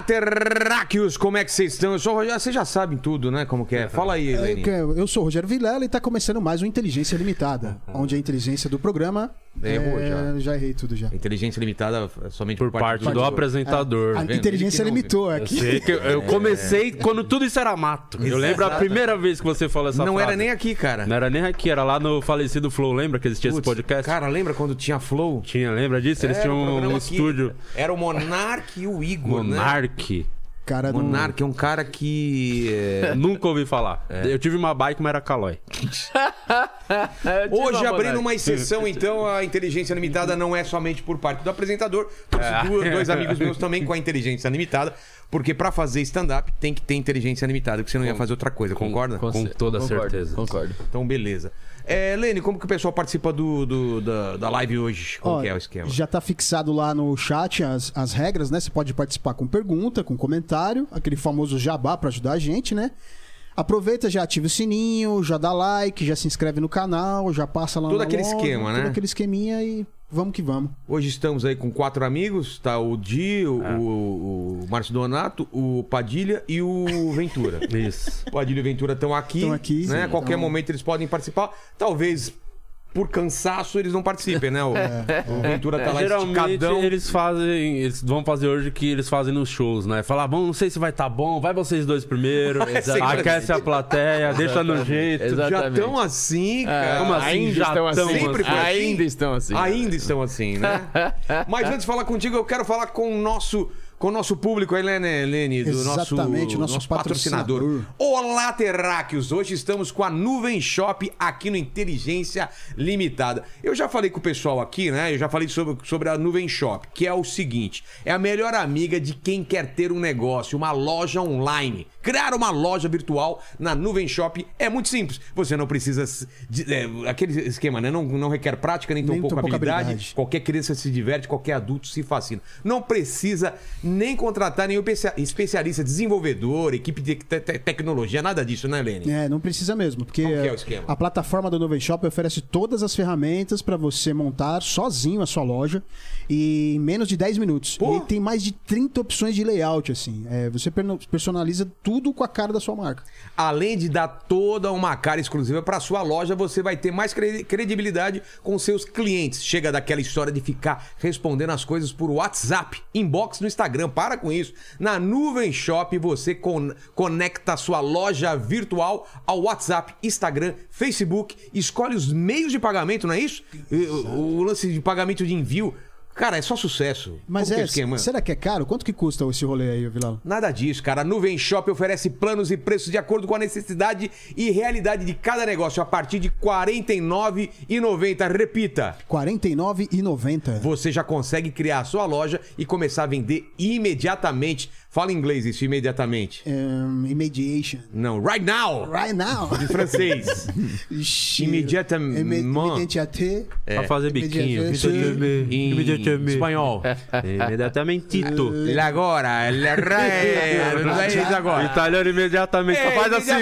terráqueos! Como é que vocês estão? Eu sou o Rogério, vocês já sabem tudo, né? Como que é? Fala aí, Helene. Eu sou o Rogério Vilela e tá começando mais um Inteligência Limitada, onde a inteligência do programa. É, é, Errou já. Já errei tudo já. Inteligência limitada é somente Por parte do apresentador. A É. vendo? inteligência Ele que não limitou Eu aqui. sei que eu, É. eu comecei quando tudo isso era mato. Eu lembro a primeira vez que você falou essa Não frase. era nem aqui, cara. Não era nem aqui, era lá no falecido Flow, lembra que existia esse Putz, podcast? Cara, lembra quando tinha Flow? Tinha, lembra disso? Eles Era tinham um um, programa que- estúdio Era o Monark e o Igor, né? Monark. Cara, não- Monark é um cara que. é, Nunca ouvi falar. Eu tive uma bike, mas era Calói. Hoje, abrindo uma exceção, então, a inteligência limitada não é somente por parte do apresentador. Trouxe É. duas- dois amigos meus também com a inteligência limitada, porque pra fazer stand-up tem que ter inteligência limitada, porque você não ia fazer outra coisa, concorda? Com toda Concordo, certeza. Concordo. Então, beleza. É, Lene, como que o pessoal participa do, do- da, da live hoje? Como Ó, que é o esquema? Já tá fixado lá no chat as, as regras, né? Você pode participar com pergunta, com comentário, aquele famoso jabá pra ajudar a gente, né? Aproveita, já ativa o sininho, já dá like, já se inscreve no canal, já passa lá Todo na aquele loja, esquema, né? Todo aquele esqueminha e vamos que vamos. Hoje estamos aí com quatro amigos, tá? O Di, o, É. o- o Márcio Donato, o Padilha e o Ventura. Isso. O Padilha e o Ventura estão aqui, Tão aqui, né? sim, a qualquer então- momento eles podem participar. Talvez por cansaço eles não participem, né? O, É. o Ventura tá lá Geralmente esticadão. eles fazem, eles vão fazer hoje o que eles fazem nos shows, né? Falar, bom, não sei se vai tá bom, vai vocês dois primeiro, Exatamente. aquece a plateia, deixa no jeito. Já Exatamente. estão assim, cara. Como assim? ainda Já estão tão assim. Sempre foi assim? Ainda estão assim. Ainda estão assim, né? Mas antes de falar contigo, eu quero falar com o nosso, com o nosso público aí, né, Lene? Do Exatamente, nosso, nosso patrocinador. Olá, Terráqueos! Hoje estamos com a Nuvem Shop aqui no Inteligência Limitada. Eu já falei com o pessoal aqui, né? Eu já falei sobre, sobre a Nuvem Shop, que é o seguinte: é a melhor amiga de quem quer ter um negócio, uma loja online. Criar uma loja virtual na Nuvem Shop é muito simples. Você não precisa. se- de- é, aquele esquema, né? Não, não requer prática, nem tão Nem tão pouca pouca habilidade. habilidade. Qualquer criança se diverte, qualquer adulto se fascina. Não precisa nem contratar nenhum especia- especialista, desenvolvedor, equipe de te- te- tecnologia, nada disso, né, Lene? É, não precisa mesmo, porque Qual que é o eh, esquema? a plataforma do Nuvem Shop oferece todas as ferramentas para você montar sozinho a sua loja e em menos de 10 minutos. Pô! E tem mais de 30 opções de layout, assim. É, você perno- personaliza tudo com a cara da sua marca. Além de dar toda uma cara exclusiva para sua loja, você vai ter mais cre- credibilidade com seus clientes. Chega daquela história de ficar respondendo as coisas por WhatsApp, inbox no Instagram. Para com isso. Na Nuvem Shop você con- conecta a sua loja virtual ao WhatsApp, Instagram, Facebook, escolhe os meios de pagamento, não é isso? E- O o lance de pagamento de envio. Cara, é só sucesso. Mas Como que é, esquema? será que é caro? Quanto que custa esse rolê aí, Vilão? Nada disso, cara. A Nuvem Shop oferece planos e preços de acordo com a necessidade e realidade de cada negócio a partir de R$ 49,90. Repita. R$ 49,90. Você já consegue criar a sua loja e começar a vender imediatamente. Fala em inglês isso, imediatamente. Um, immediation. Não, right now. Right now. Em francês. Ixi. Imediatamente. Imed- Imediate. Pra fazer biquinho. Imediatamente. em espanhol. É Imediatamente. Agora. É, Agora. Italiano imediatamente. Só faz assim. É,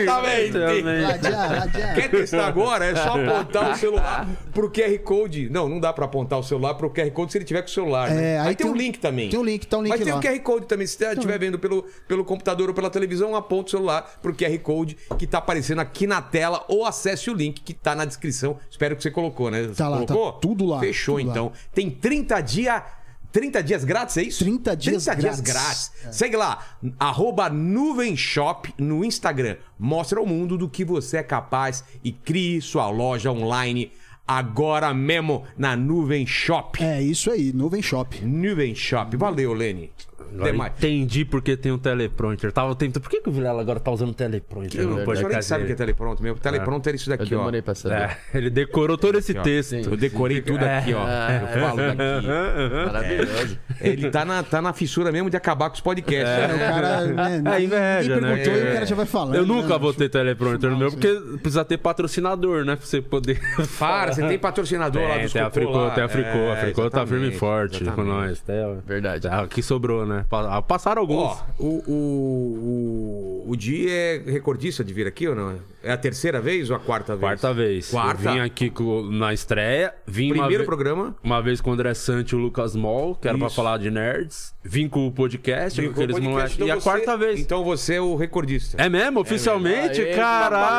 Imediatamente. Também. Radiar, radiar. É. Quer testar agora? É só apontar o celular pro QR Code. Não, não dá pra apontar o celular pro QR Code se ele tiver com o celular. né? É, aí Mas tem, tem um um- link também. tem um link, tá um link Mas tem lá. um o QR Code também. Se você estiver vendo pelo, pelo computador ou pela televisão, aponta o celular pro QR Code que tá aparecendo aqui na tela ou acesse o link que tá na descrição. Espero que você colocou, né? Você Tá lá, tá colocou? tudo lá, Fechou, tudo lá. então. Tem 30 dias... 30 dias grátis, é isso? 30 dias grátis. Segue lá, arroba Nuvem Shop no Instagram. Mostra ao mundo do que você é capaz e crie sua loja online agora mesmo na Nuvem Shop. É isso aí, Nuvem Shop. Nuvem Shop. Valeu, Lene. Agora Demais. entendi porque tem um teleprompter. Tava tentando. Por que, que o Vilela agora tá usando teleprompter? Eu, no o podcast pessoal nem sabe o que dele? é telepronto mesmo. Telepronto era é isso Eu daqui, ó. demorei pra saber. É, ele decorou todo esse ó. texto. Eu decorei tudo É. aqui, ó. Ah, eu falo daqui. Maravilhoso. Ele tá na, tá na fissura mesmo de acabar com os podcasts. É, né? o cara, né, ninguém inveja, né? perguntou e É. o cara já vai falando. Eu né? nunca botei teleprompter no meu, porque precisa ter patrocinador, né? Pra você poder. É, Para, você tem patrocinador lá Tem, dos tem a cocô Fricô, lá. tem a Fricô. É, a Fricô tá firme e exatamente, forte com exatamente. nós. Tem- Verdade. Ah, O que sobrou, né? Pa- Passaram alguns. Ó, o, o, o, o Di é recordista de vir aqui ou não? É a terceira vez ou a quarta vez? Quarta vez. Quarta. Eu vim aqui co- na estreia. Vim uma Primeiro ve- programa. Uma vez com o André Sante e o Lucas Mol, que era pra Isso. falar de nerds. Vim com o podcast, Vim com com o aqueles podcast, moleques. então e a você- quarta vez. Então você é o recordista. É mesmo? Oficialmente? Aê, Caralho!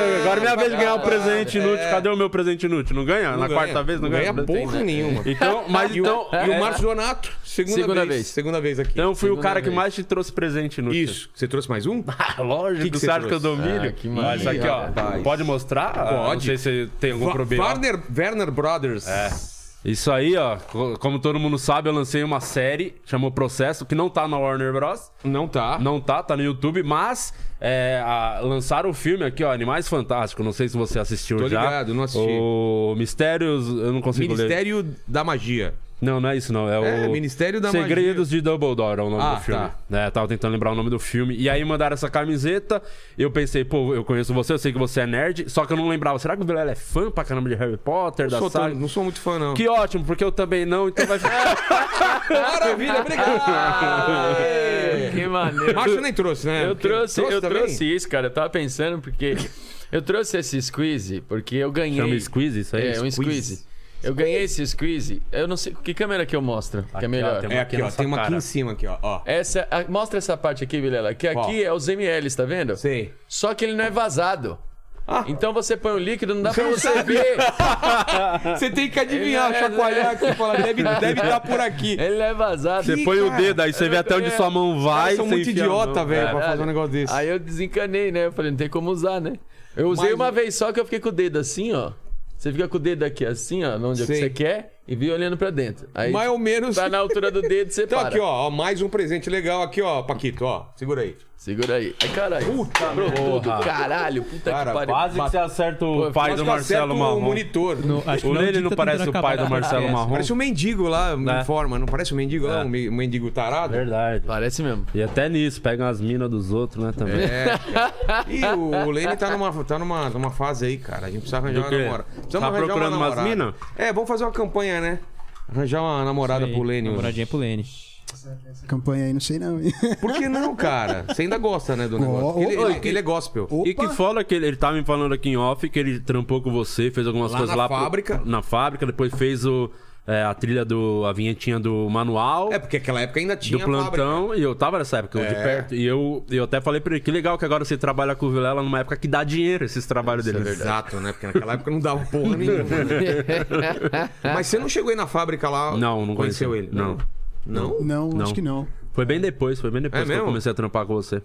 babado. Agora é minha vez de ganhar o presente É. inútil. Cadê o meu presente inútil? Não ganha? Não na ganha. quarta vez não, Não ganha presente? porra nenhuma. Então, mas E o, então. e o Márcio Donato, segunda, Segunda vez. vez. Segunda vez aqui. Então eu fui o Segunda cara que vez. mais te trouxe presente inútil. Isso. Você trouxe mais um? Ah, lógico, Que que você você acha que eu dou trouxe? milho? Ah, que Ó, isso aqui, ó. rapaz. Pode mostrar? Pode. Não sei se tem algum Va- problema. Warner, Werner Brothers. É. Isso aí, ó. co- Como todo mundo sabe, eu lancei uma série, chamou Processo, que não tá na Warner Bros. Não tá. Não tá, tá no YouTube, mas é, a- lançaram o filme aqui, ó, Animais Fantásticos. Não sei se você assistiu Tô já. ligado, não assisti. O Mistérios, eu não consigo ler. Ministério da Magia. Não, não é isso, não. É, É, o. Ministério da Segredos de Dumbledore é o nome Ah, do filme. tá. É, tava tentando lembrar o nome do filme. E aí mandaram essa camiseta. Eu pensei, pô, eu conheço você, eu sei que você é nerd. Só que eu não lembrava. Será que o Vilela é fã pra caramba de Harry Potter, da Sou tão- saga? não sou muito fã, não. Que ótimo, porque eu também não, então vai ficar. maravilha, obrigado. Que maneiro. Márcio nem trouxe, né? Eu trouxe, eu também? trouxe isso, cara. Eu tava pensando porque eu trouxe esse squeeze porque eu ganhei. Chama Squeeze isso aí? É, um squeeze. Eu ganhei esse squeeze. Eu não sei que câmera que eu mostro, que Aqui, é ó, melhor. tem É aqui, ó. Nossa Tem uma aqui cara. em cima, aqui, ó. ó. Essa, a- mostra essa parte aqui, Vilela, que Qual? aqui é os mLs, tá vendo? Sei. Só que ele não é vazado. Ah. Então você põe o líquido, não dá pra Você não você ver. Você tem que adivinhar, chacoalhar aqui, falar, deve estar por aqui. Ele não é vazado. Você põe o cara, dedo, aí você vê até onde sua mão vai. Ai, são você muito enfia a mão. idiota, velho, pra fazer um negócio desse. Aí eu desencanei, né? Eu falei, não tem como usar, né? Eu usei Mas- uma vez só que eu fiquei com o dedo assim, ó. Você fica com o dedo aqui assim, ó, onde é que Sei. você quer, e vem olhando pra dentro. Aí Mais ou menos. tá na altura do dedo, você Então para. aqui, ó, ó, mais um presente legal aqui, ó, Paquito, ó. Segura aí. Segura aí. Ai, caralho. Puta Quebrou tudo, porra. caralho. Puta Cara, que pariu. É, Quase que você acerta o Pô, pai Mas do tá certo Marcelo o Marrom. monitor. O Lele não parece o pai do Marcelo Marrom. Parece um mendigo lá, É. em forma, não parece um mendigo lá, um me- um mendigo tarado? Verdade. Parece mesmo. E até nisso, pegam as minas dos outros, né, também. É. E o o Lene tá numa, tá numa, numa fase aí, cara. A gente precisa arranjar Do uma quê? namorada. Precisamos Tá arranjar procurando uma umas namorada. mina? É, vamos fazer uma campanha, né? Arranjar uma namorada pro Lene. Namoradinha pro Lene. Essa Campanha aí, não sei não. hein? Por que não, cara? Você ainda gosta, né, do negócio? Porque ele, Oi, ele- ele é gospel. E que fala que ele, ele tá me falando aqui em off que ele trampou com você, fez algumas Lá coisas na lá pro- fábrica. na fábrica, depois fez o, é, a trilha do. a vinhetinha do manual. É, porque aquela época ainda tinha do fábrica. plantão, e eu tava nessa época, eu de É. perto, e eu, eu até falei pra ele, que legal que agora você trabalha com o Vilela numa época que dá dinheiro esses trabalhos dele. Exato, né? Porque naquela época não dava porra nenhuma. né? Mas você não chegou aí na fábrica lá? Não, não conheceu conheci. ele? Não? Não, Não. acho que não. Foi bem depois, foi bem depois É que eu mesmo? comecei a trampar com você.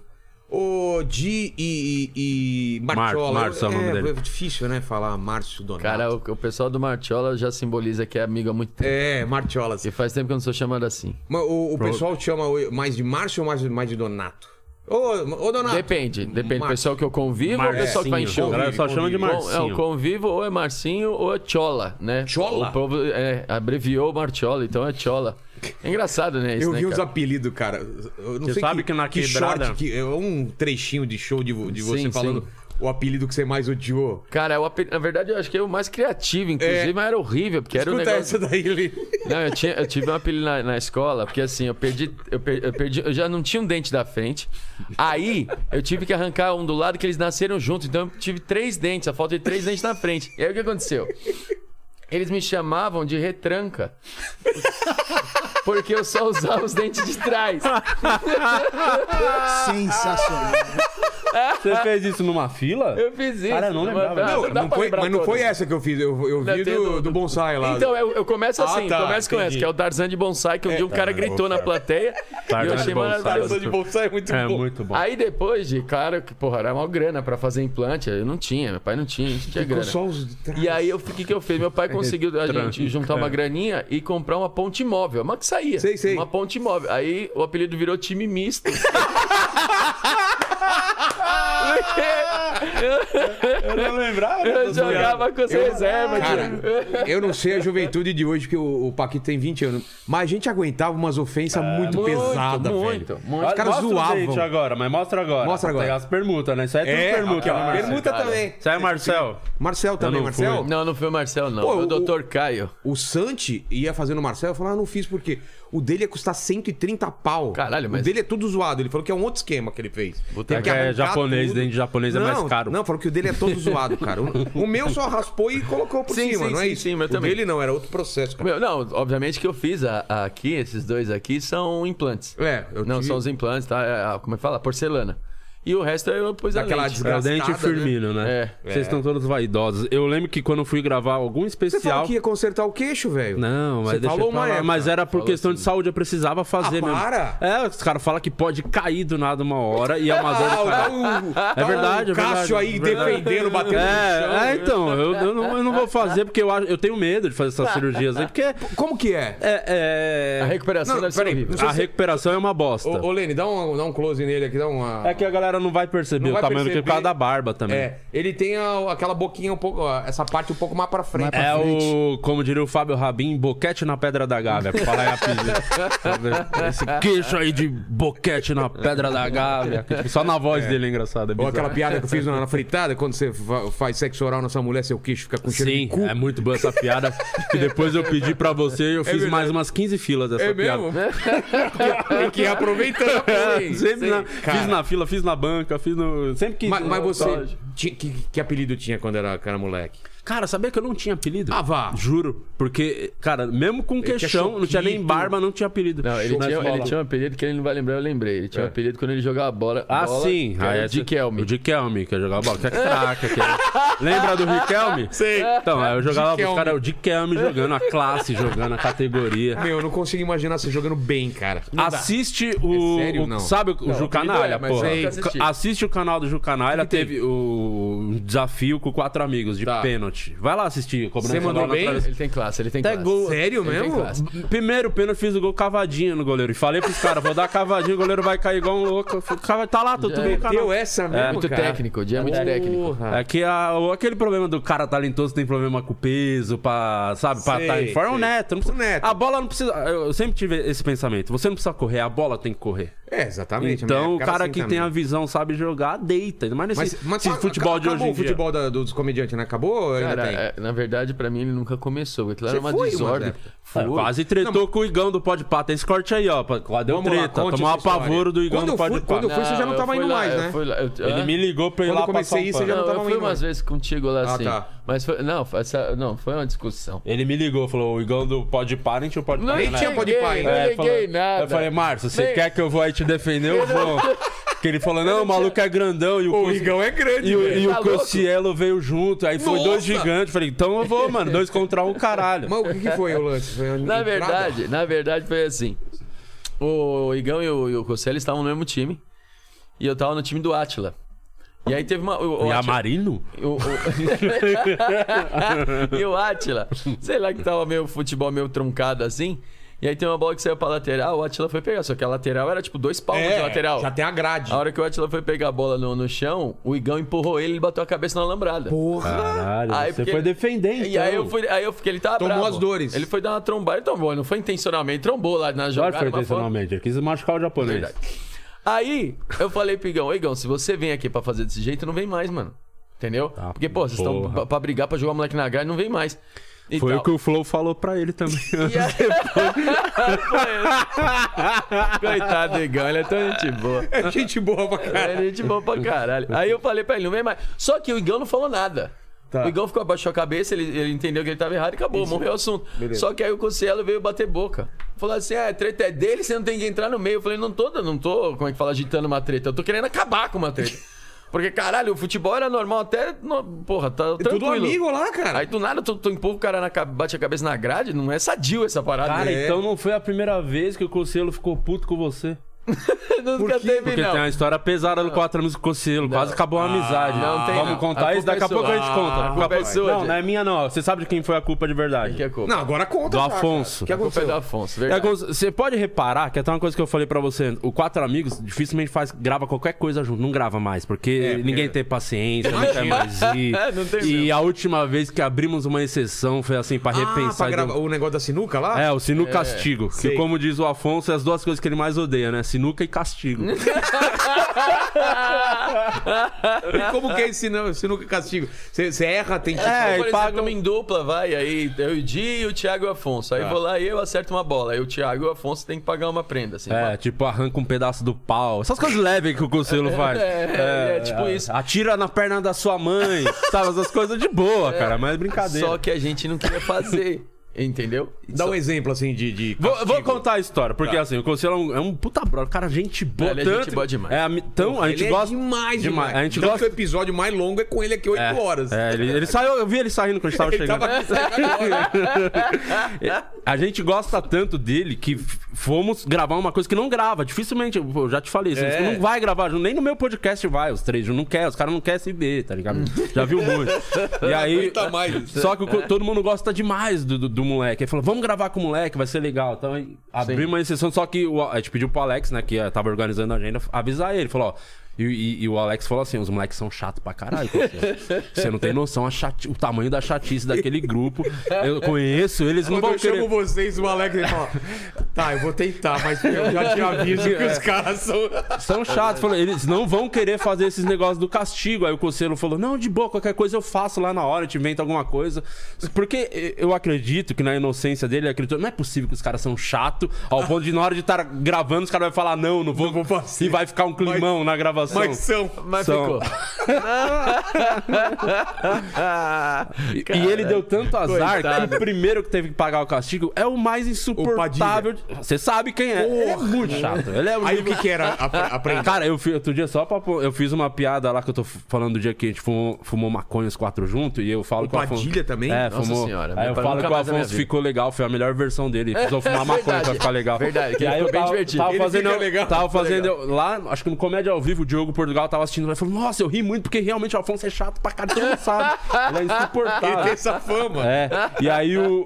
O Di e, e, e Marciola. Márcio é o nome dele. difícil, né? Falar Márcio Donato. Cara, o, o pessoal do Martiola já simboliza que é amigo há muito tempo. É, Martiola. assim. E faz tempo que eu não sou chamado assim. Mas O, o pessoal te chama mais de Márcio ou mais de, mais de Donato? Ô, ô Donato. Depende, depende. Márcio. O pessoal que eu convivo ou o pessoal que vai em Marcinho. show? A galera só chama de Convive, Bom, é, o Marcinho. convivo ou é Marcinho ou é Chola, né? Chola? O povo é, abreviou Martiola, então é Chola. É engraçado, né? Isso, Eu né, vi uns cara? apelidos, cara. Eu não Você sei sabe que na quebrada- short, que, é um trechinho de show de, vo- de você Sim, falando sim. o apelido que você mais odiou. Cara, o ape- na verdade eu acho que é o mais criativo, inclusive, mas era horrível, porque era um Escuta negócio. essa daí, ele. Não, eu, tinha- eu tive um apelido na, na escola, porque assim, eu perdi, eu per- eu perdi- eu já não tinha um dente da frente. Aí, eu tive que arrancar um do lado que eles nasceram juntos. Então, eu tive três dentes, a falta de três dentes na frente. E aí, o que aconteceu? Eles me chamavam de retranca. Porque eu só usava os dentes de trás. Sensacional. Você fez isso numa fila? É Eu fiz isso. Cara, eu não mas- lembrava. mas- Não, dá Não pra foi, lembrar mas não todas. foi essa que eu fiz. Eu, eu Não, vi tem do, do- do bonsai lá. Então, eu, eu começo Ah, assim, tá, começo com essa, entendi. que é o Tarzan de Bonsai, que um dia um cara gritou na plateia e eu Tarzan de achei bonsai. maravilhoso. Tarzan de bonsai é muito É bom. muito bom. Aí depois de, claro, que, porra, era uma grana pra fazer implante, eu não tinha, meu pai não tinha, a gente tinha Ficou grana. só um os... E aí eu o que, que eu fiz? Meu pai conseguiu a gente Tranca. juntar uma graninha e comprar uma ponte móvel. Uma que saía. É. Sei, sei. Uma ponte móvel. Aí o apelido virou time misto. Eu não lembrava. Eu jogava com as reservas. Cara, eu não sei a juventude de hoje, porque o, o Paquito tem 20 anos. Mas a gente aguentava umas ofensas muito, muito, pesadas, muito, velho. muito. Os caras É, mostra o dente zoavam. agora, mas mostra agora. Mostra agora. Tem as permutas, né? Isso aí é tudo permuta, ó, né, Marcelo? permuta também. Isso aí, Marcel. Marcel também, não Marcel? fui. Não, não foi o Marcel, não. Pô, foi o o- Dr. Caio. O Santi ia fazendo o Marcel, eu falava, ah, não fiz porque o dele ia custar 130 pau. Caralho, mas- O dele é tudo zoado. Ele falou que é um outro esquema que ele fez. Puta Tem que é arrancar japonês, dente de japonês é não, mais caro. Não, falou que o dele é todo zoado, cara. O, o meu só raspou e colocou por Sim, cima, sim, não é sim, isso? sim, meu o também. dele não, era outro processo, cara. Meu, não, obviamente que eu fiz a- a- aqui, esses dois aqui são implantes. É, eu Não, tive- são os implantes, tá? É, a- como é que fala? Porcelana. E o resto eu pus Daquela a lente. desgra- É o dente Desgastada, firmino, né? É. Vocês estão todos vaidosos. Eu lembro que quando eu fui gravar algum Você especial... falou que ia consertar o queixo, velho. Não, mas Você deixa falou eu falar. uma época. Mas era por Falou questão assim. de saúde, eu precisava fazer Ah, mesmo. para! É, os caras falam que pode cair do nada uma hora e é uma dor de Ah, cabeça. o, tá É o verdade, é Cássio verdade, aí é verdade. defendendo, batendo no chão. né? É, é, então, eu, eu não, eu não vou fazer porque eu, acho- eu tenho medo de fazer essas cirurgias aí, porque é. Como que é? é- A recuperação Não, deve ser peraí, horrível. sei a se- recuperação é uma bosta. Ô, ô, Lene, dá um, dá um close nele aqui, dá uma... É que a galera não vai perceber Não o vai tamanho do que perceber. é por causa da barba também. É, ele tem a- aquela boquinha um pouco, ó, essa parte um pouco mais pra frente. Mais pra É pra frente. o, como diria o Fábio Rabin, boquete na pedra da Gávea. Pra falar em apelido. Esse queixo aí de boquete na pedra da Gávea. Tipo, Só na voz dele é engraçado. É Ou bizarro. aquela piada que eu fiz na, na fritada, quando você fa- faz sexo oral nessa mulher, seu queixo fica com cheiro Sim, de cu. é muito boa essa piada. que depois eu pedi pra você e eu fiz É verdade. mais umas 15 filas dessa piada. Tem que ir aproveitando. né? Sim, Sempre sim. na- Cara. fiz na fila, fiz na banca, fiz no. Sempre que. Mas, mas você, ti- que, que apelido tinha quando era, cara moleque? Cara, sabia que eu não tinha apelido? Ah, vá. Juro. Porque, cara, mesmo com que é queixão, não tinha nem choquito. barba, não tinha apelido. Não, ele Na tinha, escola. ele tinha um apelido que ele não vai lembrar, eu lembrei. Ele É. tinha um apelido quando ele jogava bola. Ah, bola, sim. que Ah, era é, Dikelme. O Dikelme, que eu jogava bola. Que é craca. que é- Lembra do Riquelme? Sim. Então, aí eu jogava Dikelme. o cara, o Dikelme jogando a classe, jogando a categoria. Meu, eu não consigo imaginar você jogando bem, cara. Assiste o, sério, o- não? Sabe o Ju Canalha, é, mas porra. eu nunca assisti. Assiste o canal do Ju Canalha. Teve o um desafio com quatro amigos de Tá. pênalti. Vai lá assistir. cobrança Você mandou lá na bem? travessa. Ele tem classe, ele tem Até classe. gol. Tá Sério Ele tem mesmo? É, classe. Primeiro pênalti, fiz o gol cavadinha no goleiro. E falei pros caras, vou dar cavadinha, o goleiro vai cair igual um louco. Eu falei, "Cava- Tá lá, tu tu Já vê o canal. Deu essa mesmo, Muito cara. técnico, o dia é muito técnico. Porra. É que a- o- aquele problema do cara talentoso tem problema com o peso, pra, sabe, pra Sei, estar em forma. sei. O neto, não precisa, O Neto. A bola não precisa. Eu sempre tive esse pensamento. Você não precisa correr, a bola tem que correr. É, exatamente. a Então, minha o cara assim que também. tem a visão sabe jogar, deita. Mas nesse Mas, mas esse tá- futebol de hoje acabou em o dia. futebol da- dos comediantes, né? Acabou ou ainda Cara, tem? é, na verdade, pra mim, ele nunca começou. Aquilo Você era uma foi, desordem. mano, né? É, Quase tretou com o Igão do Pode Pá. Tem esse corte aí, ó. pra- Quase deu Vamos lá, treta. conte Tomou um essa história. apavoro do Igão Quando eu do Pode fui- Pá. quando eu fui- você já não eu tava fui indo lá, mais, eu né? fui lá, eu- Ele Hã? me ligou pra ir Quando lá eu comecei passar um isso, pano. já não Não, tava eu fui indo umas mais. vezes contigo lá, Ah, assim. tá. Mas foi, não, foi essa- não, foi uma discussão. Ele me ligou, falou: o Igão do Pode Pá, nem tinha o Pode Pá. nem né? tinha Pode Pá ainda. não É, liguei falou- nada. Eu falei, Márcio, você Nem- quer que eu vou aí te defender? Eu vou. Porque ele falou, não, o maluco é grandão e o, O Cus- Igão é grande, E o, velho. e o Tá louco? Cossielo veio junto, aí foi dois Nossa! gigantes. Falei, então eu vou, mano, dois contra um, caralho. Mas o que, que foi o lance? Foi um a Na entrada? verdade, na verdade foi assim. O Igão e o, e o Cossé, eles estavam no mesmo time. E eu tava no time do Átila. E aí teve uma. O, o e a Átila- Marino? o- o- e o Átila, sei lá que tava meio futebol meio truncado assim. E aí tem uma bola que saiu pra lateral, o Átila foi pegar. Só que a lateral era tipo dois palmos de lateral. É, Ah, Já tem a grade. A hora que o Atila foi pegar a bola no, no chão, o Igão empurrou ele e ele bateu a cabeça na alambrada. Caralho, Aí, você porque- foi defender, então. E aí eu, fui, aí eu fiquei, ele tava Tomou bravo. as dores. Ele foi dar uma trombada, então, ele tomou, não foi intencionalmente, trombou lá na Claro jogada. que foi mas intencionalmente, ele quis machucar o japonês. Verdade. Aí eu falei pro Igão, "Ô, Igão, se você vem aqui pra fazer desse jeito, não vem mais, mano. Entendeu? Porque, pô, vocês estão Tá, porra. pra- pra brigar, pra jogar moleque na garra, não vem mais. Então E Foi tal. o que o Flow falou pra ele também. E aí- Coitado do Igão, ele é tão gente boa. É gente boa pra caralho. Era gente boa pra caralho. Aí eu falei pra ele, não vem mais. Só que o Igão não falou nada. Tá. O Igão ficou abaixo da cabeça, ele, ele entendeu que ele tava errado e acabou, morreu o assunto. Só que aí o Cossielo veio bater boca. Falou assim: ah, a treta é dele, você não tem que entrar no meio. Eu falei, não tô, não tô, como é que fala, agitando uma treta, eu tô querendo acabar com uma treta. Porque, caralho, o futebol era normal até. no- porra, tá É tranquilo. tudo amigo lá, cara. Aí do nada tu, tu empurra o cara na cabe- bate a cabeça na grade, não é sadio essa parada. Cara, É. então não foi a primeira vez que o Conselho ficou puto com você. nunca teve, Porque não. tem uma história pesada do quatro anos com o Conselho, quase acabou a amizade. Ah, não tem, Vamos não. contar A isso, daqui a culpa é pouco a gente sua. conta. Ah, a Daqui culpa a pouco- é sua, Não, gente. não é minha não. Você sabe de quem foi a culpa de verdade. Quem que é culpa? Não, agora conta. Do já, cara. Afonso. O que A culpa é aconteceu? do É, Afonso, verdade. Gonzo, Você pode reparar que até uma coisa que eu falei pra você, o Quatro Amigos dificilmente faz, grava qualquer coisa junto, não grava mais, É, porque porque- ninguém tem paciência, não quer mais ir. Não tem e mesmo. a última vez que abrimos uma exceção foi assim, pra Ah, pra repensar. e gravar o negócio da sinuca lá? É, o sinuca e castigo. sei. Que como diz o Afonso, é as duas coisas que ele mais odeia, né? Sinuca e castigo. E como que é esse sinu- sinuca e castigo? Você você erra, tem que... É, Por e exemplo, um- paga- tamo em dupla, vai, aí eu e o Di e o Thiago e o Afonso. Aí vou lá e eu acerto uma bola. Aí o Thiago e o Afonso tem que pagar uma prenda, assim. É, tipo, arranca um pedaço do pau. Essas coisas leves que o conselho faz. É, é, tipo isso. Atira na perna da sua mãe. sabe, essas coisas de boa, cara. Mas é brincadeira. Só que a gente não queria fazer, entendeu? Dá Só- um exemplo, assim, de... de Vou, castigo. vou contar a história, porque assim, o Conselho é um, é um puta brother, cara, gente boa. Tá. Ele é tanto, gente boa demais. É, ami- tão, a gente Ele gosta. é demais, demais. A gente Tanto gosta. que o episódio mais longo é com ele aqui, 8 É, horas. é, ele, ele saiu, eu vi ele saindo quando a gente tava Ele chegando. É, tava aqui, saiu agora. A gente gosta tanto dele que f- fomos gravar uma coisa que não grava. Dificilmente, eu eu já te falei, isso, É. não vai gravar junto. Nem no meu podcast vai, os três não quer, os caras não querem se ver, tá ligado? Já viu muito. E aí. aguenta mais. Só que o co- É. todo mundo gosta demais do, do, do moleque. Aí falou, vamos gravar com o moleque, vai ser legal. Então aí abrimos uma exceção, só que o, a gente pediu pro Alex, né, que eh, tava organizando a agenda, avisar ele. Falou, ó. E, e- e o Alex falou assim: os moleques são chatos pra caralho. Conselho. Você não tem noção a chati- o tamanho da chatice daquele grupo. Eu conheço, eles não Quando vão eu querer. chamo vocês, o Alex ele fala: Tá, eu vou tentar, mas eu já te aviso que É. os caras são. São chatos, falou, eles não vão querer fazer esses negócios do castigo. Aí o conselho falou: não, de boa, qualquer coisa eu faço lá na hora, eu te invento alguma coisa. Porque eu acredito que na inocência dele, ele acreditou, não é possível que os caras são chatos, ao ponto de na hora de estar gravando, os caras vão falar: não, não vou, Não vou fazer. E vai ficar um climão na gravação. Mas são. Mas São- ficou. E- e ele deu tanto azar que o primeiro que teve que pagar o castigo é o mais insuportável. Você sabe quem é. Ele é muito chato. Ele é o Aí o que que era a, a prenda? Cara, eu fiz outro dia só pra. pô- Eu fiz uma piada lá que eu tô f- falando do dia que a gente fumou, fumou maconha os quatro juntos e eu falo O com o Afonso. Padilha também? É, Nossa fumou. senhora, aí meu eu pai falo nunca que o mais na minha Afonso vida. ficou legal, foi a melhor versão dele. Precisou fumar maconha pra verdade. ficar legal. Verdade, que e aí ficou eu bem tava, divertido. tava Ele fazendo. fica legal, tava fica fazendo lá, acho que no Comédia ao Vivo, o Diogo Portugal tava assistindo lá e falou: Nossa, eu ri muito porque realmente o Afonso é chato pra caralho, todo mundo sabe. Ele é Ele tem insuportável. essa fama. É, e aí o,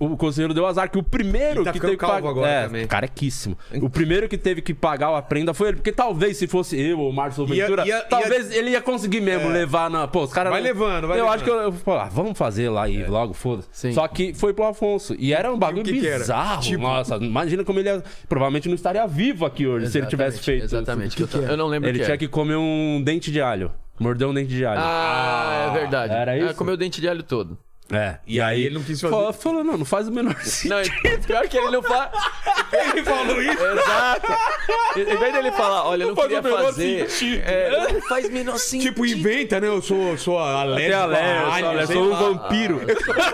o, o conselheiro deu azar, que o primeiro Ele tá que ficando teve que calvo pagar. agora é, também. carequíssimo. O primeiro que teve que pagar a prenda foi ele, porque talvez se fosse eu ou o Márcio Ia- Ventura, ia- ia- talvez ele ia conseguir mesmo levar na. Pô, os caras. É. Vai levando, vai levando. Eu É. acho que eu, eu falei, ah, vamos fazer lá e logo, foda-se. Sim. Só que foi pro Afonso. E era um bagulho que que era? bizarro. Tipo- Nossa, imagina como ele ia, provavelmente não estaria vivo aqui hoje se ele tivesse Exatamente, feito. isso. Exatamente. eu, tava- eu não lembro o Ele que é. tinha era. que comer um dente de alho. Morder um dente de alho. Ah, é verdade. Era É, isso? comeu o dente de alho todo. É. E aí ele não quis fazer. Falou, falou, não, não faz o menor sentido. Não, e pior que ele não faz. Ele falou isso. Exato. Em vez dele falar, olha, eu não, faz queria o menor fazer. sentido. É, não faz menor sentido. Tipo, inventa, né? Eu sou, sou Até alérgico. a Léo, a alho, olha, eu sei sou um lá. vampiro.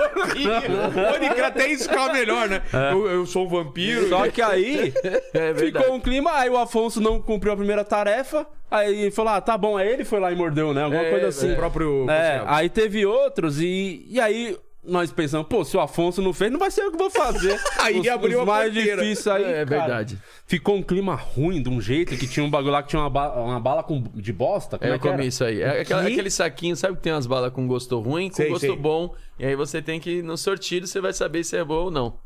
É Pode crer, até isso fica melhor, né? Eu, eu sou um vampiro. É. Só que aí É verdade. ficou um clima, aí o Afonso não cumpriu a primeira tarefa, aí falou: ah, tá bom, aí ele foi lá e mordeu, né? Alguma É, coisa O assim. próprio. É, aí teve outros e, e aí nós pensamos, pô, se o Afonso não fez, não vai ser eu que vou fazer. Aí abriu a mais porteira. difícil aí. É, é cara, verdade. Ficou um clima ruim de um jeito que tinha um bagulho lá que tinha uma, ba- uma bala com, de bosta. Como É, é eu que era? comi isso aí. É aquela- quê? aquele saquinho, sabe que tem umas balas com gosto ruim, com Sei, gosto sei. bom. E aí você tem que, no sortido, você vai saber se é bom ou não.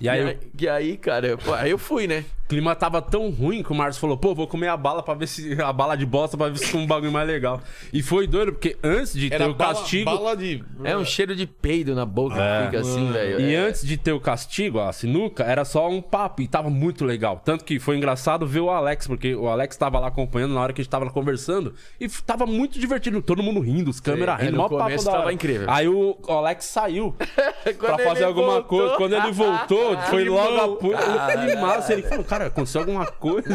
E E aí, aí, e aí, cara, eu- pô, aí eu fui, né? o clima tava tão ruim que o Márcio falou, pô, vou comer a bala para ver se. A bala de bosta pra ver se fica um bagulho mais legal. E foi doido, porque antes de ter o bala- castigo. Bala de. É um cheiro de peido na boca que fica assim, velho. E É. antes de ter o castigo, a sinuca, era só um papo e tava muito legal. Tanto que foi engraçado ver o Alex, porque o Alex tava lá acompanhando na hora que a gente tava lá conversando e f- tava muito divertido, todo mundo rindo, os câmeras é, rindo, no mó papo começo da hora. tava incrível. Aí o Alex saiu Quando pra fazer ele alguma voltou- coisa. Quando ele voltou, Não, foi logo a puta. Que massa. Ele falou, cara, aconteceu alguma coisa.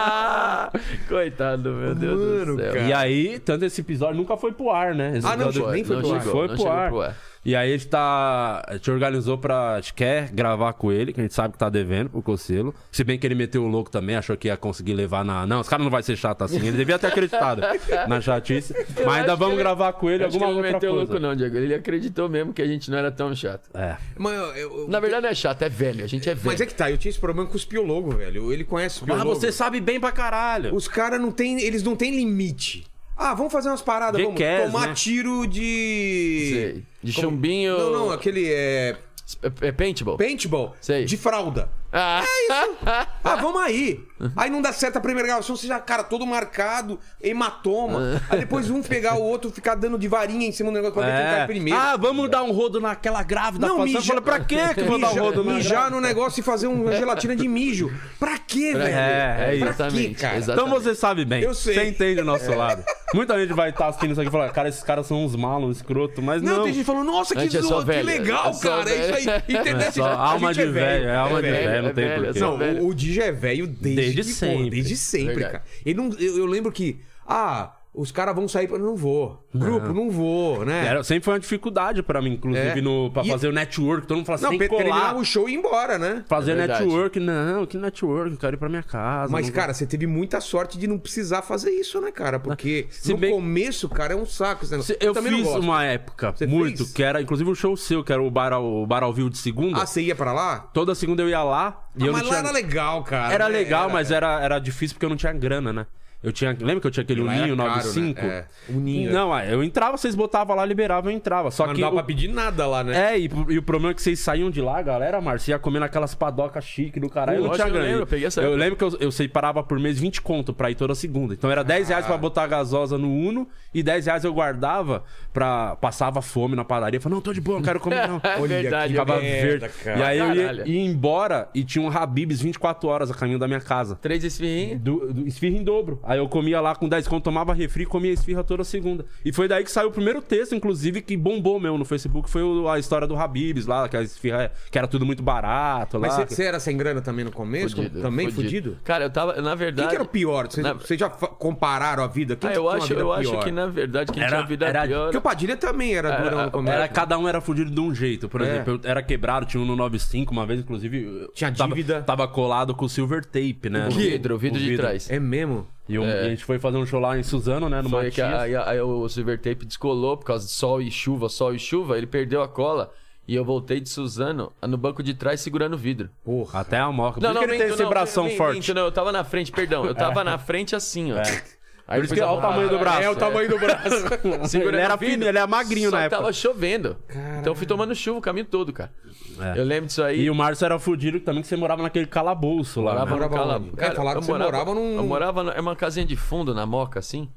Ah! Coitado, meu Deus Mano, do céu. cara. E aí, tanto esse episódio nunca foi pro ar, né? Esse Ah, não, episódio- nem foi não pro ar. chegou, Foi não pro chegou ar. pro ar. E aí a gente tá. A gente organizou pra. A gente quer gravar com ele, que a gente sabe que tá devendo pro Cocelo. Se bem que ele meteu o louco também, achou que ia conseguir levar na. Não, os caras não vai ser chato assim. Ele devia ter acreditado na chatice. Eu Mas ainda acho vamos que ele- gravar com ele Eu acho que alguma ele não outra meteu coisa. o louco, não, Diego. Ele acreditou mesmo que a gente não era tão chato. É. Mano, eu- eu- Na verdade, não é chato, é velho. A gente é velho. Mas é que tá, eu tinha esse problema com os piologos, velho. Ele conhece os Mas piologos. Ah, você sabe bem pra caralho. Os caras não tem, eles não têm limite. Ah, vamos fazer umas paradas, vamos Jackass, tomar né? tiro de Sei. De chumbinho. Não, não, aquele é É, é paintball? paintball Sei. de fralda. Ah, Ah, vamos aí. Aí não dá certo a primeira gravação, você já, cara, todo marcado, hematoma. Aí depois um pegar o outro, ficar dando de varinha em cima do negócio pra ver quem É. cai primeiro. Ah, vamos dar um rodo naquela grávida. não, passando. mija. Fala, pra quê que eu vou dar um Mija- rodo na Mijar no negócio e fazer uma gelatina de mijo. Pra quê, velho? é pra exatamente, Quê, cara? exatamente. Então você sabe bem. Eu sei. Você entende o nosso lado. Muita gente vai estar assistindo isso aqui e falar, cara, esses caras são uns malos, uns escroto, mas Não, não. tem gente falando, nossa, A que, gente é zo- só que velho, legal, é só cara. É isso aí. velho. Entendeu? Só alma de velho, é alma de velho, velho, não é tem velho, porquê. é só Não, velho. o, o DJ é velho desde, Desde que, pô, sempre. desde sempre, Verdade. cara. Ele não, eu, eu lembro que, ah, os caras vão sair pra. Não vou. Grupo, não vou, né? Era, sempre foi uma dificuldade pra mim, inclusive, É. no, pra E- fazer o network. Todo mundo fala assim, não, tem que pe- terminar colar, o show e ir embora, né? fazer É verdade. network. Não, que network, eu quero ir pra minha casa. Mas, não- cara, você teve muita sorte de não precisar fazer isso, né, cara? Porque Se no bem- começo, cara, é um saco. esse negócio. Se- Eu também não fiz gosto. uma época, Você muito, fez? que era, inclusive, um show seu, que era o Bar ao, o bar ao Vivo de segunda. Ah, você ia pra lá? Toda segunda eu ia lá e Ah, eu mas não tinha... lá era legal, cara. Era né? legal, Era, mas era, era difícil porque eu não tinha grana, né? Eu tinha, lembra que eu tinha aquele Lá era Uninho caro, 95? né? É, Uninho, é. Não, ah, eu entrava, vocês botavam lá, liberavam, eu entrava. Só Mas que não dá o- pra pedir nada lá, né? É, e, e o problema é que vocês saíam de lá, galera, Márcio, ia comendo aquelas padocas chique do caralho. Pô, eu não tinha lógico que eu grana. lembro, eu peguei essa eu época. lembro que eu, eu separava por mês 20 conto pra ir toda segunda. Então era 10 reais pra botar a gasosa no Uno e 10 reais eu guardava pra. Passava fome na padaria. Falava, não, tô de boa, não quero comer não. É verdade, que eu Ficava ganhei merda, verde. cara. E aí eu ia, Caralho. ia embora e tinha um Habibs 24 horas a caminho da minha casa. Três esfirrinhas. Do, do- esfirra em dobro. Aí eu comia lá com 10 conto, tomava refri e comia esfirra toda segunda. E foi daí que saiu o primeiro texto, inclusive, que bombou meu no Facebook. Foi o- a história do Habibs lá, que a esfirra é, que era tudo muito barato lá. Mas você- você era sem grana também no começo? também fudido? Cara, eu tava, na Quem verdade... que era o pior? Vocês Na- vocês já fa- compararam a vida? Quem Ah, que eu tinha uma acho, vida eu acho pior? que, na verdade, quem Era- tinha vida era- tipo pior... Porque o Padilha também era, Era- durão no começo. É, Era, cada um era fudido de um jeito. Por É. exemplo, eu era quebrado, tinha um no 95 uma vez, inclusive. eu Tinha tava- dívida. Tava, colado com silver tape, né? O vidro, o vidro de trás. É mesmo? E, um- e a gente foi fazer um show lá em Suzano, né? No Foi que Matias. aí, aí o Silver Tape descolou por causa de sol e chuva, sol e chuva, ele perdeu a cola e eu voltei de Suzano no banco de trás segurando o vidro. Porra. Até a morte. Por isso que ele tem minto, esse bração minto, forte. É. minto, não, eu tava na frente, perdão, eu tava na frente assim, ó. Aí Por isso que depois olha o eu- tamanho do Ah, braço. é, o tamanho do braço. segurando Ele era o vidro. fino, ele era magrinho Só na que época. tava chovendo. Então eu fui tomando chuva o caminho todo, cara. É. Eu lembro disso aí. E o Márcio era fudido também, que você morava naquele calabouço lá. Morava né? no Morava Cala- onde? É, Cara, falaram eu que você morava num- Eu morava no... É uma casinha de fundo na Moca, assim.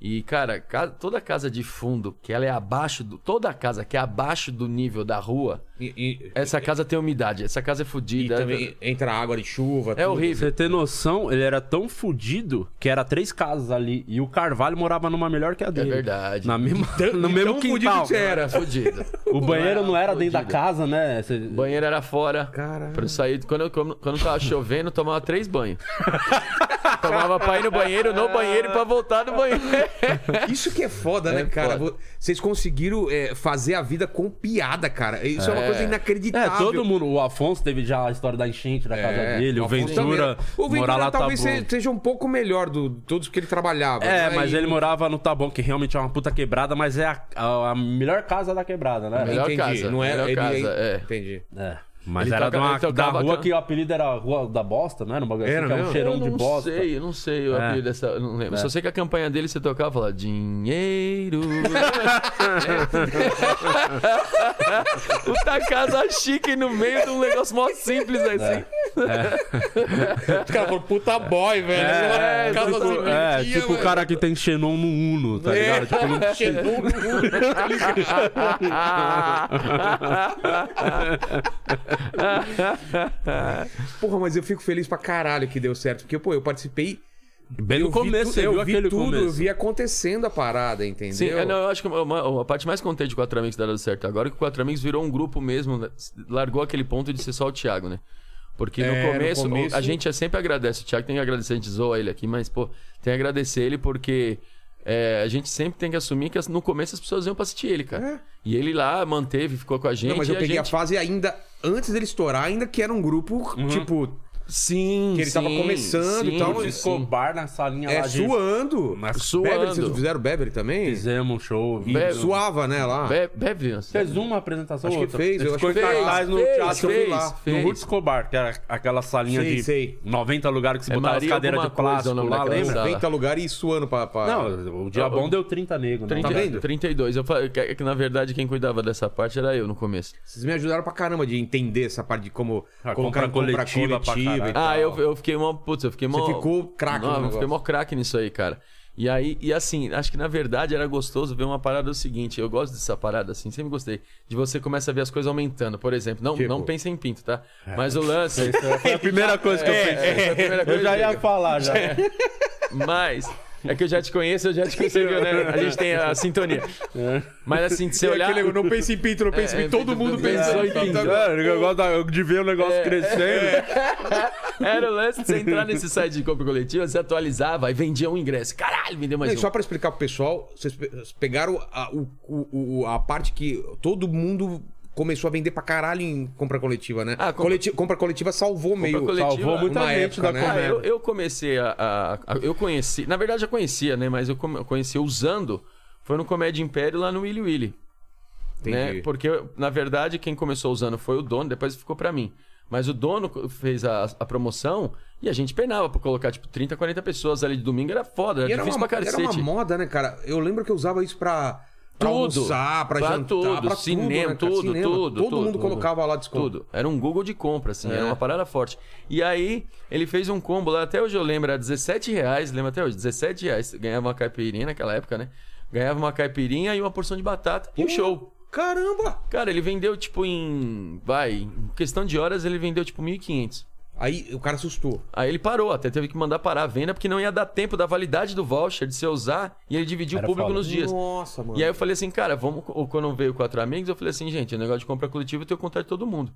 E, cara, ca- toda casa de fundo que ela é abaixo do... Toda casa que é abaixo do nível da rua, E, e- essa casa tem umidade. Essa casa é e fodida. também entra água de chuva. É horrível. Você ter noção, ele era tão fudido que era três casas ali. E o Carvalho morava numa melhor que a dele. É verdade. Então, Na mesma, no de mesmo tão fudido quintal. que você era. Era fodido. O banheiro não era dentro da Fudido. casa, né? Você- O banheiro era fora. Caralho. Pra eu sair. Quando, eu, quando, quando tava chovendo, eu tomava três banhos. tomava pra ir no banheiro, no banheiro e pra voltar no banheiro. Isso que é foda, né, cara? foda. Vocês conseguiram é, fazer a vida com piada, cara. Isso é, uma coisa É, inacreditável. todo mundo. O Afonso teve já a história da enchente da casa É, dele. O Afonso Ventura, também. O Ventura morar lá tá bom. talvez se- seja um pouco melhor do de todos que ele trabalhava. É, né? mas E- ele morava no Tabão, que realmente é uma puta quebrada, mas é a, a- a melhor casa da quebrada, né? Melhor Entendi. casa, Não era melhor ele- casa, é. Entendi. É. Mas Ele era toca- de uma- ele da tocava rua can- que o apelido era Rua da Bosta, né? Era um bagulho assim, Era que era um mesmo? cheirão eu de não bosta. sei, eu não sei o É. apelido dessa. eu Não lembro. Só sei que a campanha dele você tocava e falava dinheiro. Puta casa chique no meio de um negócio mó simples assim. Os caras falaram, puta boy, velho. É, é, Casa tipo, simplesinha, é, tipo o assim, velho. É. cara que tem Xenon no Uno, tá ligado? Tipo, não- Chegou no mundo. É. Porra, mas eu fico feliz pra caralho que deu certo. Porque, pô, eu participei Bem no vi começo, tu- você eu viu vi aquele tudo, começo. eu vi acontecendo a parada, entendeu? Sim, é, não, eu acho que uma- a parte mais contente de Quatro Amigos ter dado certo agora é que o Quatro Amigos virou um grupo mesmo, né? largou aquele ponto de ser só o Thiago, né? Porque no, É, no começo, começo- a gente sempre agradece. O Thiago tem que agradecer, a gente zoa ele aqui, mas, pô, tem que agradecer ele porque é, a gente sempre tem que assumir que as- no começo as pessoas iam pra assistir ele, cara. E ele lá manteve, ficou com a gente. É. Não, mas eu e a peguei a gente- fase ainda, antes dele estourar, ainda que era um grupo, tipo, Sim, que ele tava sim, começando e sim, tal, sim. Escobar na salinha é, lá de... suando. Mas Suando. Beverly, vocês não fizeram Beverly também? Fizemos um show. Be- E- Suava, né, lá. Be- Bebe, Anson. Fez uma apresentação Acho que outra. fez, eu Ele acho ficou que em fez, cartaz no fez, teatro, eu fui lá. fez, No fez. Ruth Escobar, que era aquela salinha Sei, de sei. 90 lugares que você É botava Maria as cadeiras de alguma coisa o plástico nome lá, daquela lembra? sala. 90 lugares e suando pra... pra... Não, o Ah, Diabão deu 30 negros. né? 30, Tá vendo? 32. Eu falei que, é que, na verdade quem cuidava dessa parte era eu no começo. Vocês me ajudaram pra caramba de entender essa parte de como A colocar compra em coletiva pra caralho. e tal. Ah, eu, eu fiquei mó. Putz, eu fiquei mó. Então. ficou craque no Não, eu negócio. fiquei mó craque nisso aí, cara. E aí, e assim, acho que na verdade era gostoso ver uma parada do seguinte. Eu gosto dessa parada, assim, sempre gostei. De você começa a ver as coisas aumentando. Por exemplo, não, Tipo? É. não pensa em pinto, tá? Mas o lance. Foi a primeira coisa que eu pensei. foi a primeira coisa Eu já que ia falar, É, já. Mas. É que eu já te conheço, eu já te conheci, né? A gente tem a sintonia. Mas assim, de você É. E olhar. aquele, não pense em pinto, não pense em é, pinto. Todo pinto, mundo pinto, pensou é, em pinto. pinto. agora. É, eu gosto da- eu- de ver o negócio crescendo. Era o lance de você entrar nesse site de compra coletiva, você atualizava e vendia um ingresso. Caralho, vendeu mais Não, e um. só pra explicar pro pessoal, vocês pe- pegaram a, o- o- o- a parte que todo mundo começou a vender pra caralho em compra coletiva, né? Ah, compra- Coleti- compra coletiva salvou meio. coletiva. Salvou muita Uma gente época, da né? Ah, comédia. eu, eu comecei a, a- a- Eu conheci. Na verdade, já conhecia, né? Mas eu, come- eu conheci usando. Foi no Comédia Império lá no Willy Willy. Entendi. Né? Porque, na verdade, quem começou usando foi o dono, depois ficou pra mim. Mas o dono co- fez a, a promoção e a gente penava pra colocar, tipo, 30, 40 pessoas ali de domingo. Era foda, era E era, é difícil uma, pra era cacete. uma moda, né, cara? Eu lembro que eu usava isso pra. Pra Tudo. almoçar, pra, Pra jantar, tudo, pra cinema, tudo, né, cara? tudo, Cinema. tudo, Todo tudo, mundo tudo. colocava lá desconto. Tudo. Era um Google de compra, assim. É. Era uma parada forte. E aí, ele fez um combo lá, até hoje eu lembro, era 17 reais, lembro até hoje, 17 reais. Ganhava uma caipirinha naquela época, né? Ganhava uma caipirinha e uma porção de batata e um show. Caramba! Cara, ele vendeu, tipo, em... Vai, em questão de horas, ele vendeu, tipo, 1.500. Aí o cara assustou. Aí ele parou, até teve que mandar parar a venda, porque não ia dar tempo da validade do voucher de você usar e ele dividiu Era o público foda. nos dias. Nossa, mano. E aí eu falei assim, cara, vamos. ou Quando veio quatro amigos, eu falei assim, gente, o negócio de compra coletiva eu tenho contato de todo mundo.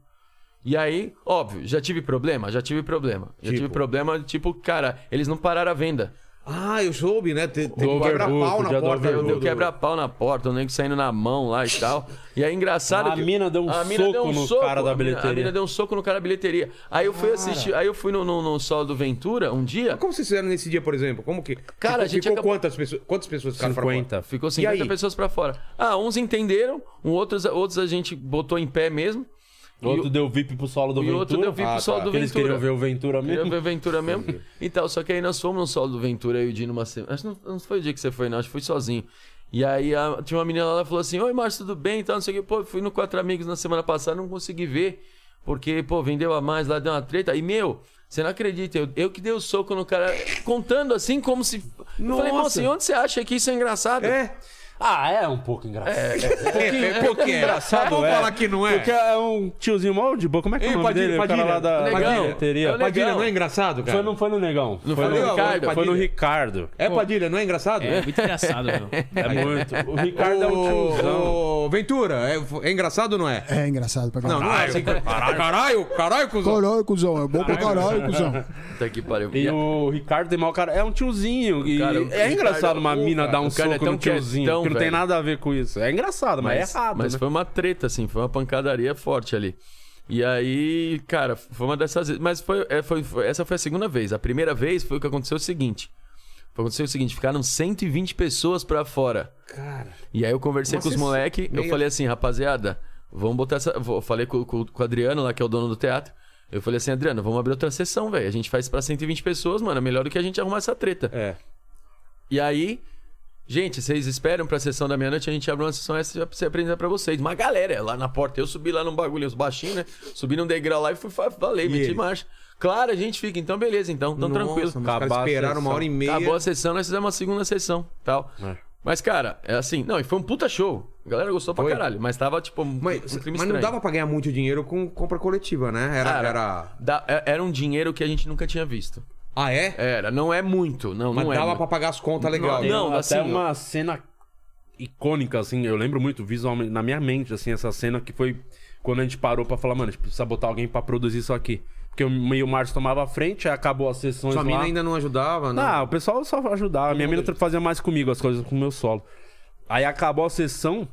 E aí, óbvio, já tive problema, já tive problema. Já Tipo? tive problema, tipo, cara, eles não pararam a venda. Ah, eu soube, né? Tem, tem Do quebra-pau overbook, na dia do porta. né? Eu overbook. do- deu do- quebra-pau na porta, o nego saindo na mão lá e tal. E aí, engraçado. A que- mina deu um a mina soco deu um no soco, cara da a mina- A bilheteria. mina deu um soco no cara da bilheteria. Aí eu fui assistir, aí eu fui no, no, no solo do Ventura um dia. Como vocês fizeram nesse dia, por exemplo? Como que. Cara, a ficou, gente ficou acabou- quantas pessoas? Quantas pessoas ficaram pra fora? 50. Ficou E 50 aí? pessoas pra fora. Ah, uns entenderam, um, outros, outros a gente botou em pé mesmo. E Outro deu VIP pro solo do E Ventura. outro eu vi Ah, pro solo tá. do Porque Eles Ventura. queriam ver o Ventura Queria mesmo. ver o Ventura mesmo e tal. Só que aí nós fomos no solo do Ventura e o Dino uma semana. Acho que não, não foi o dia que você foi, não. Acho que fui sozinho. E aí a- tinha uma menina lá, ela falou assim: Oi, Márcio, tudo bem? Então, não sei o que. Pô, fui no Quatro Amigos na semana passada, não consegui ver. Porque, pô, vendeu a mais lá, deu uma treta. E, meu, você não acredita, eu, eu que dei o soco no cara, contando assim como se. Eu falei, Nossa. moça, e onde você acha que isso é engraçado? É. Ah, é um pouco engraçado. É, é, porque é. engraçado, Vamos é. falar que não é. Porque é um tiozinho mal de boa. Como é que é Ei, o nome Padilha, dele? O cara Padilha. lá da Negão. da bilheteria. É o Padilha, Negão. não é engraçado, cara? Foi, não foi no Negão. Não foi no Ricardo, Foi no Padilha. Ricardo. É Padilha, não é engraçado? É muito engraçado, meu. É muito. O Ricardo é um tiozão. Ô, ô, Ventura, é, é engraçado ou não é? É engraçado pra Não, caralho. não é assim. Caralho, caralho, caralho, cuzão. Caralho, cuzão. É bom pra caralho, cuzão. Puta que pariu. E o Ricardo tem mau cara. É um tiozinho. E Cara, o é Ricardo engraçado uma é um mina cara. dar um O cara é soco tão no tiozinho. quietão, que não tem velho. nada a ver com isso. É engraçado, mas, é errado. Mas né? foi uma treta, assim, foi uma pancadaria forte ali. E aí, cara, foi uma dessas vezes. Mas foi, é, foi- foi- essa foi a segunda vez. A primeira vez foi o que aconteceu o seguinte. Foi aconteceu o seguinte, ficaram 120 pessoas pra fora. Cara, E aí eu conversei Uma com os sessão- moleque, eu meia- falei assim, rapaziada, vamos botar essa... vou- Eu falei com, com- com o Adriano lá, que é o dono do teatro. Eu falei assim, Adriano, vamos abrir outra sessão, velho. A gente faz pra 120 pessoas, mano. É melhor do que a gente arrumar essa treta. é. E aí, gente, vocês esperam pra sessão da meia-noite, a gente abre uma sessão essa pra se apresentar pra vocês. Uma galera é lá na porta. Eu subi lá num bagulho, os baixinhos, né? Subi num degrau lá e fui, fa- falei, meti eles? marcha. Claro, a gente fica, então beleza, então, então Nossa, tranquilo. mas Os Acabar caras a esperaram uma sessão. hora e meia. Acabou a sessão, nós fizemos uma segunda sessão tal. Mas, cara, é assim, não, e foi um puta show. A galera gostou pra Foi. caralho, mas tava, tipo, um, Mas, um clima mas não estranho. dava pra ganhar muito dinheiro com compra coletiva, né? Era. Cara, era... da- é- era um dinheiro que a gente nunca tinha visto. Ah, é? Era, não é muito, não, Mas não é. dava muito. pra pagar as contas legal. Não, né? Não, até assim, uma cena icônica, assim, eu lembro muito visualmente, na minha mente, assim, essa cena que foi quando a gente parou pra falar, mano, a gente precisa botar alguém pra produzir isso aqui. Porque o meio Márcio tomava a frente, aí acabou as sessões Sua lá. mina ainda não ajudava, né? Ah, o pessoal só ajudava. Minha mina fazia mais comigo as coisas com o meu solo. Aí acabou a sessão,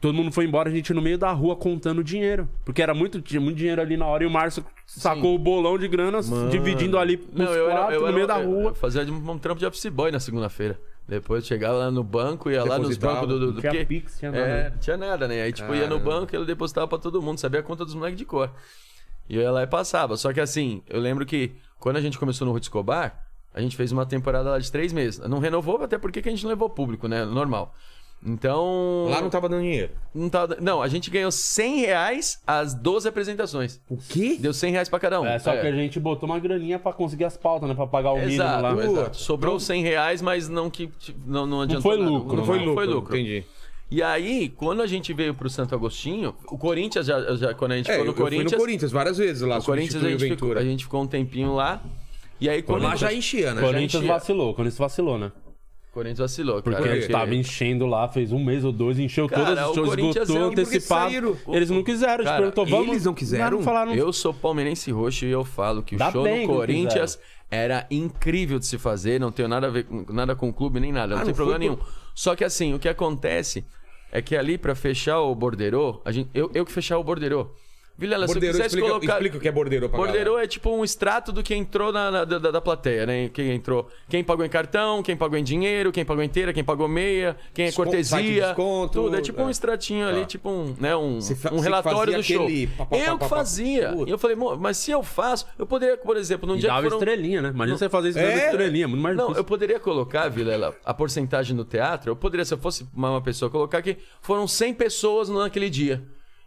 todo mundo foi embora, a gente no meio da rua contando dinheiro. Porque era muito, tinha muito dinheiro ali na hora e o Márcio sacou o bolão de grana, dividindo ali pros Não, eu era, quatro eu no era- meio da eu- rua. eu fazia de um um trampo de office boy na segunda-feira. Depois eu chegava lá no banco, ia lá nos Depositava. bancos do. do, do Tinha porque- Pix, tinha nada. É, tinha nada, né? Aí, tipo, ia no banco e ele depositava pra todo mundo, sabia a conta dos moleques de cor. E eu ia lá e passava. Só que assim, eu lembro que quando a gente começou no Ruth Escobar, a gente fez uma temporada lá de três meses. Não renovou, até porque que a gente não levou público, né? Normal. Então. Lá não tá- tava dando dinheiro. Não, tava- não, a gente ganhou 100 reais as 12 apresentações. O quê? Deu 100 reais pra cada um. É, só que a gente botou uma graninha pra conseguir as pautas, né? Pra pagar o mínimo Exato, lá. exato. Sobrou 100 reais, mas não que tipo, não, não adiantou foi nada. lucro, né? Não foi lucro. Foi lucro. Entendi. E aí, quando a gente veio pro Santo Agostinho, o Corinthians já, já- quando a gente É, foi eu, Tipo, no eu fui Corinthians, no Corinthians várias vezes lá. o Corinthians a substituí o gente, ficou, Ventura. a gente ficou um tempinho lá. E aí quando Lá já enchia, né? O Corinthians gente- vacilou, o Corinthians vacilou, né? o Corinthians vacilou, Porque cara, a gente tava enchendo lá, fez um mês ou dois, encheu Cara, todas o as shows, Corinthians esgotou, é- e por que antecipado. saíram? Eles não quiseram, a gente Cara, perguntou, vamos. eles não quiseram? Não, falaram. Eu sou palmeirense roxo e eu falo que o Dá show bem no que Corinthians era incrível de se fazer, não tenho nada a ver com, nada com o clube nem nada, não Ah, tem não foi problema por- nenhum. Só que assim, o que acontece é que ali pra fechar o borderô, a gente, eu, eu que fechava o borderô. Vilela, se eu Borderô, quisesse explica, colocar explica o que é borderô pra galera. Borderô é tipo um extrato do que entrou na, na- da, da plateia, né? Quem entrou, quem pagou em cartão, quem pagou em dinheiro, quem pagou inteira, quem pagou meia, quem é Descon- cortesia, site de desconto, tudo. É tipo é. um extratinho ali, Tá. tipo um, né, um, Você fa- um você relatório fazia do show. aquele pá, pá, pá, eu pá, que pá. fazia. Puta. E eu falei, "Mô, mas se eu faço, eu poderia, por exemplo, num E um dia que dava né, foram... estrelinha, né? Imagina você fazer isso É? dando estrelinha, muito mais Não, difícil. eu poderia colocar, Vilela, a porcentagem no teatro. Eu poderia, se eu fosse uma uma pessoa, colocar que foram 100 pessoas naquele dia.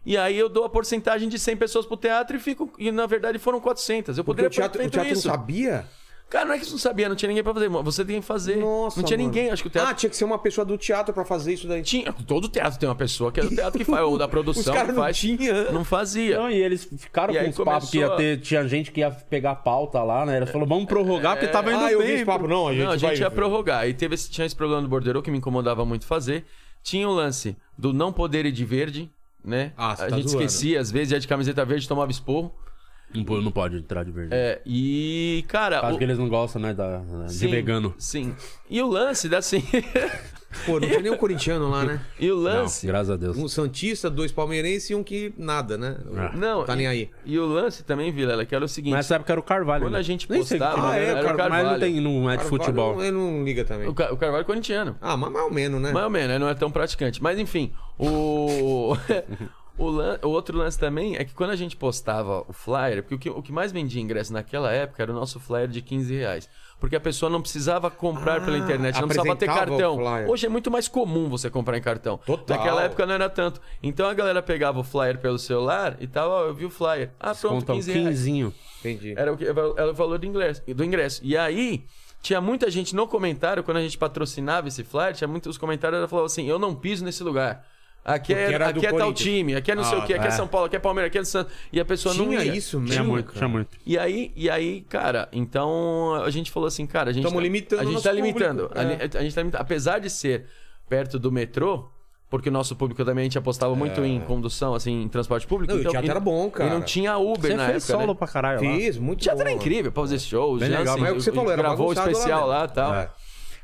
E aí eu dou a porcentagem de 100 pessoas pro teatro e fico. E na verdade foram 400. Eu Porque poderia o teatro, ter o feito teatro não isso. sabia? Cara, não é que você não sabia, não tinha ninguém pra fazer. mano. Você tem que fazer. Nossa, não tinha mano. ninguém, acho que o Ah, teatro. tinha que ser uma pessoa do teatro pra fazer isso daí. Tinha, todo teatro tem uma pessoa que é do teatro que faz, ou da produção Os caras que não faz. tinha. Não fazia. Não, e eles ficaram E com aí os papos que ia começou a- ter. Tinha gente que ia pegar pauta lá, né? Eles falaram, vamos prorrogar porque tava indo ah, eu vi bem. esse papo. Não, a gente, não, a gente vai... ia prorrogar. E teve esse, tinha esse problema do borderô que me incomodava muito fazer. Tinha o lance do não poder ir de verde, né? Ah, você a tá gente zoando. esquecia, às vezes ia de camiseta verde, tomava esporro. Não pô- Não pode entrar de verdade. É, e, cara. Caso É, o- que eles não gostam, né? da- da- de sim, vegano. Sim. E o lance da assim. Pô, não tinha nenhum corintiano lá, né? e o Não, lance. graças a Deus. Um santista, dois palmeirenses e um que nada, né? Ah. Não, Tá e- nem aí. E o lance também, Vilela, que era o seguinte. Nessa época era o Carvalho. Quando né? a gente Nem sei que postava, time ah, é, era, o Car- mas não, Carvalho. tem, não é de Carvalho, futebol. Ele não liga também. O, Ca- o Carvalho é corintiano. Ah, mas mais ou menos, né? Mais ou menos, né? não é tão praticante. Mas enfim, o. o, lan- o outro lance também é que quando a gente postava o flyer, porque o que, o que mais vendia ingresso naquela época era o nosso flyer de 15 reais. Porque a pessoa não precisava comprar pela internet, não precisava ter Ah, apresentava o cartão. flyer. Hoje é muito mais comum você comprar em cartão. Total. Naquela época não era tanto. Então a galera pegava o flyer pelo celular e tal, ó, eu vi o flyer. Ah, pronto, Contam 15 reais. um quinzinho. Entendi. Era o, que, era o valor do ingresso, do ingresso. E aí, tinha muita gente no comentário, quando a gente patrocinava esse flyer, tinha muitos comentários, ela falava assim, eu não piso nesse lugar. Aqui Porque é, era do aqui é tal Corinthians. time, aqui é não sei Ah, o quê, aqui tá. é São Paulo, aqui é Palmeiras, aqui é Santos. E a pessoa não Tinha ia. isso mesmo. Tinha muito, cara. tinha muito. E aí, e aí, cara, então a gente falou assim, cara, a gente. Tamo limitando A o gente nosso tá limitando. público, A, é. gente- a gente tá limitando. Apesar de ser perto do metrô, porque o nosso público também a gente apostava muito em condução, assim, em transporte público. É. Não, e o teatro e- era bom, cara. E não tinha Uber Você na fez época. né? solo pra caralho lá. Fiz, muito O teatro bom, era incrível pra fazer shows. Bem né? legal, mas é o que você falou, era Gravou o bagunçado lá especial mesmo. lá e tal. É.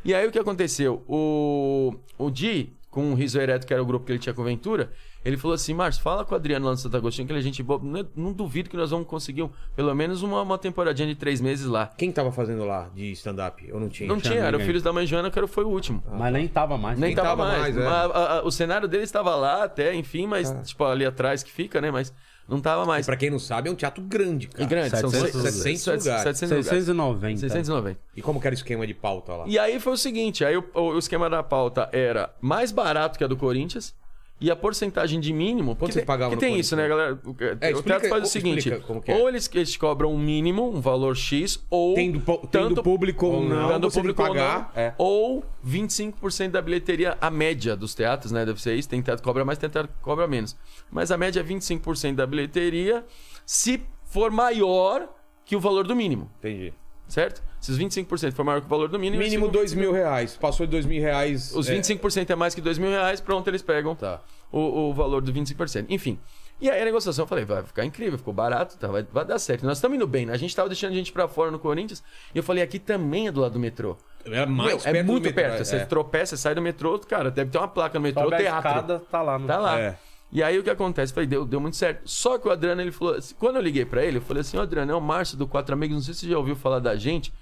E aí o que aconteceu? O, o Di, com o Riso Ereto, que era o grupo que ele tinha com o Ventura, ele falou assim, Márcio, fala com o Adriano lá no Santo Agostinho, que ele é gente boa. Não, não duvido que nós vamos conseguir um- pelo menos uma, uma temporadinha de três meses lá. Quem tava fazendo lá de stand-up? Eu não tinha. Não tinha, era o ninguém. Filhos da Mãe Joana, que era, foi o último. Ah, Mas nem tava mais. Nem tá- tava, tava mais, mais. é. A- a- a- o cenário dele estava lá até, enfim, mas, tipo, ali atrás que fica, né? Mas não tava mais. Pra quem não sabe, é um teatro grande, cara. E grande, são 700 lugares. 700 lugares. 700 690. 690. E como que era o esquema de pauta lá? E aí foi o seguinte, aí o, o- o esquema da pauta era mais barato que a do Corinthians e a porcentagem de mínimo... Quanto que vocês tem- pagavam Que no tem isso, né, galera? O, o É, explica- teatro faz explica o seguinte, como que é. ou eles, eles cobram um mínimo, um valor X, ou... Tendo, po- tendo público ou não, dando você tem que público pagar. ou não, é. ou 25% da bilheteria, a média dos teatros, né? Deve ser isso, tem teatro que cobra mais, tem teatro que cobra menos. Mas a média é 25% da bilheteria, se for maior que o valor do mínimo. Entendi. certo? Esses 25% foi maior que o valor do mínimo. Mínimo esse- dois mil reais. Passou de dois mil reais. Os é, 25% é mais que dois mil reais, pronto, eles pegam Tá. o, o valor do 25%. Enfim. E aí a negociação, eu falei, vai ficar incrível, ficou barato, tá, vai, vai dar certo. Nós estamos indo bem, né? a gente tava deixando gente pra fora no Corinthians, e eu falei, aqui também é do lado do metrô. é mais Meu, é perto do muito metrô, perto, é. você tropeça, você sai do metrô, cara, deve ter uma placa no metrô, Sobe a teatro. escada, tá lá. No... Tá lá. É. E aí o que acontece? Falei, deu, deu muito certo. Só que o Adriano, ele falou. assim- Quando eu liguei pra ele, eu falei assim: "Ô, Adriano, é o Márcio do Quatro Amigos, não sei se você já ouviu falar da gente,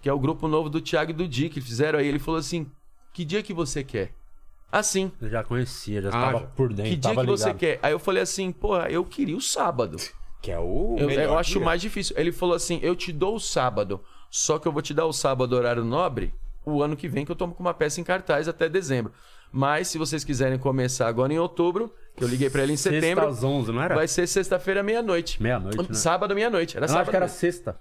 que é o grupo novo do Thiago e do Di, que fizeram aí. Ele falou assim: que dia que você quer? Assim. Eu já conhecia, já Ah, estava já. por dentro. que dia tava que você ligado. quer? Aí eu falei assim, porra, eu queria o sábado. Que é o. Eu, melhor eu acho dia. mais difícil. Ele falou assim: eu te dou o sábado, só que eu vou te dar o sábado horário nobre o ano que vem, que eu tomo com uma peça em cartaz até dezembro. Mas se vocês quiserem começar agora em outubro, que eu liguei pra ele em Sexta setembro. às 11, não era? Vai ser sexta-feira, meia-noite. Meia-noite, né? Sábado, meia-noite. Era Eu acho sábado. que era mesmo. sexta.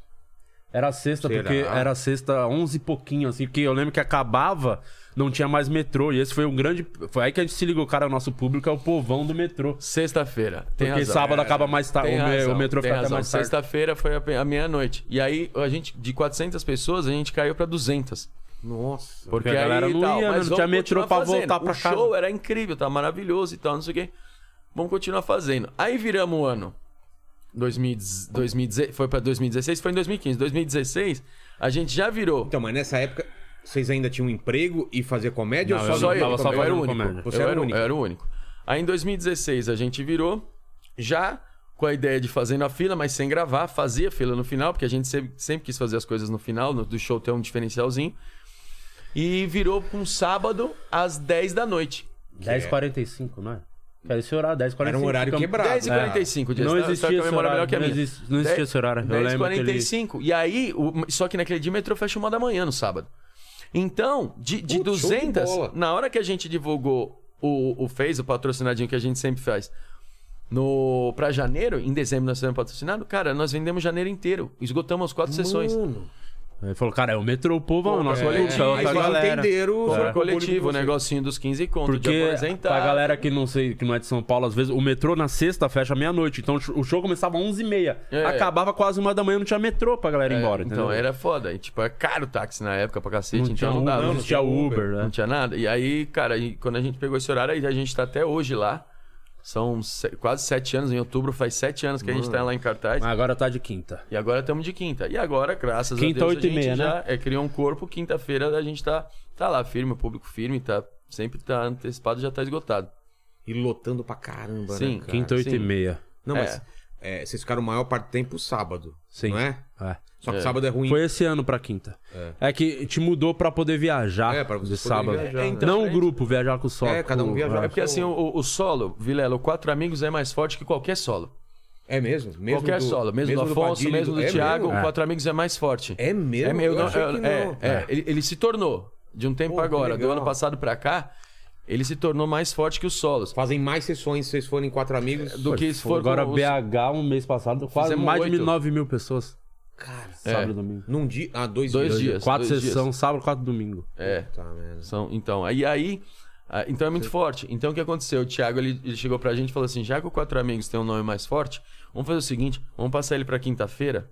Era sexta, Será? porque era sexta 11 e pouquinho, assim, porque eu lembro que acabava, não tinha mais metrô. E esse foi um grande. Foi aí que a gente se ligou, cara, o nosso público é o povão do metrô. Sexta-feira. Tem porque razão. sábado acaba mais tarde, Tem o, me- razão, o metrô tem fica até razão. mais tarde. Sexta-feira foi a- a meia-noite. E aí, a gente, de 400 pessoas, a gente caiu pra 200. Nossa. Porque Porque a aí galera não tal, ia, né? mas Não tinha vamos metrô continuar pra fazendo. voltar pra o casa. show era incrível, tá maravilhoso e tal, não sei o quê. Vamos continuar fazendo. Aí viramos o ano. 2016, foi pra 2016, foi em 2015. 2016, a gente já virou. Então, mas nessa época, vocês ainda tinham um emprego e fazer comédia Não, ou só, Só não Ah, eu, tava só eu era o fazendo único. comédia. Você era eu o era, o- único. eu era o único. Aí em 2016 a gente virou, já com a ideia de fazendo a fila, mas sem gravar, fazia fila no final, porque a gente sempre, sempre quis fazer as coisas no final, no, do show ter um diferencialzinho. E virou pra um sábado às 10 da noite. 10h45, não é? Que Era esse horário, 10h45. Era um horário ficamos- quebrado. 10h45, É. Então, Não existia esse horário, não existe- não existia esse horário, eu lembro que 10h45. E aí, o- só que naquele dia o metrô fecha uma da manhã no sábado. Então, de, de Putz, show de 200, bola. na hora que a gente divulgou o, o fez, o patrocinadinho que a gente sempre faz, no para janeiro, em dezembro nós fizemos patrocinado, cara, nós vendemos janeiro inteiro. Esgotamos as quatro sessões. Ele falou, cara, é o metrô, o povão, nosso é. coletivo. Aí tá vocês galera. entenderam, Compra É. coletivo, né? Público o negocinho dos 15 conto de Porque apresentar. pra galera que não sei, que não é de São Paulo, às vezes o metrô na sexta fecha meia-noite. Então o show começava às 11h30. É. Acabava quase uma da manhã, não tinha metrô pra galera ir embora. Então entendeu? era foda. E, tipo, era caro o táxi na época pra cacete, Não tinha então não Uber, dava. não tinha Uber, né? Não tinha nada. E aí, cara, e quando a gente pegou esse horário, aí a gente tá até hoje lá. São se- quase sete anos, em outubro faz sete anos que a gente tá lá em cartaz. Mas agora tá de quinta. E agora estamos de quinta. E agora, graças Quinta, a Deus, oito a e gente meia, né? já é, criou um corpo. Quinta-feira a gente tá, tá lá firme, o público firme, tá sempre tá antecipado, já tá esgotado. E lotando pra caramba, né, Sim, cara? Quinta, oito e sim. meia. Não, mas É. é, vocês ficaram maior parte do tempo sábado. Sim. Não é? É. Só que sábado é ruim. Foi esse ano pra quinta. É. que te mudou pra poder viajar É, pra você de poder sábado. viajar, É, então, não né? o grupo, viajar com o solo. É, cada um com- viajava. É porque assim, o, o solo, Vilela, o Quatro Amigos é mais forte que qualquer solo. É mesmo? mesmo Qualquer do- solo, mesmo, do Afonso, Padilha, mesmo do é Thiago, mesmo? o Quatro Amigos é mais forte. É mesmo? É, meu, Eu não, achei que é, não. Ah. é, é. Ele, ele se tornou, de um tempo Pô, que agora, do legal. ano passado pra cá, ele se tornou mais forte que os solos. Fazem mais sessões se vocês forem quatro amigos. Do que se for Agora É, com os- BH, um mês passado, quase Fizemos mais de oito. É. 9 mil pessoas. Cara, Sábado e domingo. num dia. Ah, dois, Dois dias. dias. quatro dois sessões, sábado, quatro domingo. É, Tá, merda. são, então, aí, aí, ah, então é muito forte. Então o que aconteceu? O Thiago, ele, ele chegou pra gente e falou assim, já que o Quatro Amigos tem um nome mais forte, vamos fazer o seguinte, vamos passar ele pra quinta-feira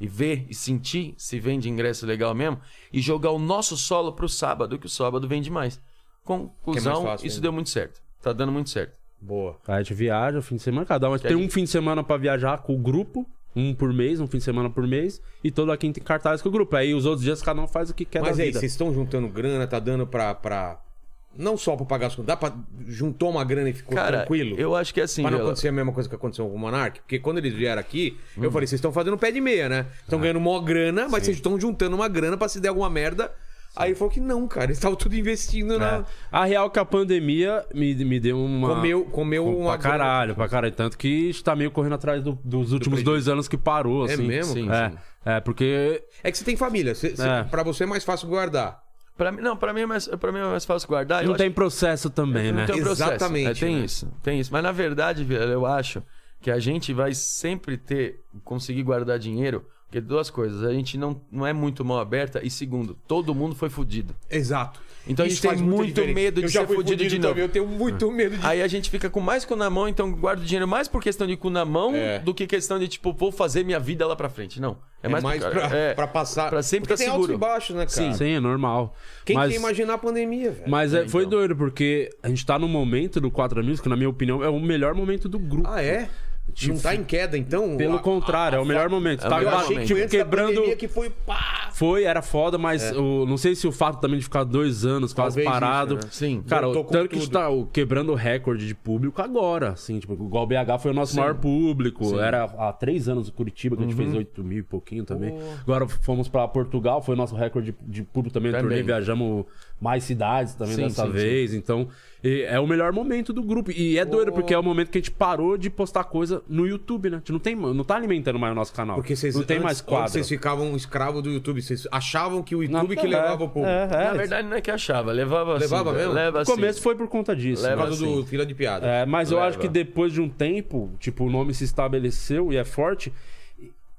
e ver e sentir se vende ingresso legal mesmo e jogar o nosso solo pro sábado, que o sábado vende mais. Conclusão, é fácil, isso hein? deu muito certo. Tá dando muito certo. Boa. Aí a gente viaja o fim de semana, cada um. A gente tem um fim de semana pra viajar com o grupo, um por mês, um fim de semana por mês, e toda quinta em cartaz com o grupo. Aí os outros dias cada um faz o que quer Mas da aí, vida. vocês estão juntando grana, tá dando pra. pra... Não só pra pagar as contas, dá pra. Juntou uma grana e ficou Cara, tranquilo? eu acho que é assim, Pra não Vila. acontecer a mesma coisa que aconteceu com o Monark, porque quando eles vieram aqui, Hum. eu falei, vocês estão fazendo um pé de meia, né? Estão Ah. ganhando mó grana, mas vocês estão juntando uma grana pra se der alguma merda. Aí ele falou que não, cara, eles estavam tudo investindo É. na. A real é que a pandemia me, me deu uma. Comeu- comeu Com- uma Pra caralho, pra caralho. Tanto que está meio correndo atrás do- dos últimos dois anos que parou, É assim. mesmo, Sim, cara? é, é, porque. É que você tem família, você, você- É. pra você é mais fácil guardar. Pra mim, não, pra mim é mais, pra mim é mais fácil guardar. não eu tem processo também, né? Não tem um processo. Exatamente, É, tem né? isso, tem isso. Mas na verdade, Vila, eu acho que a gente vai sempre ter, conseguir guardar dinheiro, porque duas coisas, a gente não, não é muito mão aberta e segundo, todo mundo foi fudido. Exato. Então Isso a gente faz tem muita muito diferença. medo de Eu já ser fui fudido de novo. Ah. também, Eu tenho muito medo de. Aí a gente fica com mais cu na mão, então guarda o dinheiro mais por questão de cu na mão É. do que questão de, tipo, vou fazer minha vida lá pra frente. Não. É, mais, pro cara- pra, é, pra passar. Pra sempre Porque tá tem altos seguro. e baixos, né, cara? Sim, sim, é normal. Quem mas, que ia imaginar a pandemia, velho? Mas é, então. foi doido, porque a gente tá num momento do 4 Amigos que, na minha opinião, é o melhor momento do grupo. Ah, é? Não tá em queda, então? Pelo contrário. contrário, é o melhor momento. Tá melhor Eu tá, achei que tipo, foi antes da quebrando. pandemia que foi pá. Foi, era foda, mas o- não sei se o fato também de ficar dois anos quase Talvez isso, parado. né? Sim. Cara, Voltou o com tanto que a gente tudo. tá o, quebrando o recorde de público agora, assim, tipo, igual o BH foi o nosso maior público. Era há três anos o Curitiba, que a gente Uhum. fez 8 mil e pouquinho também. Agora fomos pra Portugal, foi o nosso recorde de, de público também, também. Também. turnê. Viajamos mais cidades também Sim, dessa sim, vez. Então, e- é o melhor momento do grupo. E é doido, porque é o momento que a gente parou de postar coisa no YouTube, né? A gente não, tem, não tá alimentando mais o nosso canal. Porque vocês não tem antes- mais antes quadro. Vocês ficavam escravos do YouTube. Vocês achavam que o Não, YouTube que é, levava o público. é, é. tipo Na verdade, não é que achava. Levava assim. Levava mesmo? No Leva assim. começo foi por conta disso. Por Leva né? causa do fila de piada. É, mas eu Leva. acho que depois de um tempo, tipo, o nome se estabeleceu e é forte.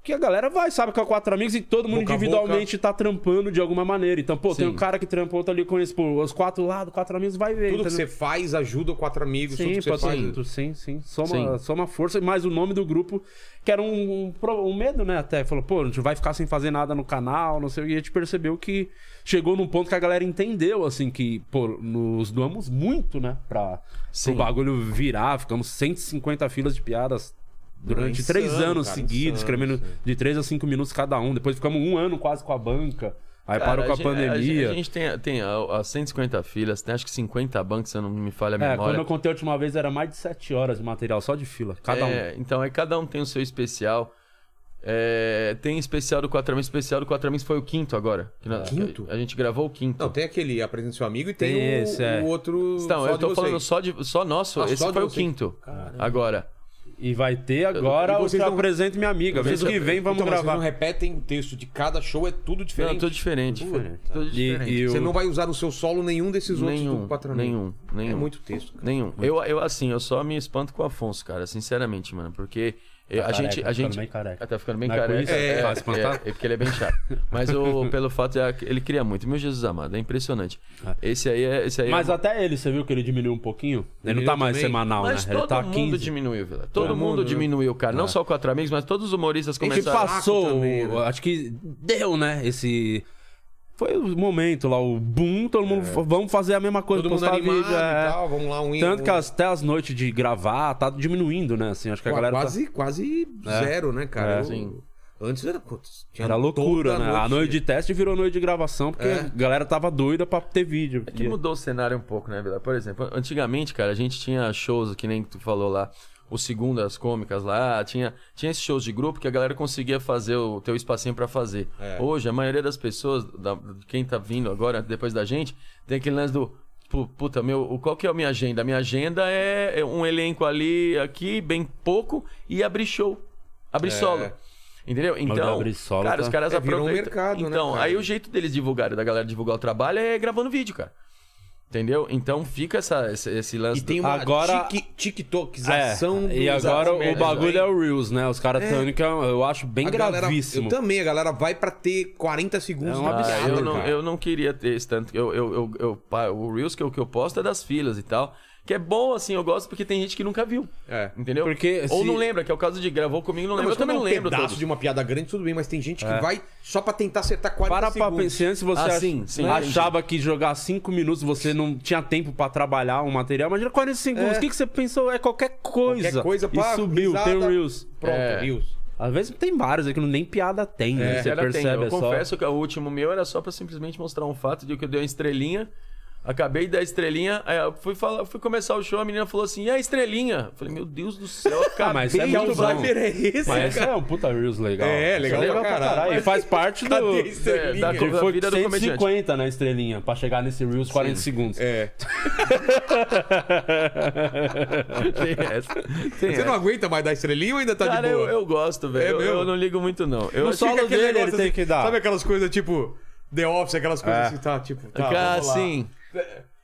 Que a galera vai, sabe, com a quatro amigos e todo mundo Boca a individualmente tá trampando de alguma maneira. Então, pô, tem Sim. um cara que trampou, tá ali com esse, pô, os quatro lá do quatro amigos vai ver. Tudo que você entendeu? faz ajuda quatro amigos. então Sim, tudo que você pode ser faz. né? tudo, sim, sim. Soma, Sim. soma força, mas o nome do grupo, que era um, um pro- um medo, né? Até falou, pô, a gente vai ficar sem fazer nada no canal, não sei o que. E a gente percebeu que chegou num ponto que a galera entendeu, assim, que, pô, nos doamos muito, né? Pra o Sim. bagulho virar. Ficamos 150 filas de piadas. Durante É três insano, anos cara, seguidos, insano, escrevendo de três a cinco minutos cada um. Depois ficamos um ano quase com a banca. Aí Cara, parou com a, gen- pandemia. A, gente tem, tem a, a 150 filas, tem acho que 50 bancos, se eu não me falha a É, memória. quando eu contei a última vez, era mais de sete horas de material só de fila, cada um. É, Então, é cada um tem o seu especial. É, tem especial do Quatro Amigos. Especial do Quatro Amigos foi o quinto agora. que nós- Quinto? A, gente gravou o quinto. Não, tem aquele Apresenta Seu Amigo e tem, Tem o, esse, é. o outro. então, só eu de tô vocês. falando só, de, só nosso. Ah, Esse só de foi o vocês. quinto. Agora. E vai ter agora E o vocês que eu não- apresento minha amiga. Mês que vem vamos Então, mas gravar. Vocês não repetem o texto de cada show, é tudo diferente. Não, tudo diferente. Diferente. tá. Tudo E- diferente. e eu- Você não vai usar no seu solo nenhum desses outros Nenhum, do quatro amigos. nenhum, nenhum. É muito texto. cara. Nenhum. Eu, eu, assim, eu só me espanto com o Afonso, cara, sinceramente, mano. Porque eu- a careca, gente. tá A gente ficando bem careca. Ah, Tá ficando bem Não é com careca. isso? É, vai espantar? é, porque ele é bem chato. Mas o, pelo fato é que ele cria muito. Meu Jesus amado, é impressionante. Esse aí é. Esse aí Ah. Mas é... até ele, você viu que ele diminuiu um pouquinho? Ele não Diminuiu tá mais também. semanal, Mas né? Ele todo tá mundo 15. diminuiu, Vila. Todo, Todo mundo, mundo, né? diminuiu, cara. é. Não só quatro amigos, mas todos os humoristas A gente começaram. passou, também, né? acho que deu, né? Esse. Foi o momento lá, o boom, todo mundo. f- Vamos fazer a mesma coisa, É. Todo mundo postar animado vídeo. é. e tal, vamos lá, um Tanto um- que as- até as noites de gravar tá diminuindo, né? Assim, acho que a Qua- galera. tá- quase, quase zero, né, cara? É. Eu- Sim. Antes era, putz, tinha Era loucura, toda né? A noite de teste virou noite de gravação, porque É. a galera tava doida pra ter vídeo. É que mudou o cenário um pouco, né, Vila? Por exemplo, antigamente, cara, a gente tinha shows, que nem tu falou lá, o segundo, as cômicas lá, tinha, tinha esses shows de grupo que a galera conseguia fazer o teu espacinho pra fazer. É. Hoje, a maioria das pessoas, da, quem tá vindo agora, depois da gente, tem aquele lance do. "Pu- Puta, meu, o- qual que é a minha agenda? A minha agenda é é um elenco ali, aqui, bem pouco, e abrir show. Abrir solo. Entendeu? Então, abrir solo cara, tá- os caras É, virou um aproveitam. mercado, né, então, cara? aí o jeito deles divulgarem, da galera divulgar o trabalho é gravando vídeo, cara. Entendeu? Então fica essa, esse, esse lance. E tem do... uma Agora- tic- tiktokização É, e dos agora o assuntos, bagulho né? é o Reels, né? Os caras estão indo, que eu eu acho bem A galera- gravíssimo. eu também, a galera vai pra ter 40 segundos É um de Ah, piada, absurdo, eu, não, cara. eu não queria ter esse tanto. Eu, eu, eu, eu- pá, o Reels que eu, que eu posto é das filas e tal. Que é bom, assim, eu gosto porque tem gente que nunca viu. É. Entendeu? Porque Ou se- não lembra, que é o caso de gravou comigo, não, Não, lembra. mas Eu também quando não é um lembro. pedaço todos. de uma piada grande, tudo bem, mas tem gente que vai só pra tentar acertar 40 É. Para pra segundos. pensar, antes você Ah, ach- sim, sim, achava que jogar 5 minutos você não tinha tempo pra trabalhar um material, imagina 40 segundos. O que, que você pensou? É qualquer coisa. Qualquer coisa, pá, e subiu, risada, tem o Reels. Pronto, É. Reels. Às vezes tem vários aqui, nem piada tem, né? É, Você era percebe, tem. Eu é só... confesso que o último meu era só pra simplesmente mostrar um fato de que eu dei uma estrelinha. Acabei de dar estrelinha, aí eu fui, falar, fui começar o show, a menina falou assim, e a estrelinha? Eu falei, meu Deus do céu, Ah, acabei mas isso é de muito usar bom. Viber é esse, Mas cara? é um puta Reels legal. É, legal Isso pra caralho. E faz parte do... Cadê a É, estrelinha? da Que da foi vida do comediante. 150 na né, estrelinha, pra chegar nesse Reels 40 segundos. É. Tem essa. Tem Você essa. não aguenta mais dar estrelinha ou ainda tá é. Cara, de boa? eu, eu gosto, velho. eu, mesmo? eu não ligo muito, não. Eu No acho solo que é aquele dele, negócio ele tem assim, que dar. Sabe aquelas coisas tipo The Office, aquelas coisas assim, tá? Tipo, tá, Cara, vamos lá. assim.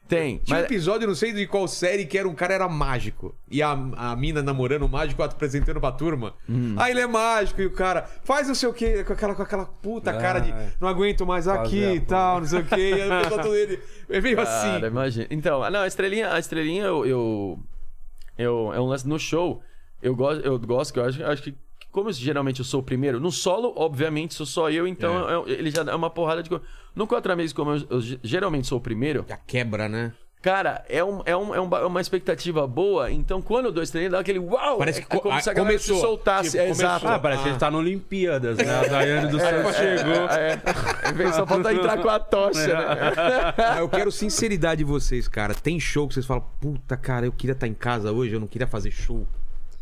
Tem. Tinha um Mas, episódio, não sei de qual série, que era um cara era mágico. E a, a mina namorando o mágico, apresentando pra turma. Hum. Aí ele é mágico e o cara faz não sei o quê, com aquela, com aquela puta cara de é. não aguento mais aqui a e tal, não sei o quê. E a pessoa toda ele. É meio cara, assim. imagina. Então, ah, não, a estrelinha, a estrelinha eu, eu, eu- É um lance no show. Eu gosto, eu gosto, que eu acho, acho que. Como geralmente eu sou o primeiro, no solo, obviamente, sou só eu, então eu- ele já é uma porrada de coisa. No Quatro Amigos, como eu, eu ge- geralmente sou o primeiro, Já quebra, né? cara, é, um, é, um, é, um ba- é uma expectativa boa, então quando eu dou estrelinha, dá aquele uau! Parece que é, é co- como ah, se a galera se começou. soltasse. Tipo, é, começou. exato. Ah, parece que ele tá na Olimpíadas, né? A Daiane do Santos chegou. É, é, só falta entrar com a tocha, né? Ah, eu quero sinceridade de vocês, cara. Tem show que vocês falam, puta, cara, eu queria estar em casa hoje, eu não queria fazer show.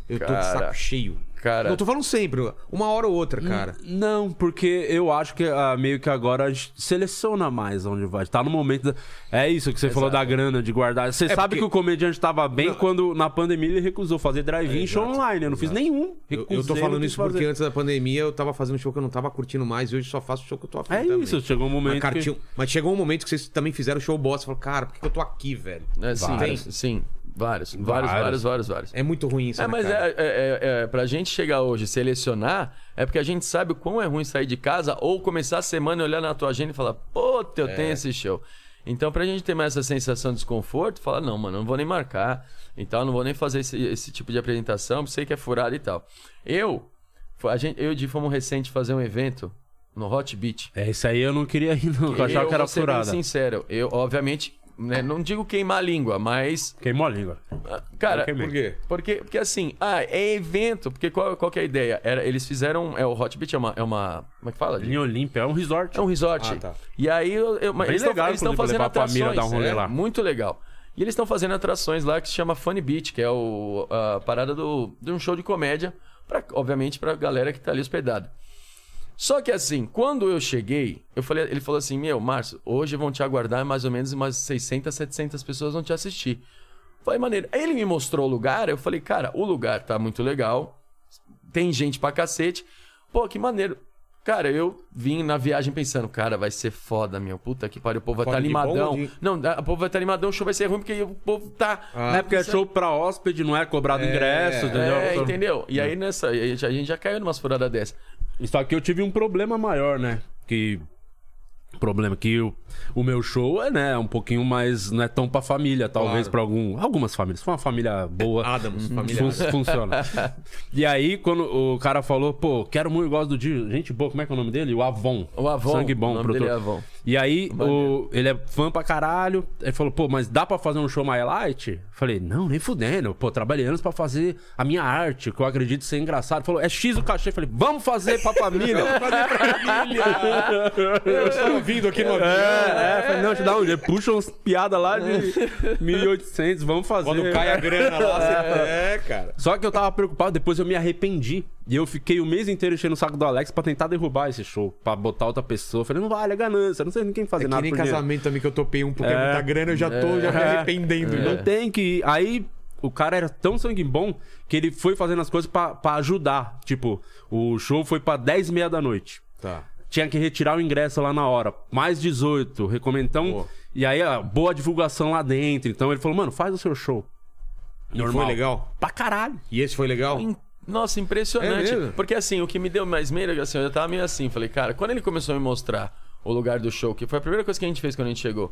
Eu tô Cara, de saco cheio. cara. Eu tô falando sempre, uma hora ou outra, cara. Não, porque eu acho que ah, meio que agora a gente seleciona mais onde vai. Tá no momento. da- É isso que você falou da grana, de guardar. Você sabe porque- que o comediante tava bem quando na pandemia ele recusou fazer drive-in show online. Eu não fiz nenhum. Eu, Recusei, eu tô não falando quis isso porque fazer. antes da pandemia eu tava fazendo show que eu não tava curtindo mais e hoje só faço show que eu tô afim É também. isso, chegou um Mas, momento. cara, que- tinha- mas chegou um momento que vocês também fizeram show bosta. Falaram, cara, por que que eu tô aqui, velho? É, sim, Vários. sim. Vários, vários, vários, vários, vários. É muito ruim isso, É, né, mas cara? é, é, é, é, pra gente chegar hoje e selecionar, é porque a gente sabe o quão é ruim sair de casa ou começar a semana e olhar na tua agenda e falar, puta, eu tenho esse show. Então, pra gente ter mais essa sensação de desconforto, falar, não, mano, não vou nem marcar, então não vou nem fazer esse, esse tipo de apresentação, sei que é furado e tal. Eu, fo- a gente, eu e o Di fomos recente fazer um evento no Hot Beach. É, isso aí eu não queria ir, não. que Eu achava que era vou ser bem furada. sincero, eu, obviamente, né, não digo queimar a língua, mas. Queimou a língua. ah, Cara, Eu queimei. Por quê? porque, porque assim, ah, é evento. Porque qual, qual que é a ideia? Era, eles fizeram. É, o Hot Beach é uma, é uma. Como é que fala? Em Olímpia, é um resort. É um resort. Ah, tá. E aí eu, eu- mas Bem eles tão- legal, eles estão inclusive, fazendo levar a atrações. família dar um rolê é, lá. Muito legal. E eles estão fazendo atrações lá que se chama Funny Beach, que é o, a parada do, de um show de comédia, pra, obviamente, pra galera que tá ali hospedada. Só que assim, quando eu cheguei, eu falei, ele falou assim: Meu, Márcio, hoje vão te aguardar mais ou menos umas 600, 700 pessoas vão te assistir. Falei, maneiro. Aí ele me mostrou o lugar, eu falei, cara, o lugar tá muito legal, tem gente pra cacete. Pô, que maneiro. Cara, eu vim na viagem pensando, cara, vai ser foda, meu. Puta que pariu, o povo vai Foda estar de bom ou animadão. de- Ah, Não, o povo vai estar animadão, o show vai ser ruim, porque o povo tá. É porque é show pra hóspede, não é cobrado ingresso, entendeu? É, entendeu? E aí nessa, a gente, a gente já caiu numa furada dessa. Só que eu tive um problema maior, né? Que. Problema que o, o meu show é, né, um pouquinho mais. Não é tão pra família, talvez Claro. Ah, pra algum. Algumas famílias. Se for uma família boa. Adams, fun- família Adams. funciona. e aí, quando o cara falou, pô, quero muito, gosto do Dio. Gente boa, como é que é o nome dele? O Avon. O Avon, Sangue bom, o nome produtor. dele é Avon. E aí, o, ele é fã pra caralho. Ele falou, pô, mas dá pra fazer um show mais light? Falei, não, nem fudendo. Pô, trabalhei anos pra fazer a minha arte, que eu acredito ser engraçado. Falou, é X o cachê. Falei, vamos fazer pra família. Eu estou vindo aqui no avião. é, é, falei, não, te dá um jeito. Puxa uns piadas lá de 1800, vamos fazer. Quando cai a grana lá, você... É, cara. Só que eu tava preocupado, depois eu me arrependi. E eu fiquei o mês inteiro enchendo o saco do Alex pra tentar derrubar esse show, pra botar outra pessoa. Eu Falei, não vale, é ganância, não sei nem quem fazer É que nada. nem por dinheiro. casamento também que eu topei um porque é muita grana, eu já tô já me arrependendo. É. Não né? tem que ir. Aí o cara era tão sangue bom que ele foi fazendo as coisas pra pra ajudar. Tipo, o show foi pra 10 e meia da noite. Tá. Tinha que retirar o ingresso lá na hora. Mais 18, recomendão. Pô. E aí, ó, boa divulgação lá dentro. Então ele falou, mano, faz o seu show. E foi legal? Pra caralho. E esse foi legal? Im- Nossa, É impressionante. mesmo? Porque assim, o que me deu mais medo, assim, eu já tava meio assim, falei, cara, quando ele começou a me mostrar o lugar do show, que foi a primeira coisa que a gente fez quando a gente chegou,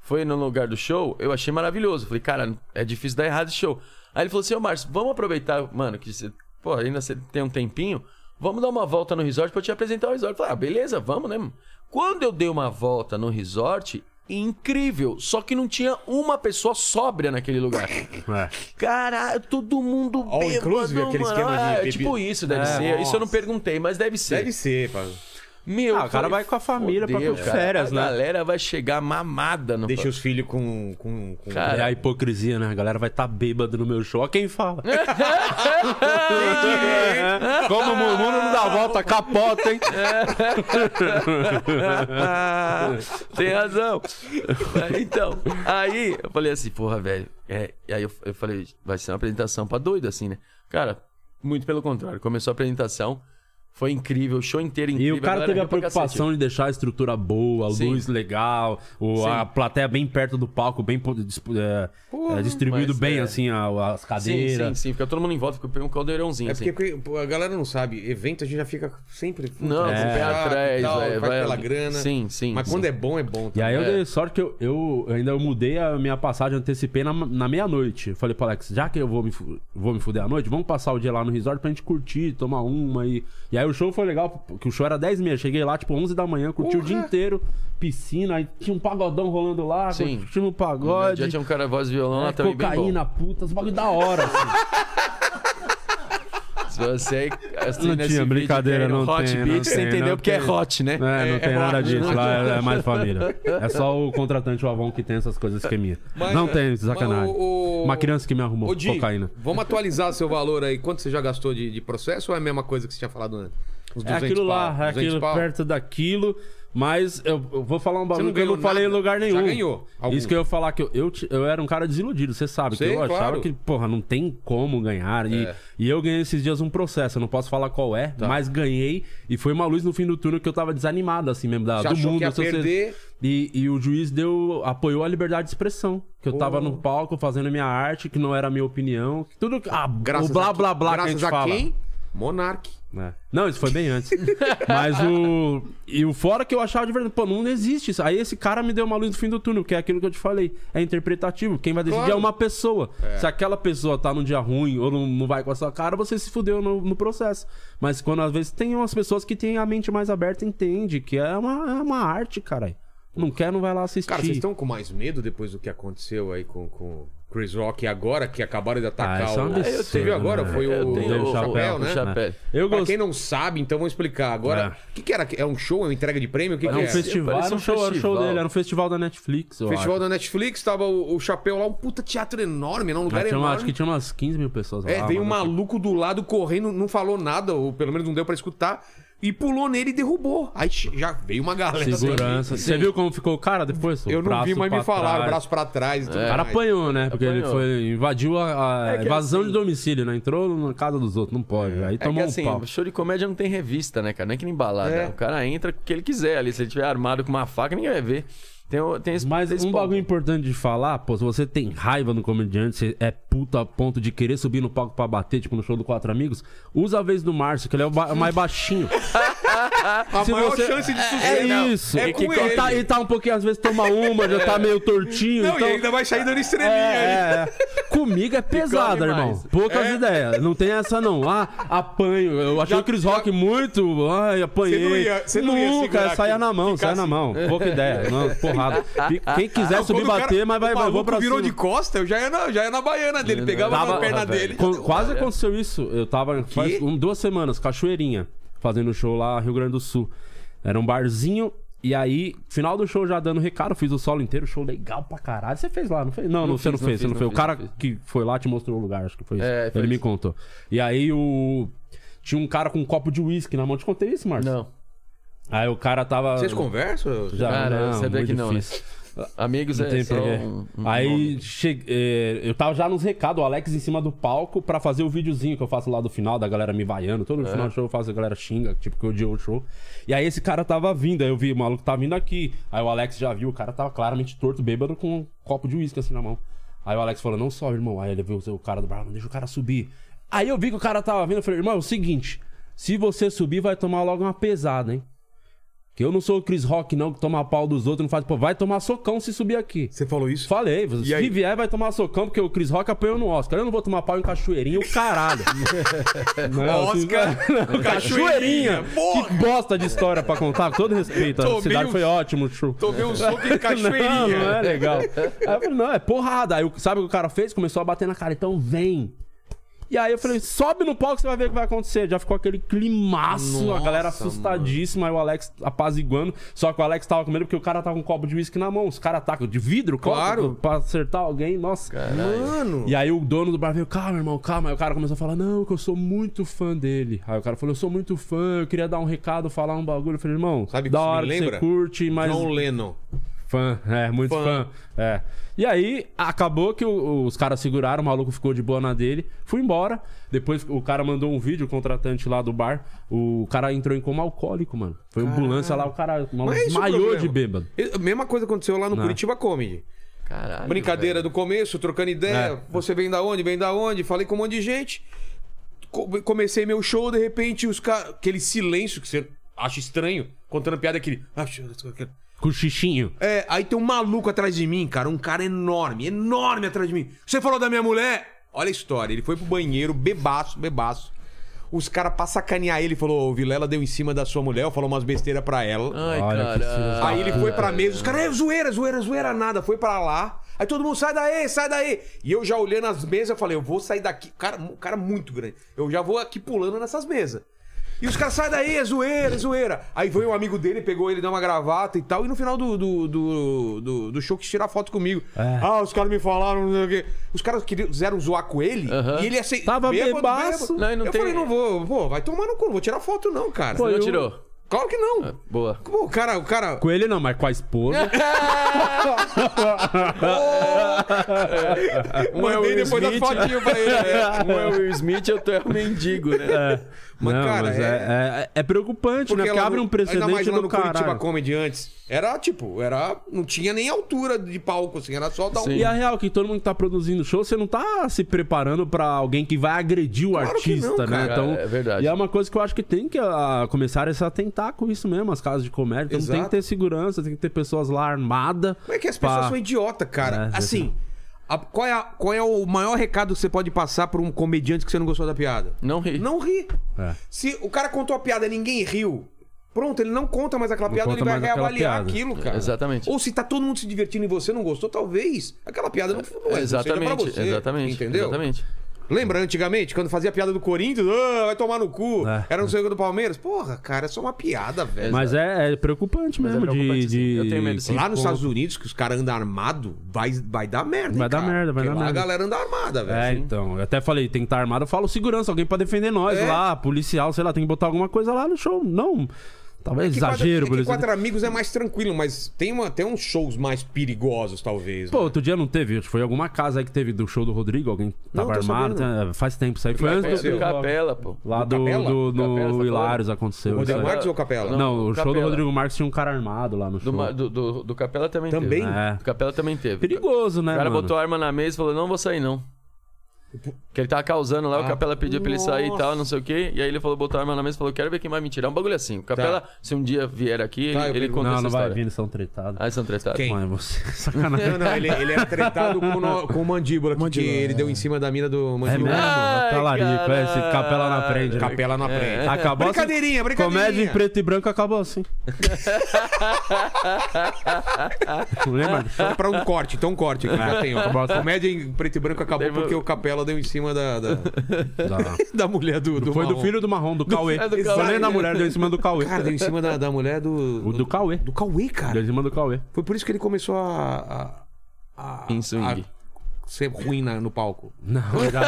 foi no lugar do show, eu achei maravilhoso. Falei, cara, é difícil dar errado esse show. Aí ele falou assim, ô Márcio, vamos aproveitar, mano, que você, pô, ainda você tem um tempinho, vamos dar uma volta no resort pra eu te apresentar o resort. Eu Falei, ah, beleza, vamos, né? mano?" Quando eu dei uma volta no resort, incrível, só que não tinha uma pessoa sóbria naquele lugar. É. Caralho, todo mundo All inclusive, aquele mano. esquema de Ah, é bebi- tipo isso, deve É, ser. Isso nossa. eu não perguntei, mas deve ser. Deve ser, pá. Meu, Ah, o cara falei, vai com a família pra fodeu, curtir cara. férias, né? A galera vai chegar mamada no... Deixa os filhos com. com, com... É Cara, a hipocrisia, né? A galera vai estar tá bêbada no meu show. Ó quem fala. Como o mundo não dá volta, capota, hein? Ah, tem razão. Então, aí eu falei assim, porra, velho. É, e aí eu, eu falei, vai ser uma apresentação pra doido, assim, né? Cara, muito pelo contrário. Começou a apresentação, Foi incrível, o show inteiro E incrível. o cara galera teve a riu pra preocupação de deixar a estrutura boa, a Sim. luz legal, o, a plateia bem perto do palco, bem po- dis- é, é, distribuído mas, bem, é. assim, a- as cacete. Sim, sim, cadeiras. sim. Fica todo mundo em volta, fica um caldeirãozinho. É assim. porque pô, a galera não sabe, evento a gente já fica sempre. puta, Não, com o chato pé e atrás, tal, é, vai vai- pela grana. Sim, sim, Mas sim. quando é bom, é bom. E também. aí eu É. dei sorte que eu, eu ainda eu mudei a minha passagem, antecipei na, na meia-noite. Eu Falei pro Alex, já que eu vou me, fu- vou me fuder à noite, vamos passar o dia lá no resort pra gente curtir, tomar uma e... E aí o show foi legal, porque o show era 10 e meia, cheguei lá tipo 11 da manhã, curti o Porra! dia inteiro, piscina, aí tinha um pagodão rolando lá, Sim. curtimos um No pagode. dia tinha um cara voz e violão lá É, também bem bom. cocaína, puta, os bagulho da hora, assim. Se você assim, Não nesse tinha vídeo brincadeira, tem não Hot tem, não Beat, você tem, entendeu não porque é tem. hot, né? É, não tem nada rock, disso, lá é mais família. É só o contratante, o Avon, que tem essas coisas que é minha. Mas- não tem, sacanagem. mas o- o- Uma criança que me arrumou Ô, Di, cocaína. Vamos atualizar seu valor aí. Quanto você já gastou de, de processo ou é a mesma coisa que você tinha falado antes? Uns É 200 aquilo lá, pau, é 200 aquilo pau? perto daquilo. Mas eu, eu vou falar um bagulho que eu ganhou não falei em nada, lugar já nenhum. ganhou algum. Isso que eu ia falar, que eu, eu, ti- eu era um cara desiludido, você sabe. Sei, que eu claro. achava que, porra, não tem como ganhar. E, É. Tá. e eu ganhei esses dias um processo, eu não posso falar qual é, mas ganhei. E foi uma luz no fim do túnel que eu tava desanimado, assim mesmo, da, Você do achou mundo. que ia se você- perder? E, e o juiz deu apoiou a liberdade de expressão. Que eu tava no palco fazendo minha arte, que não era a minha opinião. que Tudo. Ah, Graças o blá a, blá blá que a Graças gente a fala. quem? Monark. É. Não, isso foi bem antes. Mas o. E o fora que eu achava de verdade, pô, não existe isso. Aí esse cara me deu uma luz no fim do túnel, que é aquilo que eu te falei. É interpretativo. Quem vai decidir Claro. é uma pessoa. Se aquela pessoa tá num dia ruim ou não, não vai com a sua cara, você se fudeu no, no processo. Mas quando às vezes tem umas pessoas que têm a mente mais aberta, entende que é uma, é uma arte, caralho. Não quer, não vai lá assistir. Cara, vocês estão com mais medo depois do que aconteceu aí com, com Chris Rock e agora que acabaram de atacar Ah, isso é o. uma Ah, eu- Você besteira, viu agora? né? Foi Eu o, tenho o o chapéu, chapéu, né? o chapéu. É. Eu pra gostei. quem não sabe, então vou explicar agora. O que, que era? É um show? É uma entrega de prêmio? O que, É que Ah. É um é? festival, parece era um um show, era um show festival. dele, era um festival da Netflix. eu Festival acho. da Netflix, tava o, o chapéu lá, um puta teatro enorme, né? Um lugar Ah, tinha uma- enorme. Acho que tinha umas 15 mil pessoas É, lá. veio um mano. maluco do lado correndo, não falou nada, ou pelo menos não deu pra escutar, e pulou nele e derrubou. Aí che- já veio uma galera. Segurança. Você viu como ficou o cara depois? O né? Eu não braço vi, mas pra me falaram, trás. braço pra É trás. e tudo O cara mais. apanhou, né? Porque ele Apanhou. foi, invadiu a, a invasão assim de domicílio, né? Entrou na casa dos outros, não pode. Aí É que tomou assim, um pau. show de comédia não tem revista, né, cara? Não é que nem balada. É. O cara entra com o que ele quiser ali. Se ele tiver armado com uma faca, ninguém vai ver. Tem, o- tem esse, Mas tem esse um ponto. bagulho importante de falar, pô, se você tem raiva no comediante, você é puta a ponto de querer subir no palco pra bater, tipo no show do Quatro Amigos, usa a vez do Márcio, que ele é o, ba- o mais baixinho. A maior chance de É sucesso. isso. É E com que- e ele. É. tá, e tá um pouquinho, às vezes toma uma, já tá meio tortinho. Não, então... e ainda vai sair dando É, estrelinha aí. é, é. Comigo é pesada, come mais. irmão. Poucas ideias. Não tem essa, não. Ah, apanho. Eu achei É. Já- o Chris Rock muito. Ai, apanhei. Você não ia- você não ia Nunca, segurar saia aquilo. na mão, Ficar saia na assim. mão. Pouca ideia. Não, porrada. Fi- Quem quiser Quando subir o cara- bater, mas vai, o vai, vou maluco pra virou cima. de costa, eu já ia na, já ia na baiana dele, pegava Tava- na perna velho. dele. Qu- Quase aconteceu isso. Eu tava faz Que? um- duas semanas, Cachoeirinha, fazendo show lá Rio Grande do Sul. Era um barzinho. E aí, final do show já dando recado, fiz o solo inteiro, show legal pra caralho. Você fez lá, não fez? Não, não, você fiz, não fez, você não, fez. O fiz, cara não fiz. que foi lá te mostrou o lugar, acho que foi isso. É, foi Ele me isso. contou. E aí o. Tinha um cara com um copo de uísque na mão. Te contei isso, Marcos? Não. Aí o cara tava. Vocês conversam? Já, Cara, eu não, sabia muito que não, né? difícil. Amigos Não tem é só problema. um, um Aí nome. che- eh, eu tava já nos recados, o Alex em cima do palco pra fazer o videozinho que eu faço lá do final, da galera me vaiando. É. Todo final do show eu faço, a galera xinga, tipo, que odiou o show. E aí esse cara tava vindo, aí eu vi, o maluco tá vindo aqui. Aí o Alex já viu, o cara tava claramente torto, bêbado, com um copo de uísque assim na mão. Aí o Alex falou, não sobe, irmão. Aí ele viu o cara do braço, deixa o cara subir. Aí eu vi que o cara tava vindo, eu falei, irmão, é o seguinte, se você subir, vai tomar logo uma pesada, hein? Que eu não sou o Chris Rock, não, que toma pau dos outros, não faz. Pô, vai tomar socão se subir aqui. Você falou isso? Falei, E aí? se vier vai tomar socão, porque o Chris Rock apanhou no Oscar. Eu não vou tomar pau em cachoeirinha, o caralho. Não, se- Oscar, Cachoeirinha! cachoeirinha. Porra! Que bosta de história pra contar, com todo respeito. Tomei A cidade um- foi ótimo, show. Tomei um soco em Não, cachoeirinha. não é legal. Aí eu falei, não, é porrada. Aí o- sabe o que o cara fez? Começou a bater na cara, então vem. E aí eu falei, sobe no palco, você vai ver o que vai acontecer. Já ficou aquele climaço, a galera assustadíssima, aí o Alex apaziguando. Só que o Alex tava com medo porque o cara tava com um copo de uísque na mão. Os caras atacam de vidro, copo, Claro. pra acertar alguém, nossa. Mano. é. E aí o dono do bar veio, calma, irmão, calma. Aí o cara começou a falar, não, que eu sou muito fã dele. Aí o cara falou, eu sou muito fã, eu queria dar um recado, falar um bagulho. Eu falei, irmão, Sabe o que da isso me hora que lembra? você curte, mas John Lennon. Fã, é, muito fã. Fã. É. E aí, acabou que o- os caras seguraram, o maluco ficou de boa na dele, foi embora. Depois o cara mandou um vídeo, o contratante lá do bar. O cara entrou em coma alcoólico, mano. Foi ambulância lá, o cara o Mas maluco é esse o desmaiou problema. de bêbado. E- Mesma coisa aconteceu lá no Curitiba Comedy. Caralho. Brincadeira velho. do começo, trocando ideia. É. Você vem da onde? Vem da onde? Falei com um monte de gente. Co- Comecei meu show, de repente, os ca... aquele silêncio que você acha estranho, contando piada aquele. "Ah, Cochichinho. É, aí tem um maluco atrás de mim, cara. Um cara enorme, enorme atrás de mim. Você falou da minha mulher? Olha a história. Ele foi pro banheiro, bebaço, bebaço. Os caras, pra sacanear ele, falou: o Vilela deu em cima da sua mulher, falou umas besteiras pra ela. Ai, Olha, que caralho. Aí ele foi pra mesa, os caras, é zoeira, zoeira, zoeira, nada. Foi pra lá. Aí todo mundo, sai daí, sai daí. E eu já olhando as mesas, eu falei, eu vou sair daqui. O Cara, um cara muito grande. Eu já vou aqui pulando nessas mesas. E os caras, sai daí, é zoeira, é zoeira. Aí veio um amigo dele, pegou ele, deu uma gravata e tal. E no final do, do, do, do- do show quis tirar foto comigo. É. Ah, os caras me falaram, não sei o quê. Os caras quiseram zoar com ele Aham. e ele aceitou. Tava bebaço. Não, e não eu tem- falei, não vou, pô, vai tomar no cu, não vou tirar foto não, cara. Pô, Não eu- tirou. É. Claro que não. Boa. Pô, o cara, o cara. Com ele não, mas com a esposa. Um é o Mandei Will depois das Smith, fotinhas pra ele. né? Um é o Will Smith e outro é o mendigo, né? Mas, não, cara, mas é, é- é- é preocupante, né? Porque lá abre no- um Ainda mais precedente lá do no Curitiba cara. Comedy antes. Era tipo, era. Não tinha nem altura de palco, assim, era só dar um. Sim. E a real é que todo mundo que tá produzindo show, você não tá se preparando pra alguém que vai agredir o Claro que artista, não, né? cara. É verdade. E é uma coisa que eu acho que tem que ah, começar a se atentar com isso mesmo, as casas de comédia. Então Exato. tem que ter segurança, tem que ter pessoas lá armadas. Como é que as pessoas pra- são idiota, cara? É, assim, a- qual, é a- qual é o maior recado que você pode passar pra um comediante que você não gostou da piada? Não ri. Não ri. É. Se o cara contou a piada e ninguém riu, pronto, ele não conta mais aquela piada, ele conta vai mais aquela reavaliar piada. aquilo, cara. Exatamente. Ou se tá todo mundo se divertindo e você não gostou, talvez aquela piada não, não é- não Exatamente, seja pra você. exatamente. Entendeu? Exatamente. Lembra antigamente, quando fazia piada do Corinthians, "Ah, vai tomar no cu. É. Era não sei o que do Palmeiras. Porra, cara, é só uma piada, velho. Mas assim, é, é preocupante Mas é mesmo de- preocupante, de, sim. Eu tenho medo, sim. Lá nos Estados Unidos, que os caras andam armado, vai, vai dar merda. hein, Vai dar cara? merda, vai Porque dar lá merda. A galera anda armada, velho. assim. É, então. Eu até falei, tem que estar armado. Eu falo segurança, alguém pra defender nós É. lá, policial, sei lá, tem que botar alguma coisa lá no show. Não. Talvez Que quadra- exagero, é que policial. quatro amigos é mais tranquilo, mas tem, uma, tem uns shows mais perigosos, talvez. Pô, né? outro dia não teve, acho que foi alguma casa aí que teve do show do Rodrigo, alguém Não, tava tô armado, né? faz tempo isso aí, foi Capela, antes do, É, do Capela, pô. Do lá do, Capela? do, no Capela, você tá Hilários falando? aconteceu. Rodrigo isso aí. Marques ou Capela? é. Não, o show do Capela. Rodrigo Marques tinha um cara armado lá no show. Do, ma- do, do, do Capela também, Também? teve. né? É. Do Capela também teve. Perigoso, né, O cara mano? botou a arma na mesa e falou: não vou sair, não. Que ele tava causando lá, o Capela pediu pra ele sair e tal, não sei o quê. E aí ele falou, botou a arma na mesa e falou: quero ver quem vai me tirar. Um bagulho assim. O Capela, se um dia vier aqui, ele- Tá, eu ele, pergunto. conta Não, essa não vai história. vir, eles são tretados. Aí são tratados. Quem? Mano, você sacanagem. Não, não, ele, ele é tretado com, o no- com o mandíbula, que- Mandíbula, que ele é. deu em cima da mina do É mesmo? mandíbula. Ai, Talarico, é, esse caralho. É. capela na frente. né? Capela na frente. Acabou assim- Brincadeirinha, brincadeirinha. Comédia em preto e branco acabou assim. Não lembra? É pra um corte, então um corte aqui, já É, tem, ó. Comédia em preto e branco acabou um Teve- porque o Capela deu em cima da, da, da mulher do, do Foi do Marrom. filho do Marrom, do Cauê. é do Foi nem Cauê. na mulher, deu em cima do Cauê. Cara, deu em cima da, da mulher do... O do Cauê. Do Cauê, cara. Deu em cima do Cauê. Foi por isso que ele começou a... a, a Em swing. a ser ruim na- no palco. Não, já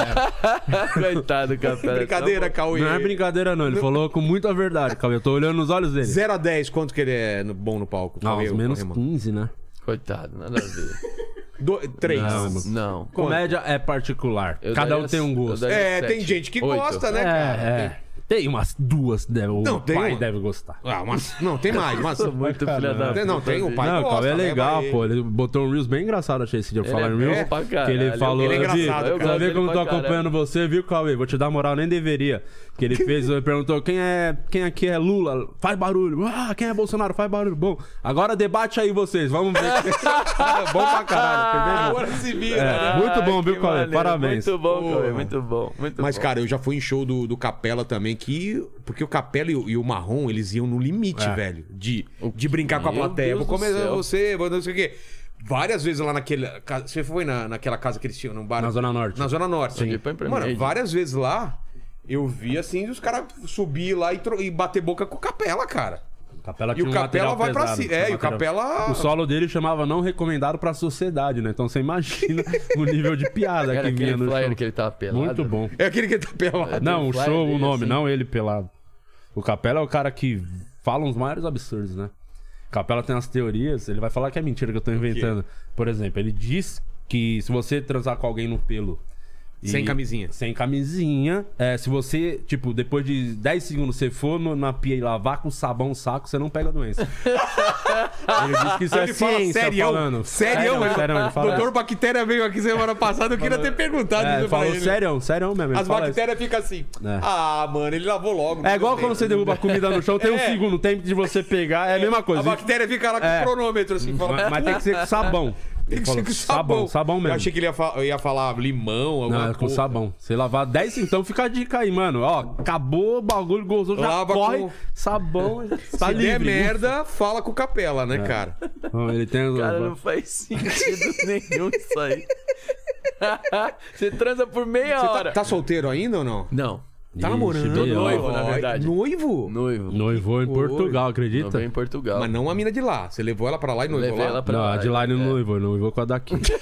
era. Coitado do Capela. tá Brincadeira, Cauê. Não é brincadeira, não. Ele falou com muita verdade, Cauê. Eu tô olhando nos olhos dele. 0 a 10, quanto que ele é no- bom no palco? Não, Cauê, uns menos Corrêa, mano? 15, né? Coitado, nada a ver. 3. Não. Comédia é particular. Eu Cada daria- um tem um eu gosto. daria É, sete. tem gente que Oito. gosta, né, cara? É, é. Tem umas duas, deve, o Não, tem pai uma. deve gostar. Ah, mas, não, tem mais, mas... Muito filha da Tem- não, tem o pai não, o gosta, Cauê é leva legal, ele. pô. Ele botou um Reels bem engraçado, achei esse dia. Eu Ele falar é em bom Reels. pra que ele caralho. falou. Ele é "Davi, engraçado, eu gosto Sabe dele como pra tô caralho." acompanhando você, viu, Cauê? Vou te dar moral, nem deveria. Que ele fez, ele perguntou: quem é quem aqui é Lula? Faz barulho. Ah, quem é Bolsonaro? Faz barulho. Bom, agora debate aí vocês. Vamos ver. É bom pra caralho. Agora se vira, né? É, muito bom, viu, Que Cauê? maneiro. Parabéns. Muito bom, Cauê. Porra. Muito bom. Muito Mas, Então, bom. cara, eu já fui em show do, do Capela também, que. Porque o Capela e o, e o Marrom, eles iam no limite, É. velho. De, de brincar com a Meu plateia. vou Deus do comer céu. você, vou não sei o quê. Várias vezes lá naquele. ca- Você foi na, naquela casa que eles tinham, no bar? Na Zona Norte. Na Zona Norte. Sim. Põe pra mim Mano, aí. várias vezes lá, eu vi assim, os caras subir lá e, tro- e bater boca com o Capela, cara. Capela E o tinha um Capela material vai pra pesado, ci- tinha é, um e o material- Capela- O solo dele chamava não recomendado pra sociedade, né? Então você imagina o nível de piada Era que vinha aquele no flyer show. que ele tava pelado. Muito bom. É aquele que tá pelado. Não, o flyer show, dele, o nome, assim. não ele pelado. O Capela é o cara que fala uns maiores absurdos, né? Capela tem umas teorias, ele vai falar que é mentira que eu tô inventando. Por exemplo, ele diz que se você transar com alguém no pelo. e- Sem camisinha. É, Sem camisinha. é, se você, tipo, depois de 10 segundos você for no- na pia e lavar com sabão o saco, você não pega a doença. ele diz que isso é Ele fala ciência serião. falando. Serião, Sério, ele- sério, ele fala. Doutor Bactéria veio aqui semana passada, eu queria ter perguntado É, isso pra falou ele. sério, sério mesmo. ele As fala isso. bactérias ficam assim. É. Ah, mano, ele lavou logo. É igual quando você derruba a comida no chão, tem um É. segundo tempo de você pegar, é a mesma A coisa. bactéria fica lá com É. o cronômetro, assim. fala- Mas, mas tem que ser com sabão. Tem que ser Ele com falou, sabão. Sabão, sabão mesmo. Eu achei que ele ia, fa- ia falar limão, Não, alguma é com coisa. sabão. Você lavar 10, então fica a dica aí, mano. Ó, acabou o bagulho, gozou, já Lava corre, com- sabão, tá Se der livre. É. merda, fala com o Capela, né, cara? Não, Ele tem... Cara, não faz sentido nenhum isso aí. você transa por meia Você hora. tá, tá solteiro ainda ou não? Não. Tá namorando. é tô Ixi, noivo, ó. na verdade. Noivo? Noivo. Noivou em Portugal, acredita? Noivo em Portugal. Mas não a mina de lá. Você levou ela pra lá e noivou Levei lá? ela pra é. Não, lá. a de lá ele não noivou, ele noivou com a daqui. Olha,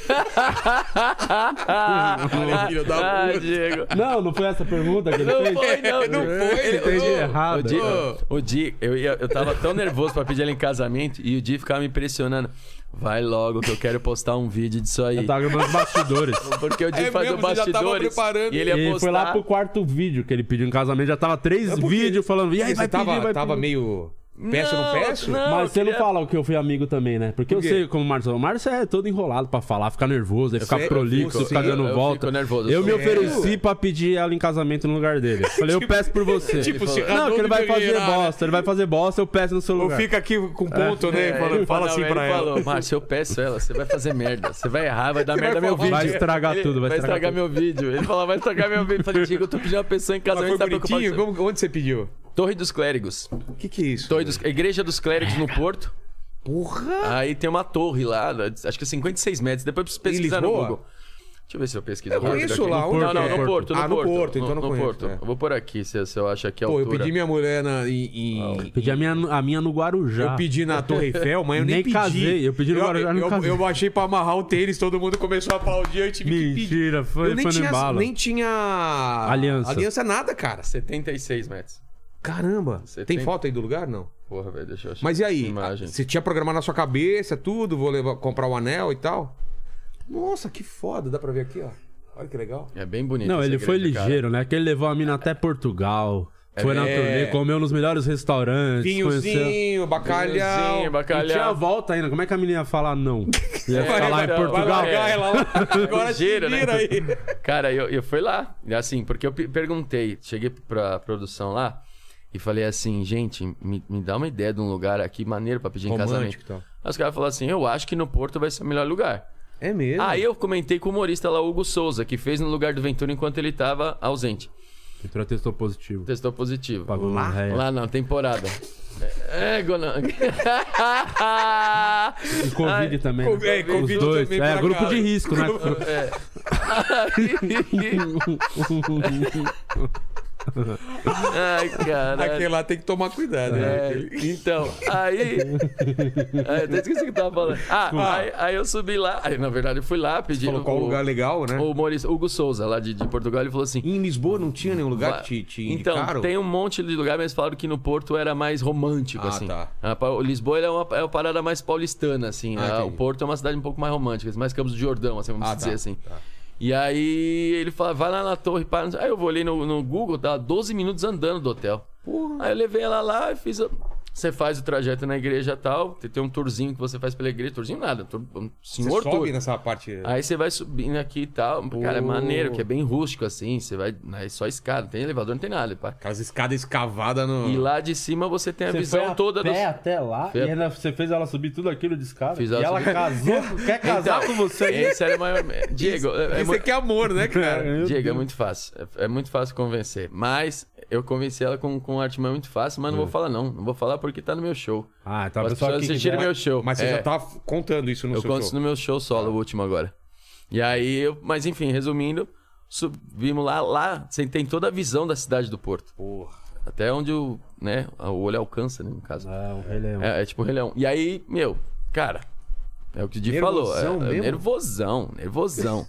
é filho da Ah, puta. Diego. não, não foi essa pergunta que ele Não fez? foi, não. Não foi, Ele- entendi o- errado. O Di, o Di- eu, ia, eu tava tão nervoso pra pedir ela em casamento e o Di ficava me impressionando. Vai logo que eu quero postar um vídeo disso aí. Eu tava gravando os Tá bastidores. Porque o Di É faz o mesmo, você já tava bastidores preparando. e ele ia E postar. foi lá pro quarto vídeo que ele pediu em casamento, já tava três vídeos falando, e aí, Você vai tava, pedir, vai tava pedir. meio... Peço ou não peço? Mas você não queria- fala o que eu fui amigo também, né? Porque eu quê? sei como o Márcio. O Márcio é todo enrolado pra falar, fica nervoso, aí fica sei, eu prolixo, fico, fica sim, dando eu volta. fico nervoso, eu eu me sou- ofereci pra pedir ela em casamento no lugar dele. Eu Falei, eu peço por você. Tipo, Ele falou, se não, Radundo que ele vai fazer ganhar, né? bosta, ele vai fazer bosta, eu peço no seu Ou lugar. fica aqui com ponto, né? É, fala fala ele falou, assim ele pra ela. falou, Márcio, eu peço ela, você vai fazer merda. Você vai errar, vai dar merda vai meu falar- vídeo. Vai estragar Ele- tudo, vai estragar meu vídeo. Ele falou, vai estragar meu vídeo. Eu falei, Diego, eu tô pedindo uma pessoa em Mas casamento, foi tá bonitinho? preocupado? com Como- onde você pediu? isso. Torre dos Clérigos. O que que é isso? Torre dos... Igreja dos Clérigos no Porto. Porra! Aí tem uma torre lá, acho que é 56 metros. Depois eu preciso Em pesquisar no Lisboa? Google. Deixa eu ver se eu pesquiso. Eu conheço rápido aqui. lá, onde Não, não, é? no Porto, no Ah, no Porto. Porto, então não no conheço, Porto. é. Eu Vou por aqui, se, se eu acho aqui a Pô, eu altura. Ah, pedi minha mulher na, em- em- Pedi a minha, a minha no Guarujá. Eu pedi na Torre Eiffel, mas eu nem, Ah. Nem pedi. casei, eu pedi no eu, Guarujá, não eu, casei. eu baixei pra amarrar o tênis, todo mundo começou a aplaudir, eu tive que pedir. Mentira, foi, eu nem foi no tinha, embalo. nem tinha Aliança. aliança nada, cara. 76 metros. Caramba. Você tem tem- foto aí do lugar? Não. Porra, velho, deixa eu achar. Mas e aí? Ah, Imagem. Você tinha programado na sua cabeça tudo? Vou levar, comprar o anel e tal? Nossa, que foda. Dá pra ver aqui, ó. Olha que legal. É bem bonito. Não, essa ele foi igreja, cara. ligeiro, né? Que ele levou a mina até Portugal. Foi na é. turnê, comeu nos melhores restaurantes. conheceu- Vinhozinho, bacalhau. Vinhozinho, E tinha a bacalhau. volta ainda. Como é que a menina ia falar não? Ia Vai ficar lá em largar, Portugal? vai largar É. ela lá. Agora se Ligeiro, né? vira aí. Cara, eu, eu fui lá, assim, porque eu pe- perguntei, cheguei pra produção lá e falei assim, gente, me, me dá uma ideia de um lugar aqui maneiro pra pedir Romântico então. em e casamento. tal. Aí os caras falaram assim, eu acho que no Porto vai ser o melhor lugar. É mesmo. Aí eu comentei com o humorista lá, Hugo Souza, que fez no lugar do Ventura enquanto ele tava ausente. Entrou testou positivo. Testou positivo. Pagou uma réia. Lá na temporada. É, é, Gonan. E Covid também. Covid- né? é, Covid Os dois. também é, pra grupo caralho. de risco, né? É. Ai, caralho. Aquele lá tem que tomar cuidado, né? É, então, aí. aí até esqueci o que eu tava falando. Ah, aí, aí eu subi lá. Aí, na verdade, eu fui lá, pedi. Falou qual o, lugar legal, né? o humorista Hugo Souza, lá de, de Portugal, ele falou assim. Em Lisboa não tinha nenhum lugar "Vá- que te, te então, indicaram? tem um monte de lugar, mas falaram que no Porto era mais romântico, Ah, assim. tá. A pa- o Lisboa ele é uma, é uma parada mais paulistana, assim. Ah, A- o entendi. Porto é uma cidade um pouco mais romântica, mais Campos do Jordão, assim, vamos Ah, dizer tá, assim. E aí ele fala, vai lá na torre, para. Aí eu vou olhei no, no Google, dá 12 minutos andando do hotel. Porra. Aí eu levei ela lá e fiz. a- Você faz o trajeto na igreja e tal. Tem, tem um tourzinho que você faz pela igreja. Tourzinho nada. Tour, um Você senhor sobe tour. nessa parte... Aí você vai subindo aqui e tal. Cara, é Pô. maneiro, que é bem rústico assim. Você vai. Aí só escada, não tem elevador, não tem nada. Pá. Aquelas escadas escavadas no... E lá de cima você tem É a visão toda pé dos. até lá Foi a- e ainda você fez ela subir tudo aquilo de escada. Fiz e ela ela subir. Então, é, casou, quer casar com você. Esse era o maior. Diego, é, é, Isso mu- aqui é amor, né, cara? Meu Diego, é Deus. muito fácil. É, é muito fácil convencer. Mas eu convenci ela com, com artimanha muito fácil, mas não vou falar, não. Não vou falar porque tá no meu show. Ah, então a As pessoa pessoas que assistiram quiser- meu show. Mas você É. já tá f- contando isso no Eu seu conto isso show. no meu show solo, Tá. o último agora. E aí, eu, mas enfim, resumindo, subimos lá, lá você tem toda a visão da cidade do Porto. Porra. Até onde o, né, o olho alcança, né, no caso. Ah, o Rei Leão. É, é tipo o Rei Leão. E aí, meu, cara, é o que o Di Nervosão falou. É, é mesmo? nervosão, nervosão.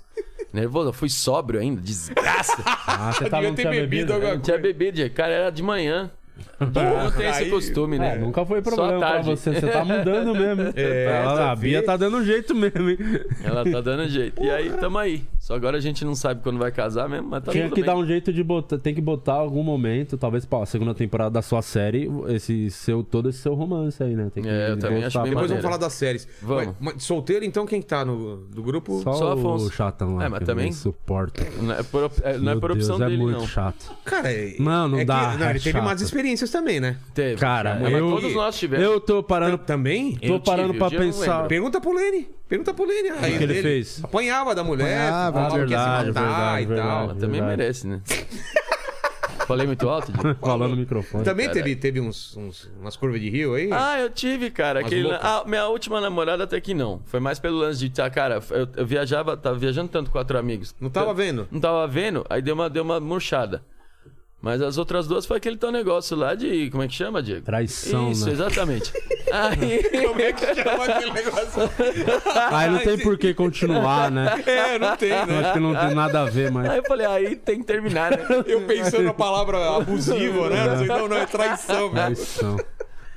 nervosão. Fui sóbrio ainda, desgraça. Ah, você Devia tava não ter tinha bebido bebido. agora. Não tinha bebido, Diego. cara, era de manhã. Eu não tenho esse Aí- costume, né? É, Nunca foi Só problema pra tarde. você, você tá mudando mesmo. É, Ela- tá a Bia vendo? tá dando um jeito mesmo, hein? Ela tá dando jeito. E aí, tamo aí. Só agora a gente não sabe quando vai casar mesmo, mas tá Tinha tudo que bem. dar um jeito de botar, tem que botar algum momento, talvez pra segunda temporada da sua série, esse seu, todo esse seu romance aí, né? Tem que É, eu também acho botar bem pra- Depois maneiro. vamos falar das séries. Vamos. Mas- mas solteiro, então, quem tá no, do grupo? Só, Só Afonso. o chatão lá, É, mas que eu também- não suporto. Não é por, é, não é Meu por opção Deus, é dele, muito não. chato. Cara, é- Não, não é que- dá, não, é ele teve chato. más experiências também, né? Teve. Cara, É, mas eu- todos nós tivemos. Eu tô parando, Também? tô Eu parando tive, pra o dia eu não pensar. lembro. Pergunta pro Lene. Pergunta pro Lene. Aí que ele fez? Apanhava da mulher. Apanhava, falava que ia se verdade, matar verdade, e tal. verdade. Ah, também merece, né? Falei muito alto? Di? um Falando no microfone. Também Caralho. teve, teve uns, uns- umas curvas de rio aí? Ah, eu tive, cara. Umas Aquele... loucas. Ah, minha última namorada até que não. Foi mais pelo lance de, tá, cara, eu, eu viajava, tava viajando tanto com quatro amigos. Não tava Tanto- vendo? Não tava vendo, aí deu uma, deu uma murchada. Mas as outras duas foi aquele tal negócio lá de. Como é que chama, Diego? Traição, Isso, né? exatamente. aí. Como é que chama aquele negócio? Aí não tem por que continuar, né? É, não tem, Eu acho que não tem nada a ver, mas. Aí eu falei, aí tem que terminar, né? Eu pensando na palavra abusiva, né? Não, sei, não, não, é traição, velho. Traição.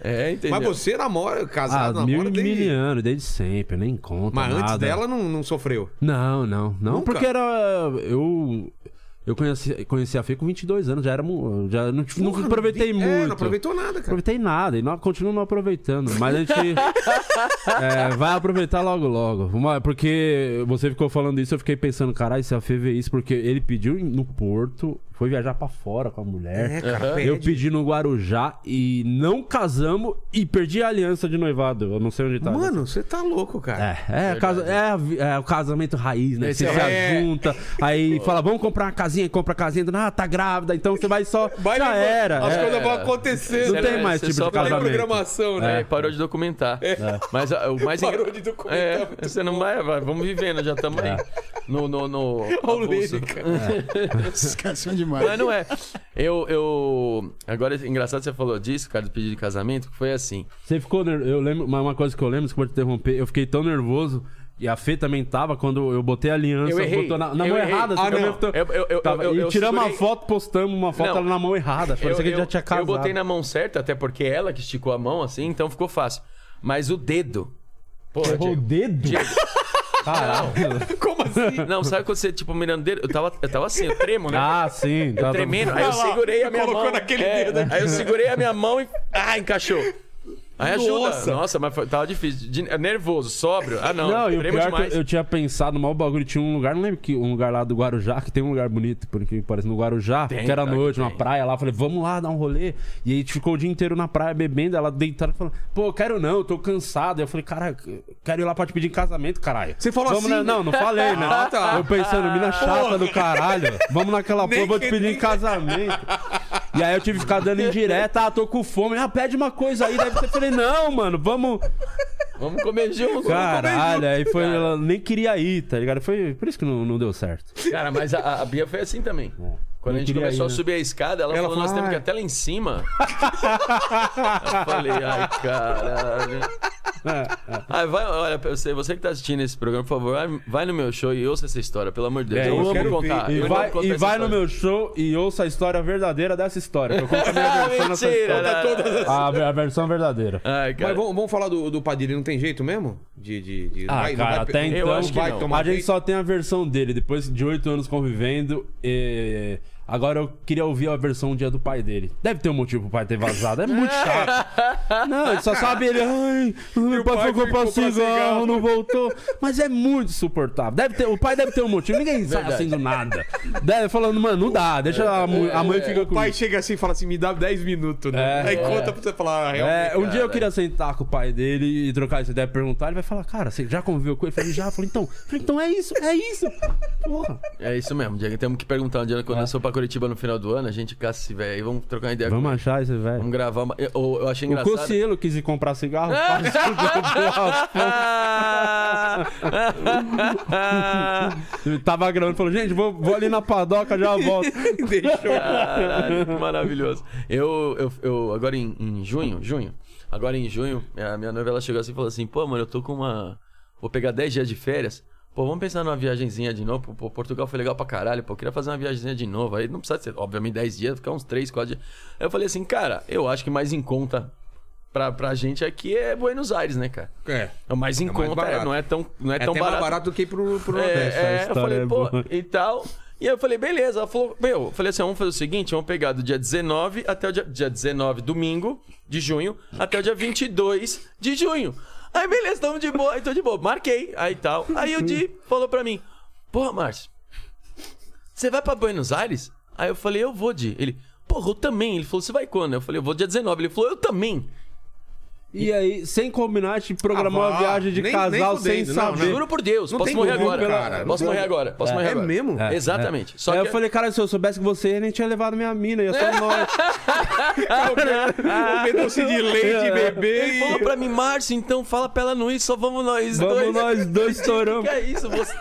É, entendeu? Mas você namora, Ah, casado, mil namora e desde... mil anos, desde sempre, eu nem conta. Mas nada. antes dela não, não sofreu. Não, não, não, Nunca? porque era. Eu. Eu conheci, conheci a Fê com 22 anos, já era. mu- Já não, não Porra, vi- aproveitei muito. É, não aproveitou nada, cara. Aproveitei nada e não, continuo não aproveitando. Mas a gente é, vai aproveitar logo, logo. Uma- Porque você ficou falando isso, eu fiquei pensando, caralho, se a Fê vê isso, porque ele pediu no Porto, foi viajar pra fora com a mulher. É, cara, pede. Eu pedi no Guarujá e não casamos e perdi a aliança de noivado. Eu não sei onde tá. Mano, você tá louco, cara. É, é, casa- é a vi- é o casamento raiz, né? Esse Você é- se junta, aí fala, vamos comprar uma casinha, compra a casinha, ah, tá grávida, então você vai só. Vai já levando. era. As é. coisas vão acontecendo. né? Não tem mais Você tipo só de tem Não tem casamento. programação, É, né? parou de documentar. É. Mas ah, o mais Parou de documentar, É, muito você não vai, vai, vamos vivendo, já estamos É. aí. No, no, no. Olha o avulso. Lene, cara. Esqueceu demais. Mas não é. Eu, eu. Agora, engraçado você falou disso, cara, do pedido de casamento, que foi assim. Você ficou nervoso. Eu lembro, mas uma coisa que eu lembro, desculpa te interromper, eu fiquei tão nervoso. E a Fê também tava quando eu botei a aliança. Eu errei. botou na, na Eu mão errei. errada. Ah, assim, não. botou- Eu- eu- eu- tava- eu- e eu tiramos uma segurei- foto, postamos uma foto Não. ela na mão errada. Parecia que ele já tinha casado. eu botei na mão certa, até porque é ela que esticou a mão assim, então ficou fácil. Mas o dedo. Porra, Errou o Diego. dedo? Diego. Caralho. Como assim? Não, sabe quando você, tipo, mirando o dedo? Eu tava, eu tava assim, eu tremo, né? Ah, sim. tá- tremendo. Aí eu Olha lá, segurei a minha colocou mão. naquele É, dedo aqui. Aí eu segurei a minha mão e. Ah, encaixou. Aí ajuda. Nossa, mas foi- tava difícil. De- é nervoso, sóbrio. Ah, não. Não, e o tremo pior é demais. que eu, eu tinha pensado mal o bagulho. Tinha um lugar, não lembro que um lugar lá do Guarujá, que tem um lugar bonito, porque parece no Guarujá, Tem, que era à cara, noite, tem. uma praia lá. Falei, vamos lá dar um rolê. E aí a gente ficou o dia inteiro na praia bebendo. Ela deitada falando, pô, quero não, eu tô cansado. Eu falei, cara, eu quero ir lá pra te pedir em casamento, caralho. Você falou Vamos assim? na- Não, não falei, né? Ah, tá. Eu pensando, mina chata do caralho. Vamos naquela Nem porra, vou te que- pedir em nem- casamento. E aí eu tive que ficar dando indireta, ah, tô com fome. Ah, pede uma coisa aí, deve ter. Falei, não, mano, vamos. Vamos comer junto. Caralho, aí foi. Ela nem queria ir, tá ligado? Foi por isso que não, não deu certo. Cara, mas a, a Bia foi assim também. Quando Não a gente queria começou ir, a né? subir a escada, ela, Ela falou: nós falou, temos "Ah". que ir até lá em cima. eu falei, ai, caralho. É, Ai, vai, olha, você, você que tá assistindo esse programa, por favor, vai, vai no meu show e ouça essa história, pelo amor de Deus. É, eu eu quero amo contar. E eu amo vai, contar e essa vai no história. meu show e ouça a história verdadeira dessa história. que Eu conto a minha versão dessa Mentira, história. né? A, ver- a versão verdadeira. Ai, cara. Mas vamos, vamos falar do, do Padilha, não tem jeito mesmo? De, de, de- Ah, vai- não cara, vai- até então. Eu acho que vai não. tomar A gente jeito? só tem a versão dele, depois de oito anos convivendo. e- Agora eu queria ouvir a versão um dia do pai dele. Deve ter um motivo pro pai ter vazado. É muito chato. Não, ele só sabe ele. Ai, meu pai, pai foi comprar foi comprar cigarro, cigarro." não voltou. Mas é muito insuportável. Deve ter, o pai deve ter um motivo. Ninguém sai Verdade. assim do nada. Deve, falando, mano, não dá. Deixa a, mu- a mãe fica O com pai chega assim e fala assim: me dá 10 minutos, né? É. Aí conta pra você falar, ah, realmente. É, um dia eu queria sentar com o pai dele e trocar essa ideia, perguntar, ele vai falar, cara, você já conviveu com ele? Eu falei, já, eu falei, então, Eu falei, então é isso, é isso. Porra. É isso mesmo, Diego. Temos que perguntar um dia quando eu sou pra Curitiba no final do ano, a gente caça esse velho aí, vamos trocar uma ideia com Vamos ele. achar esse velho. Vamos gravar uma. Eu, eu achei O engraçado. Cocielo quis ir comprar cigarro, quase comprou a Ele tava gravando, falou, gente, vou, vou ali na padoca, já volto. Caralho, que maravilhoso. Eu, eu, eu agora em, em junho, junho, agora em junho, a minha noiva ela chegou assim e falou assim: pô, mano, eu tô com uma. Vou pegar 10 dias de férias. Pô, vamos pensar numa viagenzinha de novo. Pô, Portugal foi legal pra caralho. Pô, eu queria fazer uma viagenzinha de novo. Aí não precisa ser, obviamente, 10 dias, ficar uns 3, 4 dias. Aí eu falei assim, cara, eu acho que mais em conta pra, pra gente aqui é Buenos Aires, né, cara? É. É o mais em É mais conta, é, barato. não é tão, não é É tão até barato. mais barato do que ir pro, pro Nordeste. É, é, eu história falei, é pô, boa. e tal. E aí eu falei, beleza. Ela falou, meu, eu falei assim, vamos fazer o seguinte, vamos pegar do dia 19 até o dia, dia 19, domingo de junho, até o dia 22 de junho. Aí, beleza, estamos de boa, aí tô de boa. Marquei, aí tal. Aí o Di falou pra mim, porra, Márcio, você vai pra Buenos Aires? Aí eu falei, eu vou, Di. Ele, porra, eu também. Ele falou, você vai quando? Eu falei, eu vou dia 19. Ele falou, eu também. E aí, sem combinar, a gente programou Ah, uma viagem de nem- casal nem sem fudendo, não, saber. não. Juro por Deus, Não posso tem morrer como, agora. cara. Posso Não morrer tem- agora, posso morrer É agora. mesmo? É, Exatamente. Só aí que eu falei, cara, se eu soubesse que você ia, nem tinha levado minha mina, ia só nós. Um pedaço de leite, Ele falou bebê. pra mim, Márcio, então fala pra ela não ir, só vamos nós Vamos dois. nós dois O estouramos. que é isso? Você...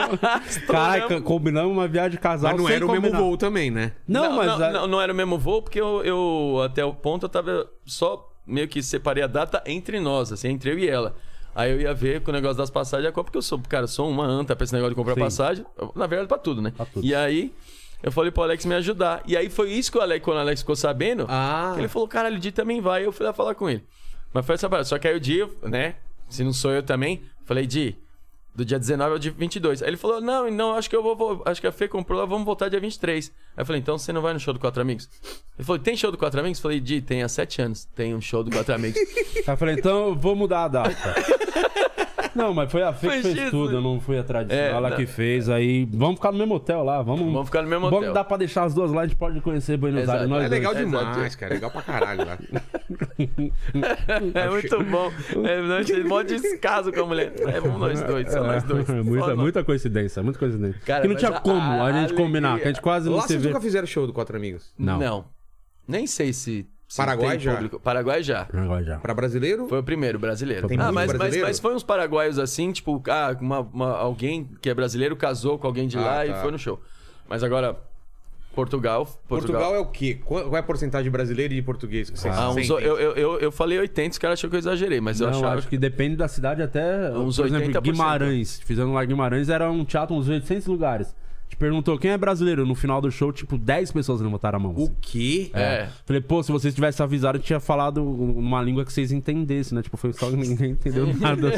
Caraca, combinamos uma viagem de casal Mas não sem era o combinar. mesmo voo também, né? Não, mas... não, não, não era o mesmo voo, porque eu, eu, até o ponto, eu tava só meio que separei a data entre nós, assim, entre eu e ela. Aí eu ia ver com o negócio das passagens, porque eu sou, cara, eu sou uma anta pra esse negócio de comprar passagem. Eu, Na verdade, pra tudo, né? E aí, eu falei pro Alex me ajudar. E aí foi isso que o Alex, quando o Alex ficou sabendo, Ah. que ele falou, caralho, o Di também vai. Eu fui lá falar com ele. Mas foi essa parada. Só que aí o Di, né? Se não sou eu também, falei, Di, do dia 19 ao dia 22. Aí ele falou, não, não, acho que eu vou, vou- acho que a Fê comprou lá, vamos voltar dia 23. Aí eu falei, então você não vai no show do Quatro Amigos? Ele falou, tem show do Quatro Amigos? Eu falei, Di, tem há sete anos, tem um show do Quatro Amigos. Aí eu falei, então eu vou mudar a data. Não, mas foi a Fê Foi que fez isso. tudo, eu não fui a tradicional, É, ela não. que fez. Aí vamos ficar no mesmo hotel lá, vamos. Vamos ficar no mesmo Bom, hotel. dá pra deixar as duas lá, a gente pode conhecer Buenos Exato. Aires. É Nós É dois. legal Exato. demais, cara. É legal pra caralho lá. É muito bom. É, nós temos um monte de descaso com a mulher. É, vamos nós dois, só nós dois. É, Só muita, nós. muita coincidência, muita coincidência. Cara, que não mas tinha a- como a a, gente alegria- combinar, que a gente quase não Lá se vocês vê. nunca fizeram show do Quatro Amigos? Não. Não. Nem sei se. se Paraguai tem já. público. Paraguai já. Agora já. Pra brasileiro? Foi o primeiro brasileiro. Tem ah, muito mas, brasileiro? Mas, mas foi uns paraguaios assim, tipo, ah, uma- uma- alguém que é brasileiro casou com alguém de Ah, lá tá. e foi no show. Mas agora, Portugal. Portugal. Portugal é o quê? Qual qual é a porcentagem de brasileiro e de português que vocês Ah, uns, eu, sentem? eu, eu, eu falei 80, os caras achou que eu exagerei, mas eu Não, achava. acho que depende da cidade até. Uns por exemplo, 80%. Guimarães. Fizemos lá em Guimarães, era um teatro, uns 800 lugares. Te perguntou quem é brasileiro? No final do show, tipo, 10 pessoas levantaram a mão. O assim. quê? É. Falei, pô, se vocês tivessem avisado, eu tinha falado numa língua que vocês entendessem, né? Tipo, foi só que ninguém entendeu nada.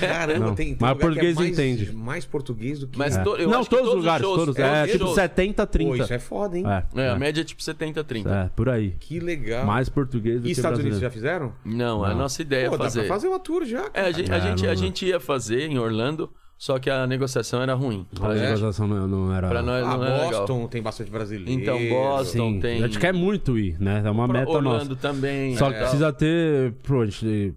Caramba, Não. tem, tem Mas lugar que português é mais, entende. mais português do que... Mas to- eu Não, acho que todos os todos os lugares, shows- todos. é, É, os tipo shows. 70, Pô, isso 30. é foda, hein? É, a é, média é tipo 70, 30. é, por aí. Que legal. Mais português E do que Estados Unidos já brasileiro. fizeram? Não, a nossa ideia Pô, é dá fazer. pra fazer uma tour já, É, cara. a gente, a, É, gente, a não- gente ia fazer em Orlando, só que a negociação era ruim. Pra, A negociação não, não era... né? pra nós Ah, É, não era legal. Boston tem bastante brasileiro. Então, Boston Sim, tem. a gente quer muito ir, né? É uma Pra meta Orlando nossa. também. né? Só e é. que tal. precisa ter... Pô, a gente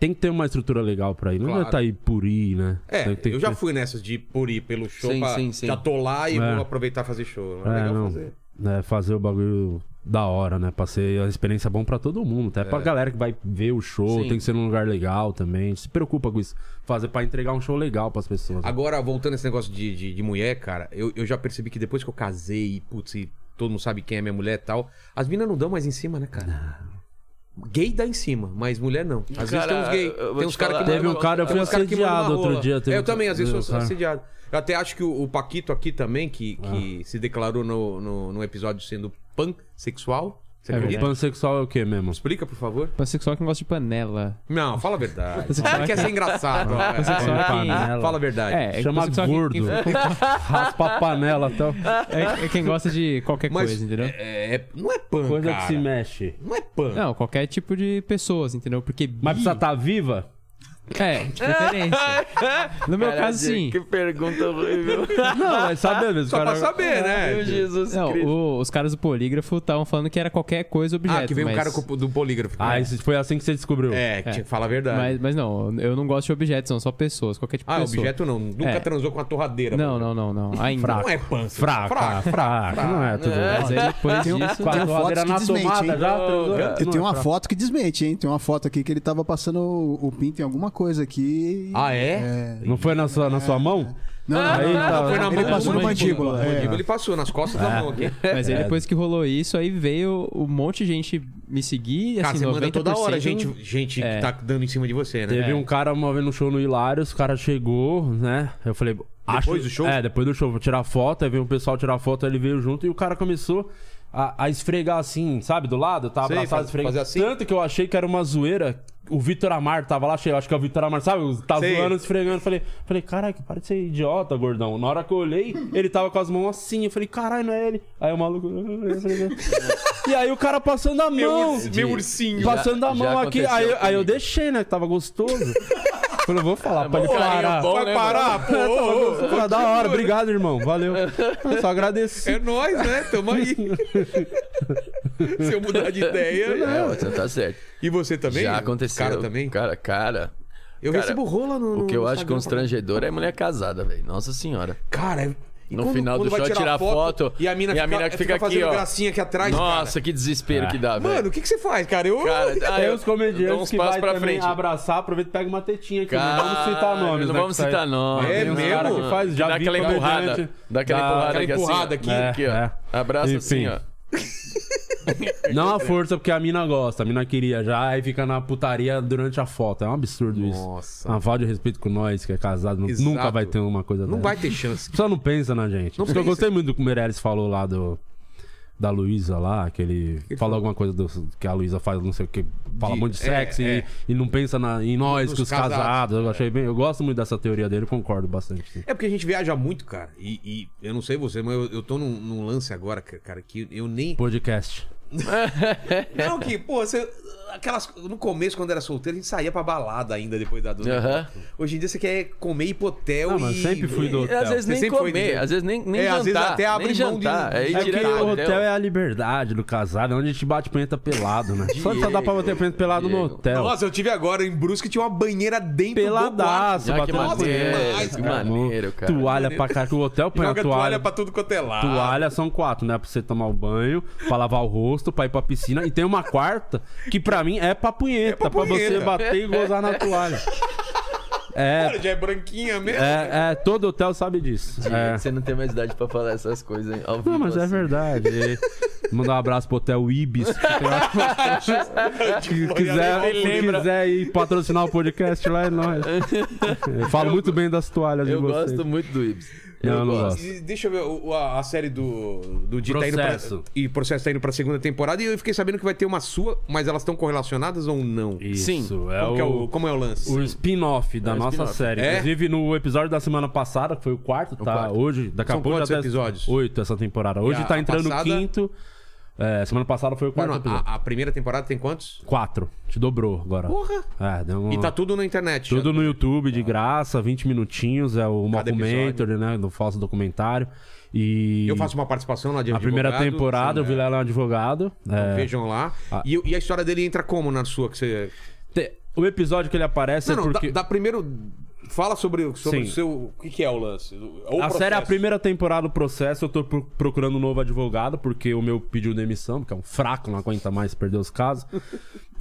tem que ter uma estrutura legal pra ir. Não Claro. adianta ir por ir, né? É, Tem- tem eu que já ter- fui nessas de ir por ir pelo show. Sim, pra- sim, sim. Já tô lá e É. vou aproveitar e fazer show. É, É, legal não. fazer. É, fazer o bagulho da hora, né? Pra ser a experiência bom pra todo mundo. Até É. pra galera que vai ver o show, Sim. tem que ser num lugar legal também. Se preocupa com isso. Fazer pra entregar um show legal pras pessoas. Agora, voltando a esse negócio de, de, de mulher, cara, eu, eu já percebi que depois que eu casei, e, putz, e todo mundo sabe quem é minha mulher e tal, as minas não dão mais em cima, né, cara? Gay dá em cima, mas mulher não. Às vezes tem Cara, uns gay, eu vou tem te uns caras falar, que Teve um mandam- cara, eu tem fui uns cara que mandam na assediado outro rola. dia. teve É, eu um- também, às vezes Meu, eu sou cara. assediado. Eu até acho que o, o Paquito aqui também, que, que se declarou no, no, no episódio sendo pansexual, você É, o acredita? pansexual é o que mesmo? Explica, por favor. Pansexual é que não gosta de panela. Não, fala a verdade. Pansexual Você é quer ser engraçado. ó. Pansexual é Panela. Fala a verdade. É, é Chama pansexual é gordo. Quem, Raspa a panela e tal. Ah, é, é quem gosta de qualquer Mas coisa, entendeu? é- é- não é pan, Coisa cara. que se mexe. Não é pan. Não, qualquer tipo de pessoas, entendeu? Porque bi... Mas precisa estar viva? É, de preferência. No meu Cara, caso, assim. sim. Que pergunta horrível. Não, é saber mesmo. Só cara... pra saber, Meu né? Jesus Não, Cristo. o- os caras do polígrafo estavam falando que era qualquer coisa objeto. Ah, que veio um mas- cara com- do polígrafo. né? Ah, isso foi assim que você descobriu. É, que tinha que falar a verdade. Mas, mas não, eu não gosto de objetos, são só pessoas, qualquer tipo Ah, de pessoa. objeto não. Nunca É. transou com a torradeira. Não, mano. não, não, não. Ainda. Não é pan. Fraca, fraca, Não é tudo. Mas aí depois um disso. Com a Tem fotos torradeira que na desmente, tomada hein? já. transou? Eu Não tenho é uma fraca. foto que desmente, hein? Tem uma foto aqui que ele tava passando o, o pinto em alguma coisa aqui. Ah, é? Não foi na sua, na sua mão? Não, não, Aí não. tá. Foi na né? Ele mão, passou foi na na mandíbula. é. Ele passou nas costas da mão aqui. Mas aí depois que rolou isso, aí veio um monte de gente me seguir, Cara, assim, Ah, você 90%. manda toda hora gente, gente que tá dando em cima de você, né? Teve É. um cara uma vez no show no Hilários, o cara chegou, né? Eu falei. Acho... do show? É, depois do show, vou tirar foto, aí veio um pessoal tirar foto, ele veio junto e o cara começou a, a esfregar assim, sabe, do lado, tá Sei, abraçado, faz- esfregando. fazer assim. Tanto que eu achei que era uma zoeira. O Vitor Amar tava lá, achei, eu acho que é o Vitor Amar, sabe? Tá Sei. zoando, esfregando. Falei, falei, caralho, para de ser idiota, gordão. Na hora que eu olhei, ele tava com as mãos assim. Eu falei, caralho, não é ele. Aí o maluco. e aí o cara passando a mão. meu ursinho. Passando a Já- mão já aqui. aconteceu Aí, eu- aí eu comigo. deixei, né? Que tava gostoso. Falei, eu vou falar pra ele Pô, aí é parar. bom, né, mano? É, tava gostoso, falei, da hora, obrigado, irmão. Valeu. Eu Só agradeci. É nóis, né? Tamo aí. Se eu mudar de ideia, É, né? você tá certo. E você também? Já aconteceu. Cara também? Cara, cara. Eu Cara, recebo rola no. O que no eu acho Instagram. constrangedor é mulher casada, velho. Nossa senhora. Cara, é- e No quando- final do quando vai show, tirar foto, E a mina e a fica, mina que fica aqui, fazendo ó. gracinha aqui atrás. Nossa, que desespero que dá, cara. Mano, velho. o que, que você faz, cara? Eu. Cara, aí Tem eu os dou comediantes uns que passos vai pra também frente. abraçar, aproveita e pega uma tetinha aqui. né? não vamos citar Caralho, nomes, Não né, vamos que sai- citar nomes. É Tem uns mesmo? cara que faz, já dá vi aquela empurrada. comediante- Dá aquela Dá- empurrada aquela aqui empurrada aqui. assim. ó. aqui, ó. É, é. Abraça assim, Enfim. ó. Não a força, porque a mina gosta, a mina queria já, aí fica na putaria durante a foto. É um absurdo isso. Nossa. Uma falta de respeito com nós, que é casado, nu- Exato. nunca vai ter uma coisa Não dessa. né? vai ter chance. Só não pensa na gente. Não Porque eu pensa. gostei muito do que o Meirelles falou lá do. Da Luísa lá, que ele falou alguma coisa do, que a Luísa faz, não sei o que, fala De- muito de é, sexo é. E, e não pensa na- em nós, Nos que os casados, casados. eu achei bem. Eu gosto muito dessa teoria dele, concordo bastante. sim. É porque a gente viaja muito, cara. E, e eu não sei você, mas eu, eu tô num, num lance agora, ca- cara, que eu nem. Podcast. Não, que, pô, você. Aquelas. No começo, quando era solteiro, a gente saía pra balada ainda depois da dona. Aham. Hoje em dia você quer comer hipotel Não, e. mas sempre fui do E hotel. às vezes Você nem sempre foi comer, de- às vezes nem, nem É, jantar. às vezes até abre nem mão de um- jantar. é ir É que direto o pro hotel é a liberdade do casado, é onde a gente bate punheta pelado, né? Só, só dá pra bater punheta pelado no Diego. hotel. Nossa, eu tive agora em Brusque tinha uma banheira dentro do quarto. Peladaço, Já que batendo maneiro, punheta, que cara. maneiro, cara. Toalha pra cá, que o hotel põe Joga a toalha, né? toalha. pra tudo quanto é lado. Toalha são quatro, né? Pra você tomar o banho, pra lavar o rosto, pra ir pra piscina. E tem uma quarta que pra mim é pra punheta, pra, punheta. você bater e gozar na toalha. É, Cara, já é branquinha mesmo. é, é, todo hotel sabe disso. É. Você não tem mais idade pra falar essas coisas, hein? Ao Não, vivo mas é assim. verdade. E Mandar um abraço pro Hotel Ibis. que tem lá- que quiser, nem lembra. quiser ir patrocinar o podcast lá, é nóis. Eu falo muito bem das toalhas Eu de vocês. gosto muito do Ibs. Não, eu não gosto. E Deixa eu ver, o- a, a série do, do Di tá indo Processo. pra, E processo tá indo pra segunda temporada. E eu fiquei sabendo que vai ter uma sua, mas elas estão correlacionadas ou não? Isso, Sim. é Como, que é o, o, como é o lance? o spin-off da É o nossa spin-off. série. É? Inclusive, no episódio da semana passada, que foi o quarto, tá? quarto. Hoje, daqui a São pouco já quantos tá- episódios? Oito essa temporada. Hoje E a- tá entrando a o passada? quinto. É, semana passada foi o Não, quarto não, episódio. a, a primeira temporada tem quantos? Quatro. Te dobrou agora. Porra! É, deu uma... E tá tudo na internet. já. Tudo no YouTube de graça, 20 minutinhos, é o Cada Mockumentary, né? Do falso documentário. E. Eu faço uma participação lá de a primeira advogado, temporada, sim, o Vilela é um advogado. é. é. Vejam lá. E, e a história dele entra como na sua? Que você... Te- O episódio que ele aparece Não, é não, tá porque. dá, dá primeiro. Fala sobre, sobre Sim. o seu. O que, que é o lance? O- o a processo. série é a primeira temporada do processo. Eu tô pro- procurando um novo advogado, porque o meu pediu demissão, porque é um fraco, não aguenta mais perder os casos.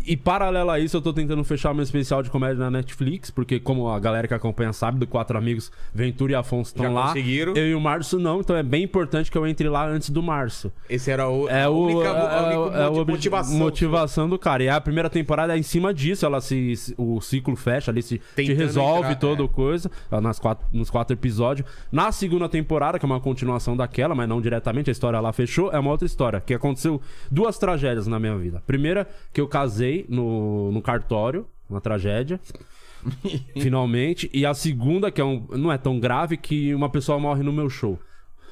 E paralelo a isso, eu tô tentando fechar meu especial de comédia na Netflix, porque como a galera que acompanha sabe, do Quatro Amigos, Ventura e Afonso Já estão lá. conseguiram. Eu e o Márcio não, então é bem importante que eu entre lá antes do Márcio. Esse era o. É a o, única- a é, única é mo- o obje- motivação. né? motivação do cara. E a primeira temporada é em cima disso, ela se, se- o ciclo fecha ali, se te Tentando resolve entrar, toda é. coisa ah, nas quatro, nos quatro episódios. Na segunda temporada, que é uma continuação daquela, mas não diretamente, a história lá fechou, é uma outra história. Que aconteceu duas tragédias na minha vida. Primeira, que eu casei no, no cartório, uma tragédia. finalmente. E a segunda, que é um, não é tão grave, que uma pessoa morre no meu show.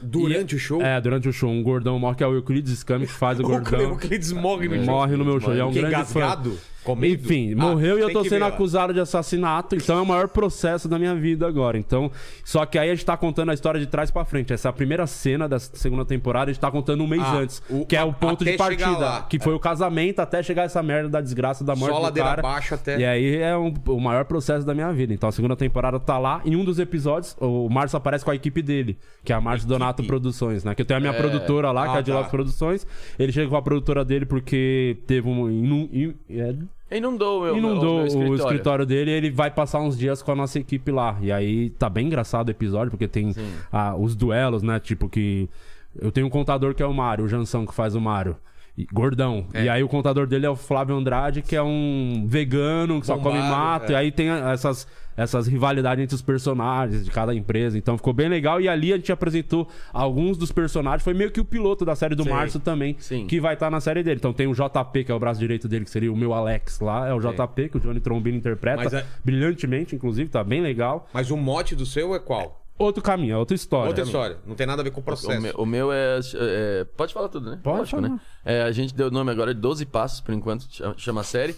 Durante E- o show? É, durante o show. Um gordão morre, que é o Euclides Scam, que faz o gordão. O Euclides morre no jogo. morre no meu show. E é um Que grande fã. engasgado? Comendo? Enfim, Ah, morreu e eu tem tô que sendo ver lá. acusado de assassinato, então é o maior processo da minha vida agora. Então, só que aí a gente tá contando a história de trás pra frente. Essa é a primeira cena da segunda temporada, a gente tá contando um mês Ah, antes, o- que é o ponto até de chegar lá. partida, que foi o casamento até chegar essa merda da desgraça da morte Só do ladeira cara. abaixo até. E aí é um- o maior processo da minha vida. Então a segunda temporada tá lá. Em um dos episódios, o Márcio aparece com a equipe dele, que é a Márcio Donato Produções, né? Que eu tenho a minha produtora lá, que É. Ah, é a de tá. Love Produções. Ele chega com a produtora dele porque teve um. in- in- é, Inundou o meu, Inundou meu o escritório dele, ele vai passar uns dias com a nossa equipe lá. E aí tá bem engraçado o episódio, porque tem ah, os duelos, né? Tipo que. Eu tenho um contador que é o Mário, o Jansão que faz o Mário. E- Gordão. E aí o contador dele é o Flávio Andrade, que é um vegano que só Bombado, come mato. é. E aí tem a- essas, essas rivalidades entre os personagens de cada empresa. Então ficou bem legal. E ali a gente apresentou alguns dos personagens. Foi meio que o piloto da série do Sim. Março também, Sim. que vai estar na série dele. Então tem o JP, que é o braço direito dele, que seria o meu Alex lá. É o JP, que o Johnny Trombino Mas interpreta. é- Brilhantemente, inclusive, tá bem legal. Mas o mote do seu é qual? Outro caminho, é outra história. Outra história. Não tem nada a ver com o processo. O meu, o meu é, é- Pode falar tudo, né? Pode Lógico, falar. né? É, a gente deu o nome agora de 12 Passos, por enquanto, cha- chama a série.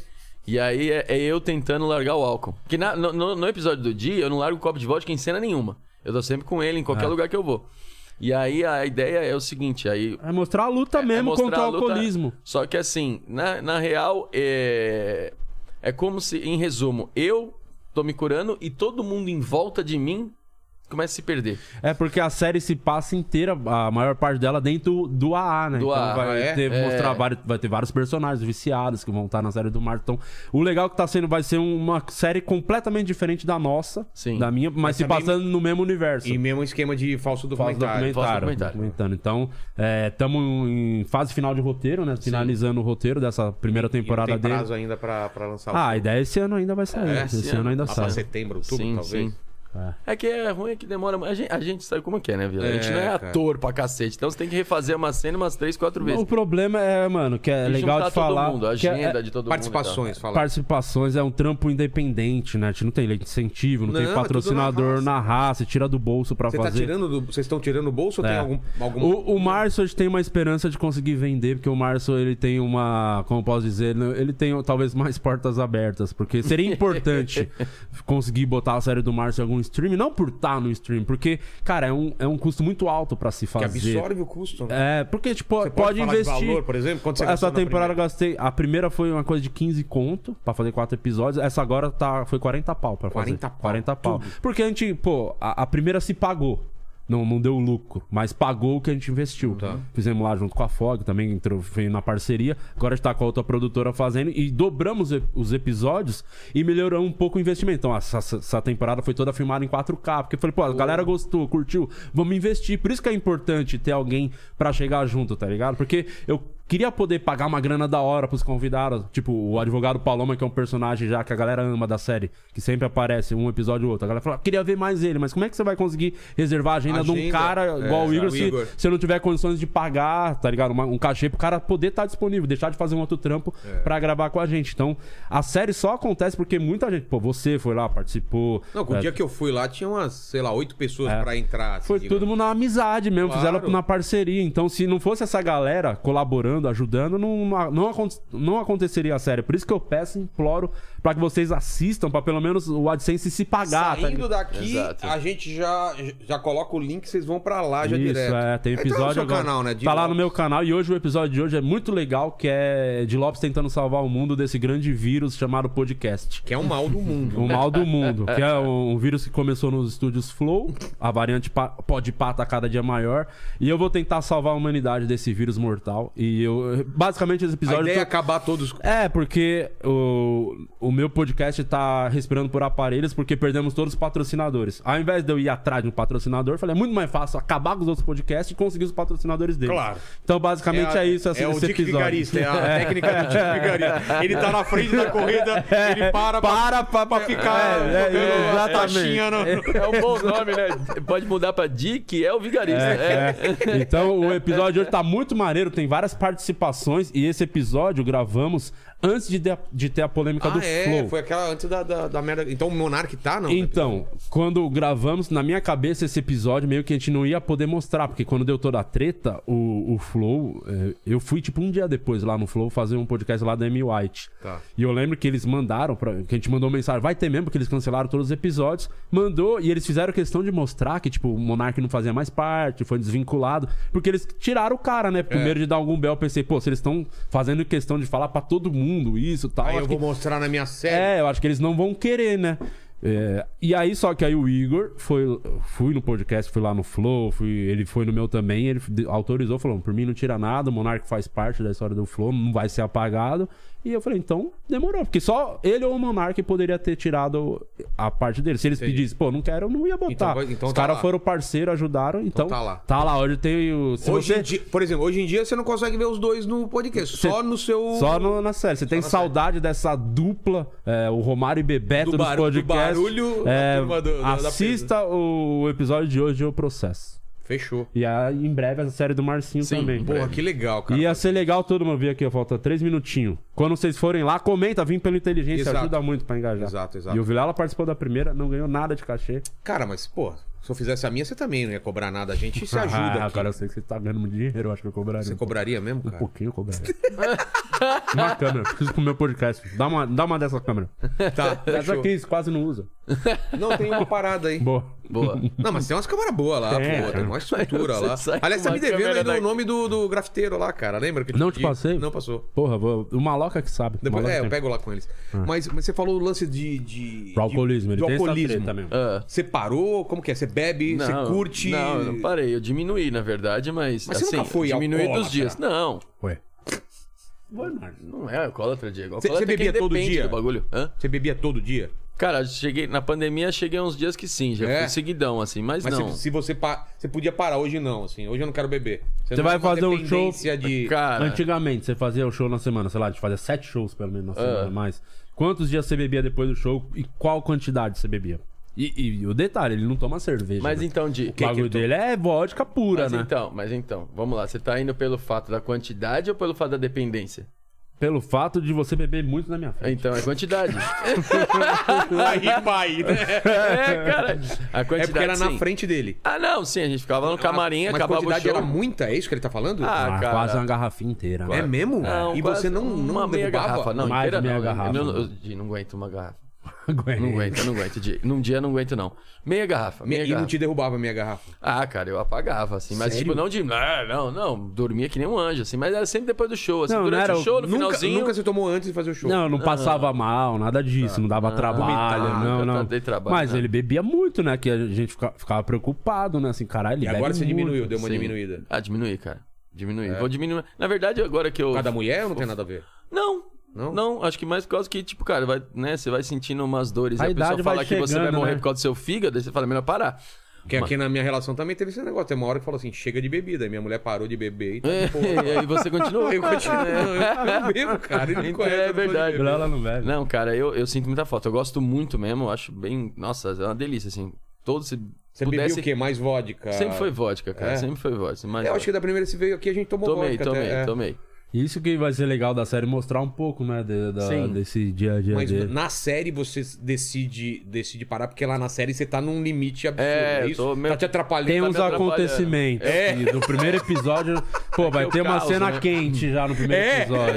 E aí é, é eu tentando largar o álcool. Que na- no, no- no episódio do dia, eu não largo o copo de vodka em cena nenhuma. Eu tô sempre com ele em Ah. qualquer lugar que eu vou. E aí a ideia é o seguinte: aí É mostrar a luta mesmo mostrar contra o a luta. é. alcoolismo. Só que assim, na, na real, é... é como se, em resumo, eu tô me curando e todo mundo em volta de mim começa a se perder. É porque a série se passa inteira, a maior parte dela, dentro do AA, né? Do AA, vai, é? ter, mostrar vários, vai ter vários personagens viciados que vão estar na série do Marvel. Então, o legal é que tá sendo, vai ser uma série completamente diferente da nossa, Sim. da minha, mas se também- passando no mesmo universo. E mesmo esquema de falso Falso documentário. documentário. Falso documentário. documentando. Então, estamos em fase final de roteiro, né? Finalizando o roteiro dessa primeira E não temporada tem dele. prazo ainda pra, pra lançar Ah, a ideia é esse ano ainda vai sair. É, esse, esse ano, ano. ainda Lá pra sai. setembro, outubro, sim, talvez. sim. É. que é ruim, é que demora. A gente, a gente sabe como é que é, né, Vila? a gente É, não é cara. ator pra cacete. Então você tem que refazer uma cena umas três, quatro vezes. O problema é, mano, que é E legal juntar de falar. Todo mundo, a que é- agenda de todo Participações, fala. Participações é um trampo independente, né? A gente não tem lei de incentivo, não, Não, é tem tudo na patrocinador raça. na raça, tira do bolso pra Você tá fazer. tirando do- Vocês estão tirando o bolso ou tem É. algum. algum... O, o Márcio a gente tem uma esperança de conseguir vender, porque o Márcio ele tem uma, como eu posso dizer, ele- ele tem talvez mais portas abertas, porque seria importante conseguir botar a série do Márcio em algum stream, não por estar no stream, porque, cara, é um, é um custo muito alto pra se que fazer. absorve o custo, né? É, porque, tipo, pode, pode falar de investir. valor, por exemplo? Quanto você gastou Essa na temporada eu gastei. A primeira foi uma coisa de 15 conto pra fazer quatro episódios. Essa agora tá, foi 40 pau pra fazer. 40 pau, 40 pau. Porque a gente, pô, a, a primeira se pagou. Não, não deu lucro, mas pagou o que a gente investiu. Fizemos lá junto com a Fog, também entrou foi na parceria. Agora a gente tá com a outra produtora fazendo e dobramos e- os episódios e melhoramos um pouco o investimento. Então, essa, essa- essa temporada foi toda filmada em 4K, porque eu falei, pô, a galera gostou, curtiu, vamos investir. Por isso que é importante ter alguém pra chegar junto, tá ligado? Porque eu queria poder pagar uma grana da hora pros convidados. Tipo, o advogado Paloma, que é um personagem já que a galera ama da série, que sempre aparece um episódio ou outro. A galera fala, queria ver mais ele, mas como é que você vai conseguir reservar a agenda, de um Agenda, cara é, igual o Igor, o se, Igor. se eu não tiver condições de pagar, tá ligado? Uma- um cachê pro cara poder estar disponível, deixar de fazer um outro trampo É. pra gravar com a gente. Então, a série só acontece porque muita gente, pô, você foi lá, participou. Não, com é, o dia que eu fui lá tinha umas, sei lá, oito pessoas pra entrar. assim, foi digamos. todo mundo na amizade mesmo, Claro. fizeram na parceria. Então, se não fosse essa galera colaborando, ajudando, não, não, acon- não aconteceria a série. Por isso que eu peço, imploro, pra que vocês assistam, pra pelo menos o AdSense se pagar. tá Saindo ligado? daqui, Exato. a gente já, já coloca o link, vocês vão pra lá já Isso, direto. é, tem Então é no episódio seu agora. canal, né? tá lá Digo, no meu canal e hoje o episódio de hoje é muito legal, que é de Lopes tentando salvar o mundo desse grande vírus chamado podcast. Que é o mal do mundo. O mal do mundo, que é um vírus que começou nos estúdios Flow, a variante pa- pode pá tá cada dia maior, e eu vou tentar salvar a humanidade desse vírus mortal. E eu basicamente A esse episódio ideia é tô- acabar todos. é, porque o, o meu podcast tá respirando por aparelhos porque perdemos todos os patrocinadores. Ao invés de eu ir atrás de um patrocinador, eu falei, é muito mais fácil acabar com os outros podcasts e conseguir os patrocinadores deles. Claro. Então, basicamente, é, a- isso esse, é o esse Dick episódio. Vigarista, é a técnica do Dick Vigarista. Ele tá na frente da corrida, ele para pra, Para pra, pra ficar É, é, jogando a exatamente. taxinha no- É um bom nome, né? Pode mudar pra Dick, é o vigarista. É, É. Então o episódio de hoje tá muito maneiro, tem várias participações e esse episódio gravamos antes de, ter a- de ter a polêmica Ah, Tá do é, Flow. foi aquela antes da, da, da merda. Então o Monark tá, não? Então, quando gravamos, na minha cabeça esse episódio, meio que a gente não ia poder mostrar, porque quando deu toda a treta, o, o Flow, eh, eu fui tipo um dia depois lá no Flow fazer um podcast lá da Amy White. Tá. E eu lembro que eles mandaram, pra, que a gente mandou mensagem, vai ter mesmo, porque eles cancelaram todos os episódos. Mandou, e eles fizeram questão de mostrar que, tipo, o Monark não fazia mais parte, foi desvinculado, porque eles tiraram o cara, né? Primeiro É. medo de dar algum bel, eu pensei, pô, se eles estão fazendo questão de falar pra todo mundo isso e tal. Aí acho eu que vou mostrar na minha série. é, eu acho que eles não vão querer, né? É, e aí, só que aí o Igor foi, fui no podcast, fui lá no Flow, fui, ele foi no meu também, ele de- autorizou, falou: por mim não tira nada, o Monark faz parte da história do Flow, não vai ser apagado. E eu falei, então demorou, porque só ele ou o Monark poderia ter tirado a parte dele. Se eles pedissem, pô, não quero, eu não ia botar. vai- então Os tá caras lá. foram parceiro, ajudaram, então. tá lá. Tá lá, hoje tem o. se Hoje você- em dia, por exemplo, hoje em dia você não consegue ver os dois no podcast, só no seu. Só no- na série. Você tem saudade dessa dupla, é, o Romário e Bebeto Do do baru- do podcast. barulho da é, turma do- da- da Assista o episódio de hoje, o processo. Fechou. E aí, em breve a série do Marcinho também. Porra, que legal, cara. Ia ser legal todo mundo vir aqui, ó, falta três minutinhos. Quando vocês forem lá, comenta, vim pela inteligência, Exato. ajuda muito pra engajar. Exato, exato. E o Vilela participou da primeira, não ganhou nada de cachê. Cara, mas, pô, se eu fizesse a minha, você também não ia cobrar nada. A gente se ajuda. ah, aqui. cara, eu sei que você tá ganhando muito dinheiro, eu acho que eu cobraria. Você um cobraria mesmo, Um cara? pouquinho eu cobraria. uma câmera, preciso comer o podcast. Dá uma, dá uma dessa câmera. Tá, Essa fechou. aqui você quase não usa. Não, tem uma parada aí. Boa. Boa. Não, mas tem umas câmeras boas lá, Tem, pô. Tem É, cara. uma estrutura Você lá. sai com Aliás, você tá me uma devendo câmera ainda o daqui. nome do, do grafiteiro lá, cara. Lembra que eu Não te pedi? passei? Não passou. Porra, vou... o maloca que sabe. Depois, Maloca é, eu tem- pego lá com eles. Mas, mas você falou o lance de. de Pro Ah. alcoolismo, de- ele do tem alcoolismo. essa treta mesmo. Ah, Você parou? Como que é? Você bebe? você curte? Não, eu não parei. Eu diminuí, na verdade, mas. Mas você assim, nunca foi Diminuí alcoólatra? dos dias. Não, Ué. não é alcoólatra, Diego. Você- você Alcoólatra é quem bebia todo depende dia? do bagulho. Hã? Você bebia todo dia? Cara, cheguei, na pandemia cheguei uns dias que sim, já É? fui seguidão, assim, mas, Mas não. se, se você pa- você podia parar hoje não, assim. Hoje eu não quero beber. Você não vai tem uma fazer um show- dependência de Cara, Antigamente, você fazia o show na semana, sei lá, de fazia sete shows pelo menos na Ah. semana, mas quantos dias você bebia depois do show e qual quantidade você bebia? E, e o detalhe, ele não toma cerveja. mas né? então, de. O bagulho dele é vodka pura, Mas né? então, mas então, vamos lá. Você tá indo pelo fato da quantidade ou pelo fato da dependência? Pelo fato de você beber muito na minha frente. Então, é quantidade. aí vai, né? é, cara. A quantidade. É porque era sim. na frente dele. Ah, não, sim, a gente ficava lá no camarim, Mas a acabava o quantidade show. era muita, é isso que ele tá falando? Ah, Ah, cara. quase uma garrafinha inteira. é mesmo? Não, e quase você não, não uma meia derrubava? garrafa, não, Mais inteira meia não. garrafa. Eu, não- eu- Di, não aguento uma garrafa. Aguenta. Não aguento, eu não aguento. Di. Num dia eu não aguento não. Meia garrafa, meia Me- E garrafa. não te derrubava a minha garrafa. Ah, cara, eu apagava assim, mas Sério? tipo não de, ah, não, não, dormia que nem um anjo assim, mas era sempre depois do show, assim, Não, não durante era o o- show, no Nunca, finalzinho. nunca se tomou antes de fazer o show. Não, não Ah. passava mal, nada disso, não dava trabalho, vomitar, não, nunca não. ah, tá, dei trabalho, Mas né? ele bebia muito, né? Que a gente fica- ficava preocupado, né? Assim, caralho, ele E agora bebe você muito. diminuiu, deu uma Sim. diminuída. Ah, diminuí, cara. Diminuí. Vou diminuir. Na verdade, agora que eu Por causa da mulher ou não tem nada a ver? Não. Não? Não? acho que mais por causa que, tipo, cara, vai, né, você vai sentindo umas dores. A e a pessoa idade vai fala que você vai chegando, morrer né? por causa do seu fígado, aí você fala, "É melhor parar. Porque aqui na minha relação também teve esse negócio. Tem uma hora que falou assim: chega de bebida. Aí Minha mulher parou de beber e tá de boa. e aí você continua. Eu continuo. Eu não bebo, cara. Ele me Então, conhece, eu não é sou de verdade. beber. Ela não bebe. Não, cara, eu, eu sinto muita falta. Eu gosto muito mesmo, eu acho bem. Nossa, é uma delícia, assim. Todo se Você pudesse. bebeu o quê? Mais vodka? Sempre foi vodka, cara. É? Sempre foi vodka. Mas Eu acho que da primeira vez que você veio aqui a gente tomou tomei, vodka. tomei, até, é. tomei. Isso que vai ser legal da série mostrar um pouco, né? de- da- Sim. desse dia a dia Mas dele. na série você decide, decide parar, porque lá na série você tá num limite absurdo. É, É, eu isso? tô meio- Tá te atrapalhando. Tem tá uns me atrapalhando. acontecimentos. É. E do primeiro episódio. Pô, vai eu ter uma causo, cena né? quente já no primeiro É. episódio.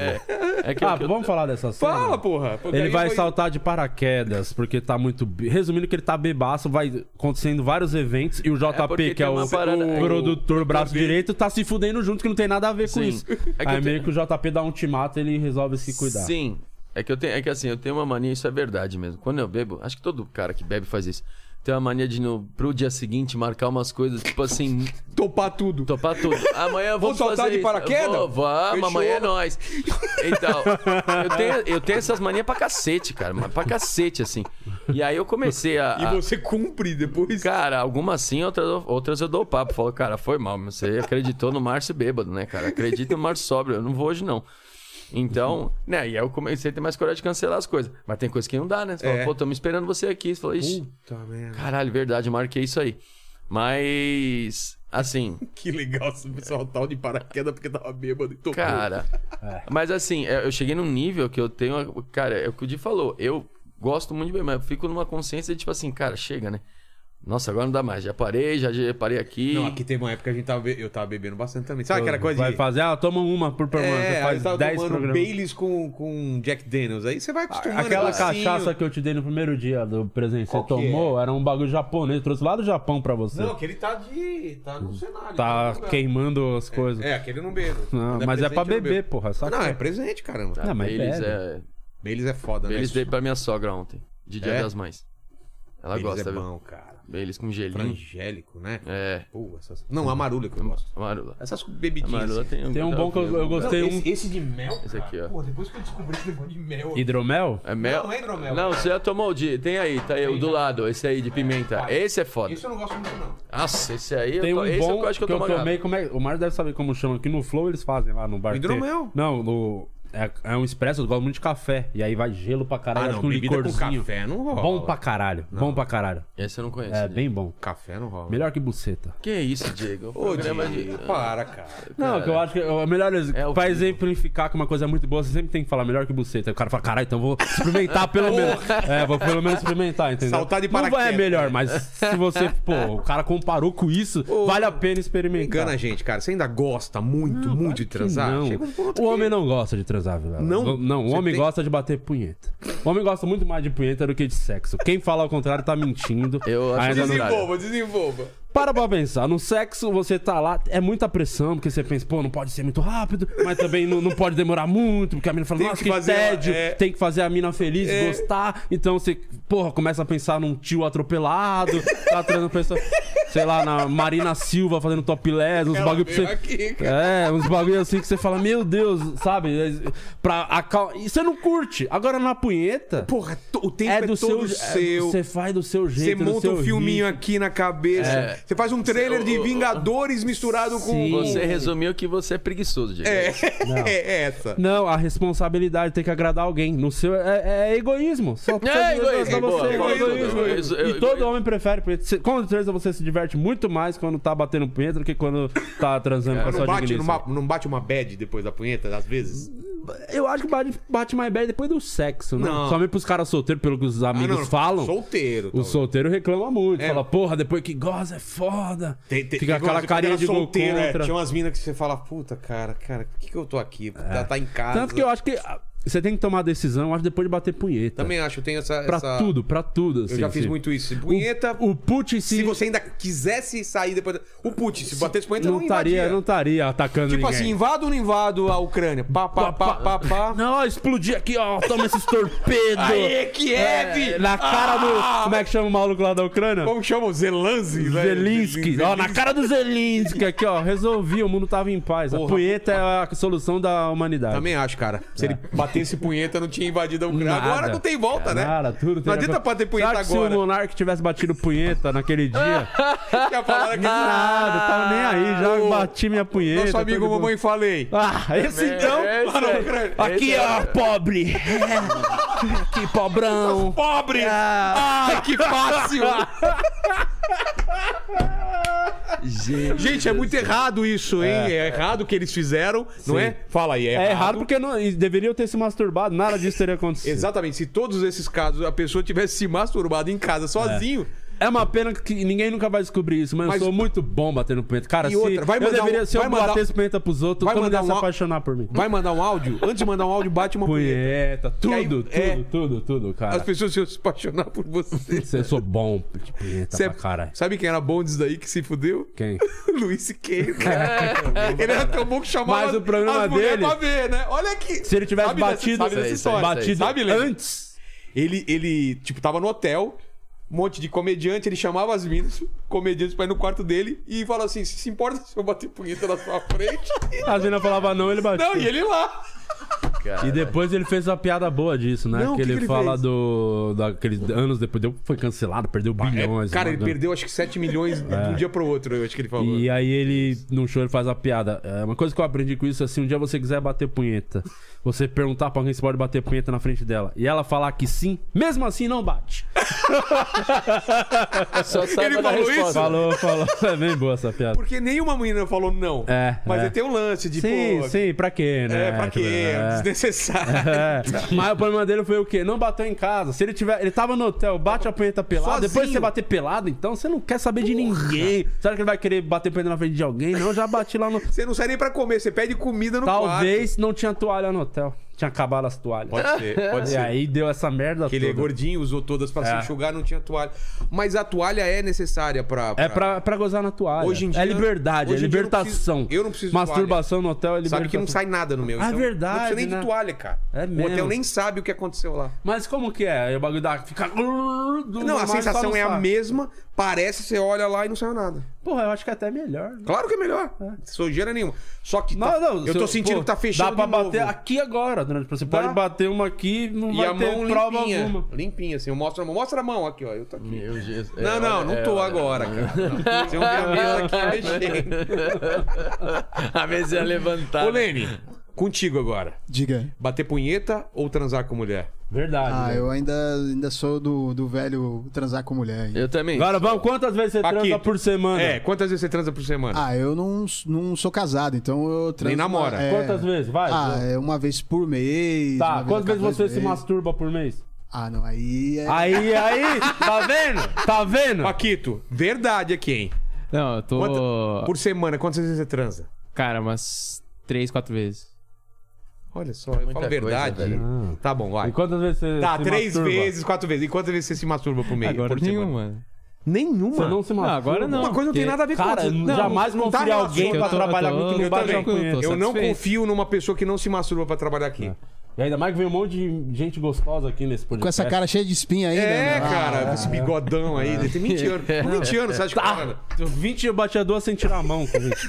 É que eu- Ah, que eu- vamos falar dessa cena? Fala, porra. porque Ele aí vai foi- saltar de paraquedas, porque tá muito. be- Resumindo que ele tá bebaço, vai acontecendo vários eventos e o JP, porque que é tem o, uma parada- o é, o- produtor, braço direito, tá se fudendo junto, que não tem nada a ver com Sim. isso. É que eu Aí te- meio que o JP dá um ultimato ele resolve se cuidar. Sim. É que eu tenho, é que assim, eu tenho uma mania, isso é verdade mesmo. Quando eu bebo, acho que todo cara que bebe faz isso. Tem uma mania de no pro dia seguinte marcar umas coisas, tipo assim, topar tudo. topar tudo. Amanhã vamos saltar fazer de isso. paraquedas? Vou- Vamos, Fechou. amanhã é nós. Então, eu tenho, eu tenho essas manias pra cacete, cara, mas pra cacete assim. E aí eu comecei a, E a- você cumpre depois. Cara, algumas sim, outras, outras eu dou o papo. Falo, cara, foi mal. mas Você acreditou no Márcio bêbado, né, cara? Acredita no Márcio sóbrio. Eu não vou hoje, não. Então, né, e aí eu comecei a ter mais coragem de cancelar as coisas. Mas tem coisa que não dá, né? Você É. fala, pô, tô me esperando você aqui. Você fala, ixi, Puta merda. caralho, verdade, marquei isso aí. Mas, assim, Que legal você saltar de paraquedas porque tava bêbado e topou. cara. É. Mas assim, eu eu cheguei num nível que eu tenho. Cara, é o que o Di falou. Eu gosto muito de beber, mas eu fico numa consciência de tipo assim, cara, chega, né? Nossa, agora não dá mais. Já parei, já já parei aqui. Não, aqui teve uma época que a gente tava, be- eu tava bebendo bastante também. Sabe aquela coisa Vai de... fazer, ah, toma uma por programa. É, você eu faz tava 10 tomando programas. Baileys com, com Jack Daniels. Aí você vai acostumando. Aquela negocinho. cachaça que eu te dei no primeiro dia do presente, você assim, Qual que é? tomou, era um bagulho japonês, trouxe lá do Japão pra você. Não, que ele tá de... Tá no cenário. tá no lugar. queimando as coisas. É, aquele eu não bebo. Não, Quando mas é presente, pra eu não beber, bebo. porra. Só Não, é presente, caramba. Não, mas Eles bebe. Ah, é. Baileys é foda, Eles né? dei pra minha sogra ontem, de Dia É? das Mães. Ela Eles gosta, é viu? bom, cara. Eles com gelinho. Frangélico, né? É. Pô, essas... Não, a marula que eu gosto. A Marula. Essas A bebidinhas. Marula assim. tem um. Hum. Tem um bom que eu, eu Não, gostei. Um esse, esse de mel, Esse cara, aqui, ó. Pô, depois que eu descobri esse negócio de mel... hidromel? É mel? Não, não é hidromel. Não, você já tomou o de. Tem aí, tá aí, o do lado, esse aí de pimenta. Esse é foda. Esse eu não gosto muito, não. Nossa, esse aí Tem eu um to... é esse bom eu acho que eu, tomo tomei. agora. Como é... O Mário deve saber como chama. Que no Flow eles fazem lá no bar. Hidromel. Não, no... é, é um expresso. Eu gosto muito de café. E aí vai gelo pra caralho. Ah, acho não, que um bebida com licorzinho. café não rola. Bom pra caralho. Bom pra caralho. Esse eu não conheço. É né? bem bom. Café não rola. Melhor que buceta. Que isso, Diego? É um Ô, Programa Diego, de- para, cara. Não, que eu acho que é melhor É pra horrível. exemplificar que uma coisa é muito boa, você sempre tem que falar melhor que buceta. Aí O cara fala, caralho, então vou experimentar pelo menos. É, vou pelo menos experimentar, entendeu? Saltar de Não vai é paraquedas. melhor, mas se você, pô, o cara comparou com isso, Ô, vale a pena experimentar. Engana a gente, cara. Você ainda gosta muito, muito de transar? Não. Chega um ponto O que- homem não gosta de transar, Vilela. Não? Não, o Você homem tem- gosta de bater punheta. O homem gosta muito mais de punheta do que de sexo. Quem fala ao contrário tá mentindo. Eu acho Ainda não... que- Desenvolva, desenvolva. Para pra pensar. No sexo, você tá lá, é muita pressão, porque você pensa, pô, não pode ser muito rápido, mas também não, não pode demorar muito, porque a mina fala, Tem nossa, que que, fazer ela- tédio, é. tem que fazer a mina feliz, É. gostar. Então você, porra, começa a pensar num tio atropelado, tá trazendo pessoa, sei lá, na Marina Silva fazendo topless, uns Ela bagulho pra veio você. aqui, cara. É, uns bagulho assim que você fala, meu Deus, sabe? Pra acal... E você não curte. Agora na punheta. Porra, to- o tempo é, é do todo seu, seu. Você faz do seu Você jeito. do monta seu um filminho aqui na cabeça. Você faz um trailer de o- o- Vingadores misturado com. Sim. Você resumiu que você é preguiçoso, Diego. É, é essa. Não, a responsabilidade tem que agradar alguém. No seu é, é egoísmo. Só só É, Deus egoísmo, dá boa, você, É egoísmo, egoísmo. egoísmo, E egoísmo. todo homem prefere. punheta. Você- Com certeza você se diverte muito mais quando tá batendo punheta do que quando tá transando com a Não sua bate, digníssima. numa- não bate uma bad depois da punheta, às vezes? Eu acho que bate, bate mais bem depois do sexo, né? Não. Somente pros caras solteiros, pelo que os amigos Ah, não, falam. Solteiro. então. O talvez. solteiro reclama muito. É. Fala, porra, depois que goza é foda. Tem- tem- teve Fica aquela umas- carinha quando de era gol solteiro, é, contra. É. tinha umas minas que você fala, puta, cara, cara, por que, que eu tô aqui? Tá, tá em casa. Tanto que eu acho que ah, você tem que tomar decisão, eu acho, depois de bater punheta. Também acho, eu tenho essa. Pra essa- tudo, pra tudo. Eu assim, já fiz sim. muito isso. Punheta. O, o put se, Se você ainda quisesse sair depois. da- O Putin, se batesse punheta, não não estaria invadia. não estaria atacando Tipo ninguém. assim, invado ou não invado a Ucrânia? Pá, pá, pá, pá, pá. Não, explodir aqui, ó. Toma esses torpedos. Aê, Kiev! É, na cara Ah! do. Como é que chama o maluco lá da Ucrânia? Como chama? Zelanzi? né? Zelinski, ó, na cara do Zelinski aqui, ó, resolvi, o mundo tava em paz. a Porra, punheta é a solução da humanidade. Também acho, cara. Se ele batesse punheta, não tinha invadido a Ucrânia. Nada. Agora não tem volta, né? Cara, tudo tem Não adianta bater punheta Será que Se o agora. Monark tivesse batido punheta naquele dia, Já falaram que nada, tá tava nem aí, já o- bati minha punheta. nosso amigo tudo bom. mamãe falei. Ah, esse então? É, esse Lá é na Ucrânia. Aqui, ó, pobre. Aqui, pobrão. Pobre! Ah. Ai, que fácil! Gente, Gente, é muito errado isso, hein? É, errado o que eles fizeram, não é? Fala aí, é errado. É errado porque não, e deveriam ter se masturbado, nada disso teria acontecido. Exatamente, se todos esses casos a pessoa tivesse se masturbado em casa sozinho, É uma pena que ninguém nunca vai descobrir isso, mas, Mas- eu sou muito bom batendo punheta. Cara, E se, outra, vai eu mandar deveria, um- se eu vai mandar- batesse punheta pros outros, vai todo mundo ia mandar se um- apaixonar por mim. vai mandar um áudio? Antes de mandar um áudio, bate uma punheta. É. Punheta, tudo, aí- tudo, é. tudo, tudo, As cara. pessoas iam se apaixonar por você. Eu sou bom de punheta Cê- pra caralho. Sabe quem era bom disso daí que se fudeu? Quem? Luiz Siqueira. Ele era tão bom que chamava Mas o problema as mulheres dele- pra ver, né? Olha aqui. Se ele tivesse Sabe dessa- batido, sabe dessa Sei, sei, história? sei. batido Sabe, Leandro? antes, Ele, ele, tipo, tava no hotel, um monte de comediante, ele chamava as minas, comediantes pra ir no quarto dele e falava assim: se se importa se eu bater punheta na sua frente? a Zena falava não, ele batia. Não, e ele lá. cara. E depois ele fez uma piada boa disso, né? Não, o que que ele que ele fala fez? do. Daqueles anos depois. Deu, foi cancelado, perdeu bilhões. é Cara, ele mandou- É. perdeu acho que 7 milhões de um dia pro outro, eu acho que ele falou. E aí ele, no show, ele faz a piada. É, uma coisa que eu aprendi com isso, assim, um dia você quiser bater punheta, você perguntar pra alguém se pode bater punheta na frente dela, e ela falar que sim, mesmo assim não bate. Só saiba Ele da falou resposta. isso? Falou, falou. É bem boa essa piada. Porque nenhuma menina falou não. É, Mas é. ele tem um lance de, sim, pô, sim, pra quê, né? é, pra quê? Tipo, é. Desnecessário. É. Mas o problema dele foi o quê? Não bateu em casa. Se ele tiver. Ele tava no hotel, bate a punheta pelada. Sozinho. Depois de você bater pelado, então você não quer saber de ninguém. Será que ele vai querer bater punheta na frente de alguém? Não, já bati lá no. Você não sai nem pra comer, você pede comida no quarto. Talvez não tinha toalha no hotel. tinha acabado as toalhas. Pode ser, pode E ser. aí deu essa merda Que ele é toda. É. gordinho, usou todas pra se enxugar, não tinha toalha. Mas a toalha é necessária pra. É pra, pra gozar na toalha. Hoje em dia- é liberdade, hoje é em dia eu não libertação. preciso- eu não preciso de Masturbação no hotel é libertação. Sabe que não sai nada no meu. Ah, então verdade, Não precisa nem né? de toalha, cara. É O hotel mesmo. nem sabe o que aconteceu lá. Mas como que é? Aí O bagulho da... Fica... Não, a sensação é a mesma, parece, você olha lá e não saiu nada. Porra, eu acho que é até melhor. né? Claro que é melhor. Sujeira nenhuma. Só que tá- Não, não, eu tô se- sentindo pô, que tá fechando Dá pra de bater novo. aqui agora, durante Você Dá. pode bater uma aqui não E vai a ter mão prova limpinha. alguma. Limpinha, assim. Eu mostro a mão. Mostra a mão aqui, ó. Eu tô aqui. Meu Jesus. É, Não, não, olha, não é, tô olha. agora, cara. Você não vê a mesa Tá aqui mexendo. A mesa é levantada. Ô, Lene, contigo agora. é. Diga. Bater punheta ou transar com mulher? Verdade. Ah, né? eu ainda, ainda sou do, do velho transar com mulher. ainda. Eu também. Agora vamos, quantas vezes você transa Paquito. por semana? É, quantas vezes você transa por semana? Ah, eu não, não sou casado, então eu transo. Nem namora. uma- é, Quantas vezes? Vai. Ah, é uma vez por mês. uma né? tá, a quantas vezes cada você dois se meses. masturba por mês? Ah, não, aí é. Aí, aí, tá vendo? Tá vendo? Paquito, verdade aqui, hein? Não, eu tô. Quanta- Por semana, quantas vezes você transa? Cara, umas três, quatro vezes. Olha só, eu falo coisa, verdade. velho. tá bom, vai. Ah. E quantas vezes você Tá, se três masturba? vezes, quatro vezes. E quantas vezes você se masturba por mês? Agora por semana? nenhuma. Nenhuma? Você não se masturba? Ah, agora não. Uma coisa não tem porque- nada a ver com Cara, outra. Não, jamais não tá confie em alguém relacionado. pra Eu tô- eu trabalhar tô- muito que eu não bate também. com ele. tô- Eu não satisfeito. confio numa pessoa que não se masturba pra trabalhar aqui. E ainda mais que vem um monte de gente gostosa aqui nesse podcast. Com essa cara cheia de espinha ainda. É, né? Ah, cara, esse bigodão Ah. aí, ele tem 20 anos. Com 20 anos, você acha que Tá. o cara- 20 bateador sem tirar a mão com gente.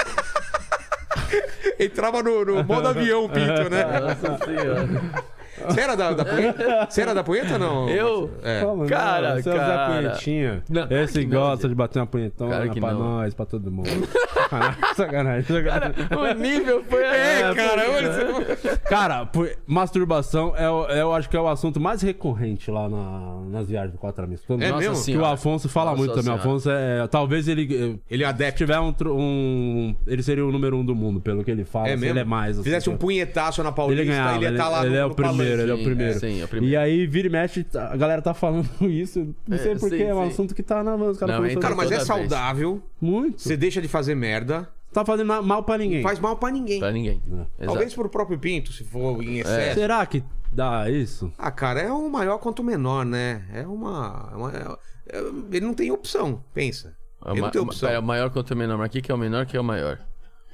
entrava no, no modo avião, Pinto, Ah. né? Nossa Senhora. Você era da, da punheta? Você era da punheta ou não? Eu? É. Cara, esse é o Zé cara. Punhetinha. Não, claro esse que não, gosta Zé. de bater uma punhetona Claro que pra não. nós, pra todo mundo. Sacanagem, sacanagem, sacanagem. O nível foi. É, cara, olha você- Cara, pu- masturbação é, o- é, eu acho que é o assunto mais recorrente lá na- nas viagens do Quatro Amigos. Todo É mundo- mesmo? Nossa Que o Senhora. Afonso fala Nossa muito também. O Senhora. Afonso é. Talvez ele. Ele é Se adepto. tiver um, tro- um- Ele seria o número um do mundo, pelo que ele fala. É assim, mesmo? Ele é mais. assim, Fizesse um sabe? punhetaço na Paulista, Ele ele, ganhava. Ele, ia estar lá ele no, é o no primeiro, ele é o Sim, primeiro. é, sim, é o primeiro. E aí, vira e mexe, tá- a galera tá falando isso. Não sei É, porquê, sim, é um sim. assunto que tá na mão. Os caras Não, falam Cara, sobre- mas é Toda vez. saudável. Muito. Você deixa de fazer merda. Tá fazendo ma- mal pra ninguém. Faz mal pra ninguém. Pra ninguém. Talvez pro próprio Pinto, se for É. em excesso. Será que dá isso? Ah, cara, é um maior quanto menor, né? É uma. é uma- é- é- ele não tem opção, pensa. ele não tem opção. É o maior quanto o menor. Mas aqui que é o menor que é o maior.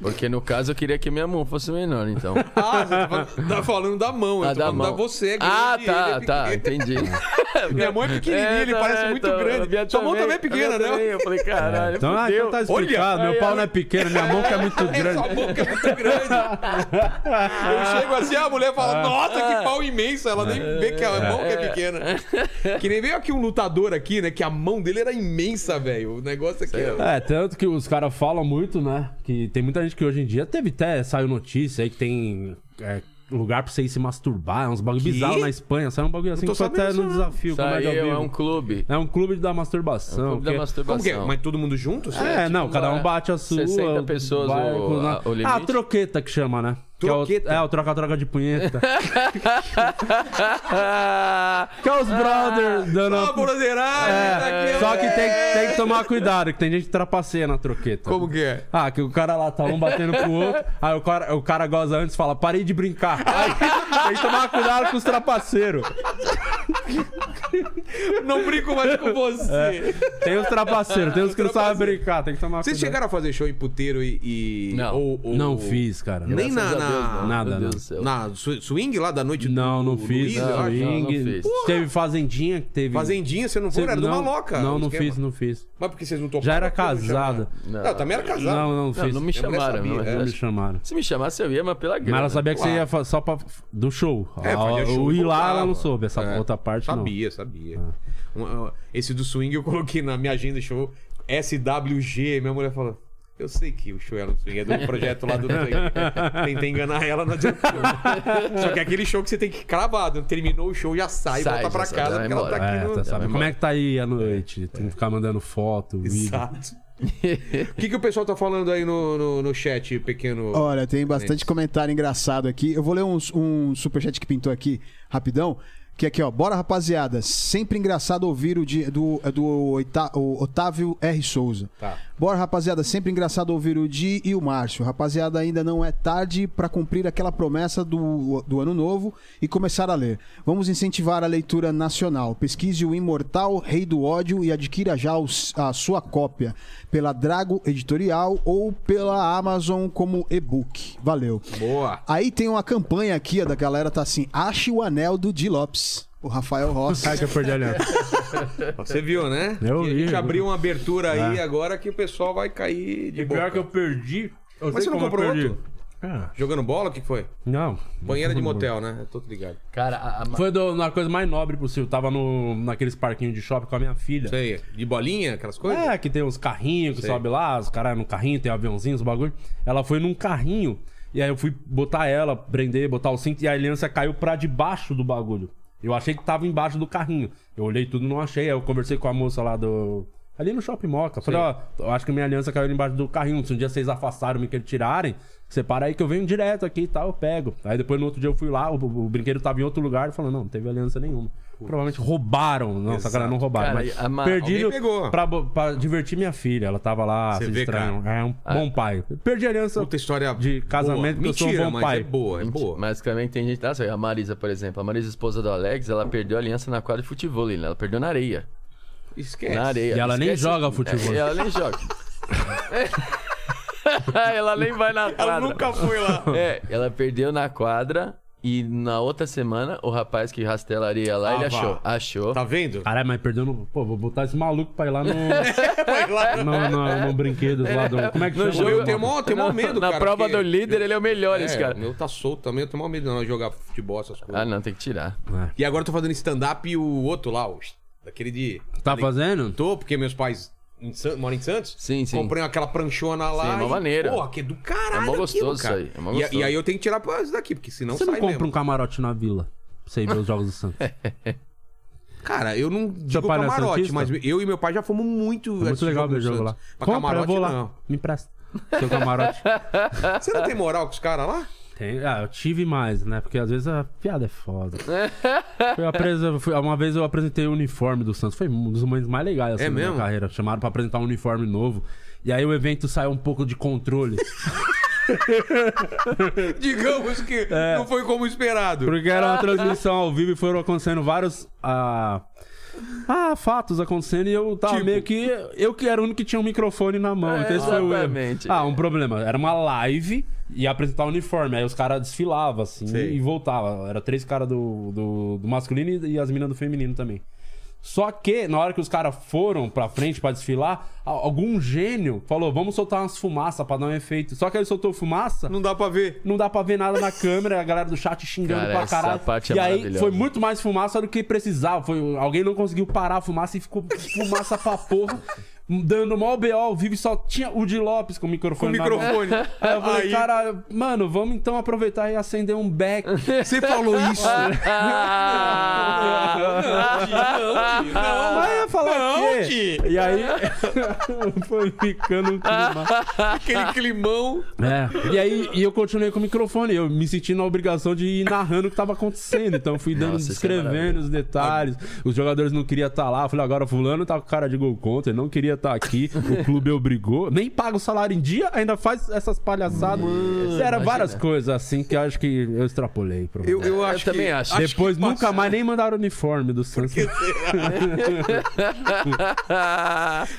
Porque no caso eu queria que minha mão fosse menor, então. Ah, você tá falando, tá falando da mão, eu Ah, tô da falando mão. da você. grande, Ah, ele tá, é tá, pequeno. entendi. Minha mão é pequenininha, ele parece muito tá, então, grande. Sua mão também é pequena, né? Eu falei, caralho, Então, ah, então tá Olha, explicado. aí, meu pau aí. não é pequeno, minha mão que é muito É, sua grande. boca é muito grande. Eu chego assim, a mulher fala, nossa, que pau imenso. Ela nem vê que a mão que é pequena. Que nem veio aqui um lutador aqui, né? Que a mão dele era imensa, velho. O negócio aqui é... É, tanto que os caras falam muito, né? Que tem muita gente que hoje em dia teve até, saiu notícia aí que tem é, lugar pra você ir se masturbar, é uns bagulho bizarro na Espanha, saiu um bagulho assim tô que foi até sabendo no isso, desafio, comédia ao Saiu, é vivo. um clube. É um clube da masturbação. Clube da que- masturbação. Como que é? Mas todo mundo junto? assim? É, não, tipo, cada um é, bate a sua. 60 pessoas vai o- com- a- o limite. Ah, troqueta que chama, né? Que é o- Troqueta. É, o troca-troca de punheta. Ah, que é os brothers dando... Ó, broderagem, É, daqui, só que é. tem, tem que tomar cuidado, que tem gente que trapaceia na troqueta. Como que é? Ah, que o cara lá tá um batendo pro outro, aí o cara, o cara goza antes e fala, parei de brincar. Aí, tem que tomar cuidado com os trapaceiros. Não brinco mais com você. Tem os trapaceiros, tem os que não sabem Trapaceiro. brincar, tem que tomar Vocês cuidado. chegaram a fazer show em puteiro e... e- Não. ou- ou- Não fiz, cara. Nem graças na- a Deus, na- não. Nada, Meu Deus não. do céu. Na swi- swing lá da noite Não, do- não do fiz. Luiz, eu não, acho. swing, não, não fiz. Porra! Teve fazendinha que teve. Fazendinha, você não foi? Era Teve- do Maloca. Não, o não esquema. fiz, não fiz. Mas porque vocês não tocaram? Já era porque não casada. chamaram? Não. Não, eu também era casado. Não, não Não, fiz. não me a mulher chamaram. sabia, mas é. eu Não me acho- chamaram. Se me chamasse, eu ia, mas pela grana. Mas ela sabia que claro. você ia fa- só pra, do show. É, A- fazia show o e ir lá, ela voltava. não soube. Essa É. outra parte, Sabia, sabia. Um, uh, Esse do swing eu coloquei na minha agenda de show SWG. Minha mulher falou. Eu sei que o show era no swing, é do projeto lá do swing. Tentei enganar ela, não adiantou. Só que é aquele show que você tem que cravar. né? Terminou o show, já sai, Sai, volta pra já sai, casa, vai porque ela tá não. aqui É, no. tá sabendo. Como é que tá aí a noite? Tem que ficar mandando foto, vídeo. Exato. O que, que o pessoal tá falando aí no, no, no chat, pequeno. Olha, tem bastante comentário engraçado aqui. Eu vou ler uns- um superchat que pintou aqui, rapidão. Que aqui, ó. Bora, rapaziada. Sempre engraçado ouvir o dia do, do Oita- o Otávio R. Souza. Tá. Bora, rapaziada. Sempre engraçado ouvir o Di e o Márcio. Rapaziada, ainda não é tarde pra cumprir aquela promessa do, do ano novo e começar a ler. Vamos incentivar a leitura nacional. Pesquise o Imortal Rei do Ódio e adquira já os- a sua cópia pela Drago Editorial ou pela Amazon como e-book. Valeu. Boa. Aí tem uma campanha aqui, ó, da galera tá assim: ache o anel do Di Lopes. O Rafael Rossi. Ai, que eu perdi a linha. Você viu, né? Eu Que a vi. Ah. gente abriu uma abertura aí agora que o pessoal vai cair de E boca. pior que eu perdi. Eu Mas sei você não como eu comprou perdi. outro? Ah, Jogando bola, o que que foi? não. Banheira de motel, né? Eu tô ligado. Cara, a, a- Foi do- na coisa mais nobre possível. Tava no, naqueles parquinhos de shopping com a minha filha. Isso aí, de bolinha, aquelas coisas? É, que tem uns carrinhos que Sei. sobe lá, os caras no carrinho, tem aviãozinho, os bagulho. Ela foi num carrinho, e aí eu fui botar ela, prender, botar o cinto, e a aliança caiu pra debaixo do bagulho. Eu achei que tava embaixo do carrinho. Eu olhei tudo não achei. Aí eu conversei com a moça lá do. Ali no shopping moca. Falei, ó, eu acho que minha aliança caiu ali embaixo do carrinho. Se um dia vocês afastaram me que tirarem, você para aí que eu venho direto aqui e tal, eu pego. Aí depois no outro dia eu fui lá, o, o brinquedo tava em outro lugar, e falou, não, não teve aliança nenhuma. Provavelmente roubaram. Não, Exato. sacanagem, não roubaram. Cara, mas a ma- Alguém perdi no- pegou. pra, bo- pra divertir minha filha. Ela tava lá Você se vê, distraindo. É um bom pai. Perdi a aliança. Puta história De casamento, boa. eu sou um Mentira, bom mas pai. é boa, é boa. Mas também tem gente. Ah, sabe, a Marisa, por exemplo. A Marisa, esposa do Alex, ela perdeu a aliança na quadra de futebol, né? ela perdeu na areia. Esquece. Na areia. E ela nem joga futevôlei. É, ela nem joga. É. ela nem vai na quadra. Ela nunca foi lá. É, ela perdeu na quadra e na outra semana o rapaz que rastela a areia lá, Ah, ele vá. achou. Achou. Tá vendo? Caralho, mas perdeu no. Pô, vou botar esse maluco pra ir lá no. Foi lá. no, no, no brinquedo lá do. Como é que No chama? Pô, eu tenho maior, tenho maior medo, na cara. prova porque- do líder, ele é o melhor, É, esse cara. O meu tá solto também, eu tenho maior medo de não jogar futebol, essas coisas. Ah, não, tem que tirar. É. E agora eu tô fazendo stand-up e o outro lá, o... daquele de. Tá fazendo? Tô, porque meus pais em San- moram em Santos. Sim, sim. Comprei aquela pranchona lá. Sim, é mó e- maneiro. Porra, que é do caralho. É mó gostoso aquilo, cara. isso aí, é mó E- E, gostoso. aí eu tenho que tirar pra isso daqui, porque senão Você não sai compra mesmo. É, um camarote na vila pra você ir ver os Jogos do Santos. É Cara, eu não digo pai não é camarote, santista? mas eu e meu pai já fomos muito. É muito legal ver o jogo lá. Pra Compra, eu camarote, vou lá. não. Me empresta. Seu camarote. Você não tem moral com os caras lá? Tem- ah, eu tive mais, né? Porque às vezes a piada é foda. Foi a presa- fui- uma vez eu apresentei o uniforme do Santos. Foi um dos momentos mais legais assim, É da minha mesmo? carreira. Chamaram pra apresentar um uniforme novo. E aí o evento saiu um pouco de controle. Digamos que É. não foi como esperado. Porque era uma transmissão ao vivo e foram acontecendo vários. Ah, ah, fatos acontecendo e eu tava Tipo? meio que. Eu que era o único que tinha um microfone na mão. então esse foi o erro. exatamente. Ah, um problema. Era uma live e ia apresentar o uniforme. Aí os caras desfilavam, assim, Sei. e voltavam. Era três caras do, do, do masculino e as minas do feminino também. Só que, na hora que os caras foram pra frente pra desfilar, a- algum gênio falou: vamos soltar umas fumaças pra dar um efeito. Só que ele soltou fumaça, Não dá pra ver. não dá pra ver nada na câmera, a galera do chat xingando Cara, pra essa caralho. parte é e aí maravilhosa. foi muito mais fumaça do que precisava. Foi, alguém não conseguiu parar a fumaça e ficou fumaça pra porra. Dando mal BO ao vivo e só tinha o de Lopes Com com o o microfone. na mão. microfone. Aí É, eu falei, Aí- caralho, mano, vamos então aproveitar e acender um beck. Você falou isso? não, tio, não. Mas eu ia falar Ah. Não, o quê? Ti. E aí foi ficando um clima. Aquele climão. É. E aí e eu continuei com o microfone, eu me senti na obrigação de ir narrando o que tava acontecendo. Então eu fui dando, Nossa, isso é descrevendo os detalhes. Os jogadores não queriam estar lá. Eu falei, agora fulano tá com cara de gol contra, ele não queria estar aqui. O clube obrigou, nem paga o salário em dia, ainda faz essas palhaçadas. Era várias coisas assim que eu acho que eu extrapolei. Eu, eu acho também que- acho. Depois que nunca passa- mais nem mandaram uniforme do Santos.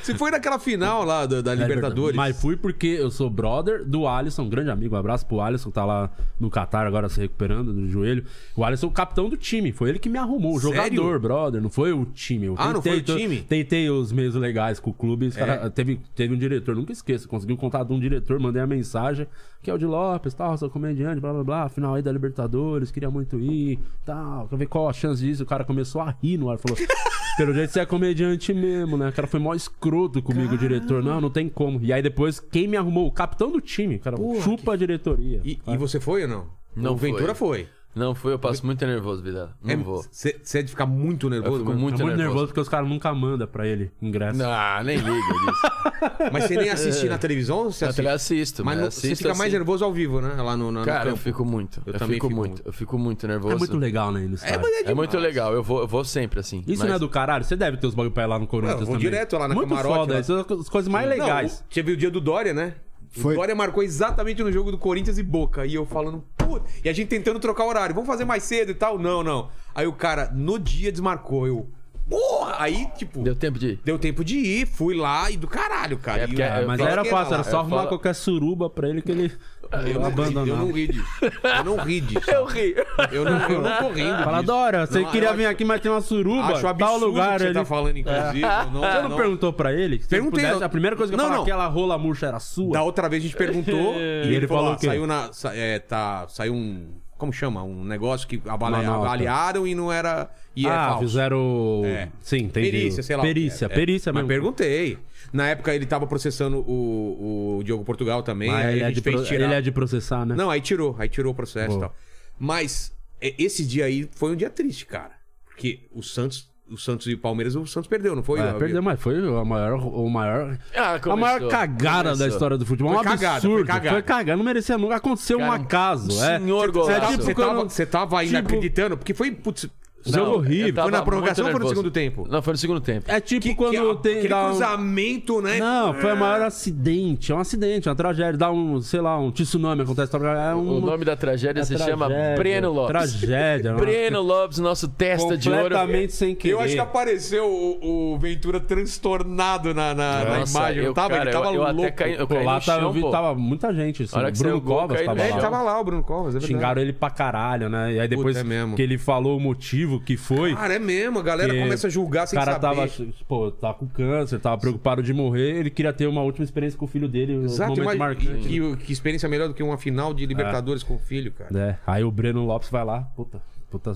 Você foi naquela final lá da, da É Libertadores. verdade. Mas fui porque eu sou brother do Alisson, grande amigo. Um abraço pro Alisson, tá lá no Catar agora se recuperando do joelho. O Alisson, é o capitão do time, foi ele que me arrumou. O Sério? jogador, brother, não foi o time. Eu Ah, não foi o to- time? Tentei os meios legais com o clube. É. os cara- teve, teve um diretor, nunca esqueço. Consegui o contato de um diretor, mandei a mensagem, que é o de Lopes, tal, sou comediante, blá blá blá. Final aí da Libertadores, queria muito ir, tal. Quer ver qual a chance disso? O cara começou a rir no ar, falou. Pelo jeito você é comediante mesmo, né? O cara foi mó escroto comigo, o diretor. Não, não tem como. E aí depois, quem me arrumou? O capitão do time, cara. chupa a diretoria. E, e você foi ou não? Não o Ventura foi. Não fui, eu passo muito nervoso, Vidal. Não vou. Você é de ficar muito Eu nervoso, fico mano? muito, Tô É muito nervoso. nervoso porque os caras nunca mandam pra ele ingresso. Não, Ah, nem liga disso. Mas você nem assiste na televisão? Você Eu assiste? até assisto, Então, assim, Mas mas, não- você assisto fica mais assim. nervoso ao vivo, né? Lá no, na- no Cara, eu campo. fico muito. Eu Eu, também fico fico muito. muito. Eu fico muito nervoso. É muito legal, né? Eles É, mas é É demais. muito legal. Eu vou, eu vou sempre, assim. Isso mas- não é do caralho? Você deve ter os bagulho pra ir lá no Corinthians Não, vou também. direto lá na Muito camarote, foda. lá. Essas são as coisas mais Não, legais. o- Você viu o dia do Dória, né? Foi. O Dória marcou exatamente no jogo do Corinthians e Boca. E eu falando, puta. E a gente tentando trocar horário. Vamos fazer mais cedo e tal? Não, não. Aí o cara, no dia, desmarcou. Eu, porra! Aí, tipo, Deu deu, tempo de ir. tempo de ir, fui lá e do caralho, cara. É, E porque o- é- Ah, mas eu era fiquei lá, fácil, era lá. só eu arrumar falo- qualquer suruba pra ele que ele Eu não, ri, eu abandonava. não ri disso. Eu não ri disso. Eu ri. Eu não, eu não tô rindo. Fala, Dora, você Não, queria eu vir aqui, mas tem uma suruba, Acho tal absurdo o lugar que você ali. tá falando, inclusive. Eu Não, Você não, perguntou pra ele? Se ele Perguntei, pudesse, eu- A primeira coisa que eu Não, falava, não. aquela rola murcha era sua. Da outra vez a gente perguntou e ele, ele falou, falou "Ah, o quê? saiu na sa- é, tá, saiu um como chama, um negócio que avalia- Uma nota. avaliaram e não era e é ah, falso. fizeram. É. Sim, entendi. Perícia, sei lá. É, Perícia, é. perícia Mas mesmo. perguntei. Na época ele tava processando o, o Diogo Portugal também, Mas aí ele, a é gente de fez pro- tirar. ele é de processar, né? Não, aí tirou, aí tirou o processo e Boa. tal. Mas é, esse dia aí foi um dia triste, cara, porque o Santos, o Santos e o Palmeiras, o Santos perdeu, não foi? É, Gabriel? perdeu, mas foi a maior, o maior, Ah, a começou. maior cagada Começou. da história do futebol. Foi um cagada, absurdo. foi cagada. Foi cagada, não merecia nunca. Aconteceu Cara, um um acaso. é. senhor Você golaço. tava, É tipo você quando- tava, você tava ainda tipo- acreditando, porque foi, putz, Jogo eu horrível. tava Foi na prorrogação muito ou foi no nervoso. segundo tempo? Não, foi no segundo tempo. É tipo que, quando que, tem. aquele dá um- cruzamento, né? Não, É. foi o maior acidente. É um acidente, é uma tragédia. Dá um, sei lá, um tsunami acontece. É um, O nome da tragédia é se tragédia. chama Breno Lopes. Tragédia. né? Breno Lopes, nosso testa de ouro. Completamente sem querer. Eu acho que apareceu o, o Ventura transtornado na, na, na Nossa, imagem. eu, não tava, cara, ele tava eu, eu louco. até caí, eu Pô, caí lá no tava, eu chão, vi- pô. tava muita gente. Assim, A hora que Bruno saiu o gol, Covas caí no tava É, lá. ele tava lá, o Bruno Covas. É verdade. Xingaram ele pra caralho, né? E aí depois Puta, é mesmo. que ele falou o motivo que foi. Cara, é mesmo. A galera que começa a julgar sem O cara saber. tava, pô, tava com câncer, tava preocupado de morrer. Ele queria ter uma última experiência com o filho dele, o Exato, momento imagina. marquinhos. Que, que experiência melhor do que uma final de Ah. Libertadores com o filho, cara. É, aí o Breno Lopes vai lá, puta, puta.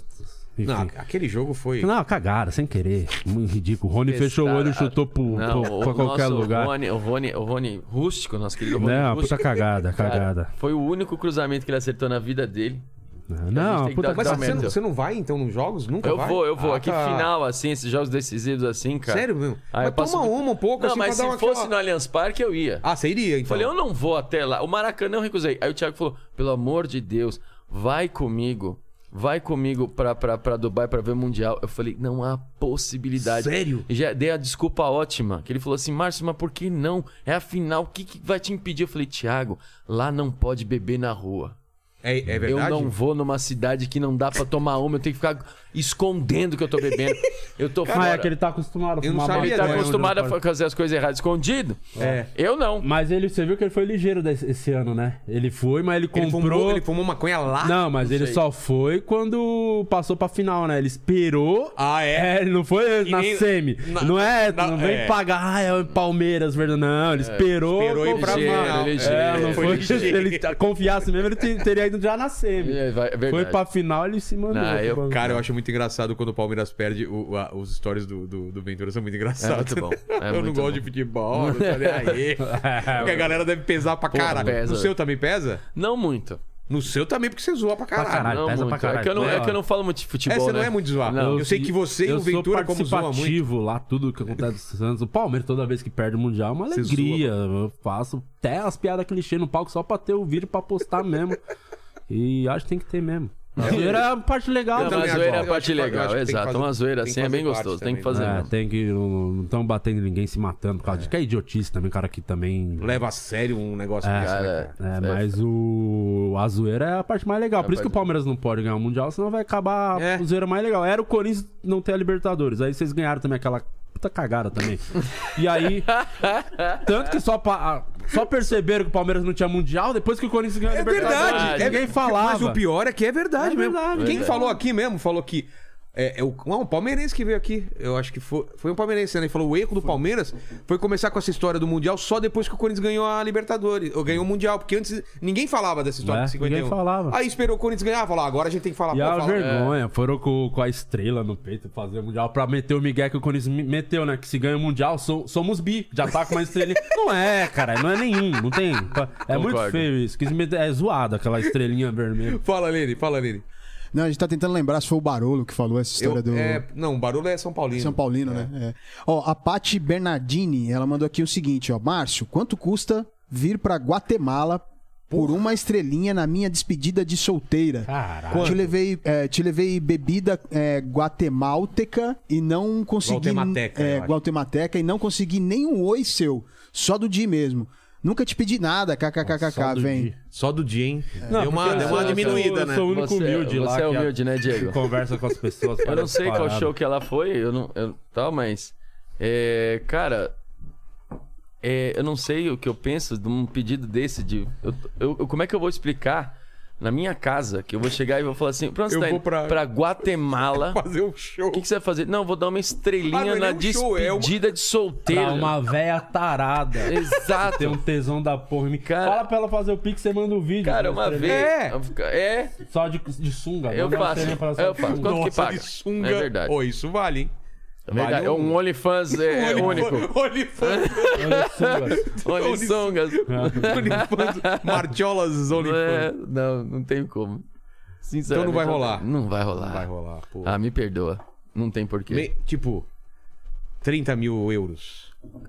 Enfim. Não, Não, aquele jogo foi... cagada, sem querer. Muito ridículo. O Rony Esse fechou o olho e cara- chutou pro, Não, pro- o pra qualquer nosso lugar. Rony, o, Rony, o Rony Rústico, nosso querido Rony Né, uma Rústico. puta cagada, cara, cagada. foi o único cruzamento que ele acertou na vida dele. Não, tem que puta dar- Mas cagada. dar- você, não- Exatamente. você não vai, então, nos jogos? Nunca Eu vai? vou, eu vou. Ah, Aqui tá. final, assim, esses jogos decisivos, assim, cara. Sério, mesmo? Ah, mas eu passo toma muito- uma um pouco, Não, assim, mas pra dar se uma... fosse no Allianz Parque, eu ia. Ah, você iria, então? Falei, eu não vou até lá. O Maracanã eu recusei. Aí o Thiago falou: pelo amor de Deus, vai comigo. Vai comigo pra, pra, pra Dubai pra ver o Mundial. Eu falei, não há possibilidade. Sério? E já dei a desculpa ótima. Que ele falou assim, Márcio, mas por que não? É a final, o que, que vai te impedir? Eu falei, Thiago, lá não pode beber na rua. É, é verdade? Eu não vou numa cidade que não dá pra tomar uma. Eu tenho que ficar escondendo que eu tô bebendo. Eu tô Ah, fora. é que ele tá acostumado a Eu não fumar né? sabia, Ele tá É, maconha, acostumado onde não a fazer as coisas erradas escondido. É. Eu não. Mas ele, você viu que ele foi ligeiro desse- esse ano, né? Ele foi, mas ele Ele comprou. fumou, ele fumou maconha lá? Não, mas ele sei. só foi quando passou pra final, né? Ele esperou. Ah, é? É, ele não foi Que na nem- semi. na- não é, na- não vem é. pagar, ah, é o Palmeiras, verdade. Não, ele esperou. Esperou ir comprar- pra Ligeiro, final. ligeiro. É, não Ele foi. Se ele t- confiasse mesmo, ele te- teria ido já na semi. É, vai- é verdade. foi pra final, ele se mandou. Não, pro eu- banco. Cara, eu acho muito engraçado quando o Palmeiras perde, o- a- os stories do, do, do Ventura são muito engraçados. É muito bom. É eu não muito gosto de bom. futebol, não tô nem aí. É, Porque a galera deve pesar pra Porra, caralho. pesa. No seu também pesa? Não muito. No seu também, porque você zoa pra caralho. caralho. Ah, não pesa pra muito. caralho. É que eu não, é Não. que eu não falo muito de É, futebol, você não né? é muito zoado. Não. Eu sei que você e o eu sou Ventura, como zoa muito. participativo lá, tudo que acontece no Santos. O Palmeiras, toda vez que perde o Mundial, é uma Você alegria. Eu faço até as piadas clichê no palco só pra ter o vídeo pra postar mesmo. E acho que tem que ter mesmo. Era a parte legal. Não, né? também mas acho. zoeira Eu é a acho que parte tem que legal, fazer- exato. Uma tem zoeira que assim é fazer bem parte gostoso, tem que também, né? Ah, fazer. É, mesmo. tem que. Não estão batendo ninguém, se matando por causa disso. Que é idiotice também, cara, que também. Leva a sério um negócio desse, né, Cara, cara? É, mas o. A zoeira é a parte mais legal. Por isso que o Palmeiras não pode ganhar o Mundial, senão vai acabar a É. zoeira mais legal. Era o Corinthians não ter a Libertadores. Aí vocês ganharam também aquela puta cagada também. e aí. Tanto que só, pa- a- só perceberam que o Palmeiras não tinha Mundial depois que o Corinthians ganhou a É Libertadores. verdade. É, Ninguém falava. Mas o pior é que é verdade É mesmo. verdade. Quem É. falou aqui mesmo falou que. É, é o, não, um palmeirense que veio aqui. Eu acho que foi, foi um palmeirense, né? Ele falou: o erro do Palmeiras foi começar com essa história do Mundial só depois que o Corinthians ganhou a Libertadores. Ou ganhou o Mundial. Porque antes ninguém falava dessa história É, de 51. ninguém falava. Aí esperou o Corinthians ganhar. Falou: ah, agora a gente tem que falar. E Pô, a fala- vergonha, foram com, com a estrela no peito fazer o Mundial pra meter o Miguel que o Corinthians me- meteu, né? Que se ganha o Mundial, so- somos bi, já tá com uma estrelinha. não é, cara, não é nenhum, não tem. É muito feio isso, quis meter, é zoado aquela estrelinha vermelha. Fala, Lene, fala, Lene. Não, a gente tá tentando lembrar se foi o Barolo que falou essa história Eu- do. é, não, Barulho é São Paulino. São Paulino, né? É. Ó, a Paty Bernardini, ela mandou aqui o seguinte, ó. Márcio, quanto custa vir pra Guatemala por uma estrelinha na minha despedida de solteira? Caralho. Te levei, é, te levei bebida é, guatemalteca e não consegui... Guatemateca, eu é, acho. guatemateca e não consegui nem um oi seu, só do dia mesmo. Nunca te pedi nada, kkkk, vem. Só do dia, hein? deu uma, porque deu eu uma sou- diminuída, eu né? sou o único Você- humilde lá. você é que a- humilde, né, Diego? que Conversa com as pessoas. Eu não sei qual parada. show que ela foi, eu não. Eu, tal, mas. é, cara. é, eu não sei o que eu penso de um pedido desse de. eu- eu- eu- como é que eu vou explicar na minha casa que eu vou chegar e vou falar assim: Pronto, você Eu tá vou indo pra- pra... Guatemala. Fazer um show. O que, que você vai fazer? Não, eu vou dar uma Ah, estrelinha não é na nem um despedida show, é uma- de solteiro. Pra uma véia tarada. Exato. Tem um tesão da porra em mim. Cara- Fala pra ela fazer o pix, você manda o vídeo. Cara, né? uma Você- vez. É. Tá É. Só de, de sunga. Eu manda uma faço, cena pra ela um só eu de faço. sunga. Quanto que assim. Nossa, paga? de sunga. É verdade. Ô, isso vale, hein? É verdade, é um OnlyFans é, é único. Olifante. Olha, sungas. OnlySongas. Martiolas Não, Olifante. é- não, não tem como. Então não vai Sinceramente, rolar. Não vai rolar. Vai rolar, pô. Ah, me perdoa. Não tem porquê. Me- tipo, 30 mil euros.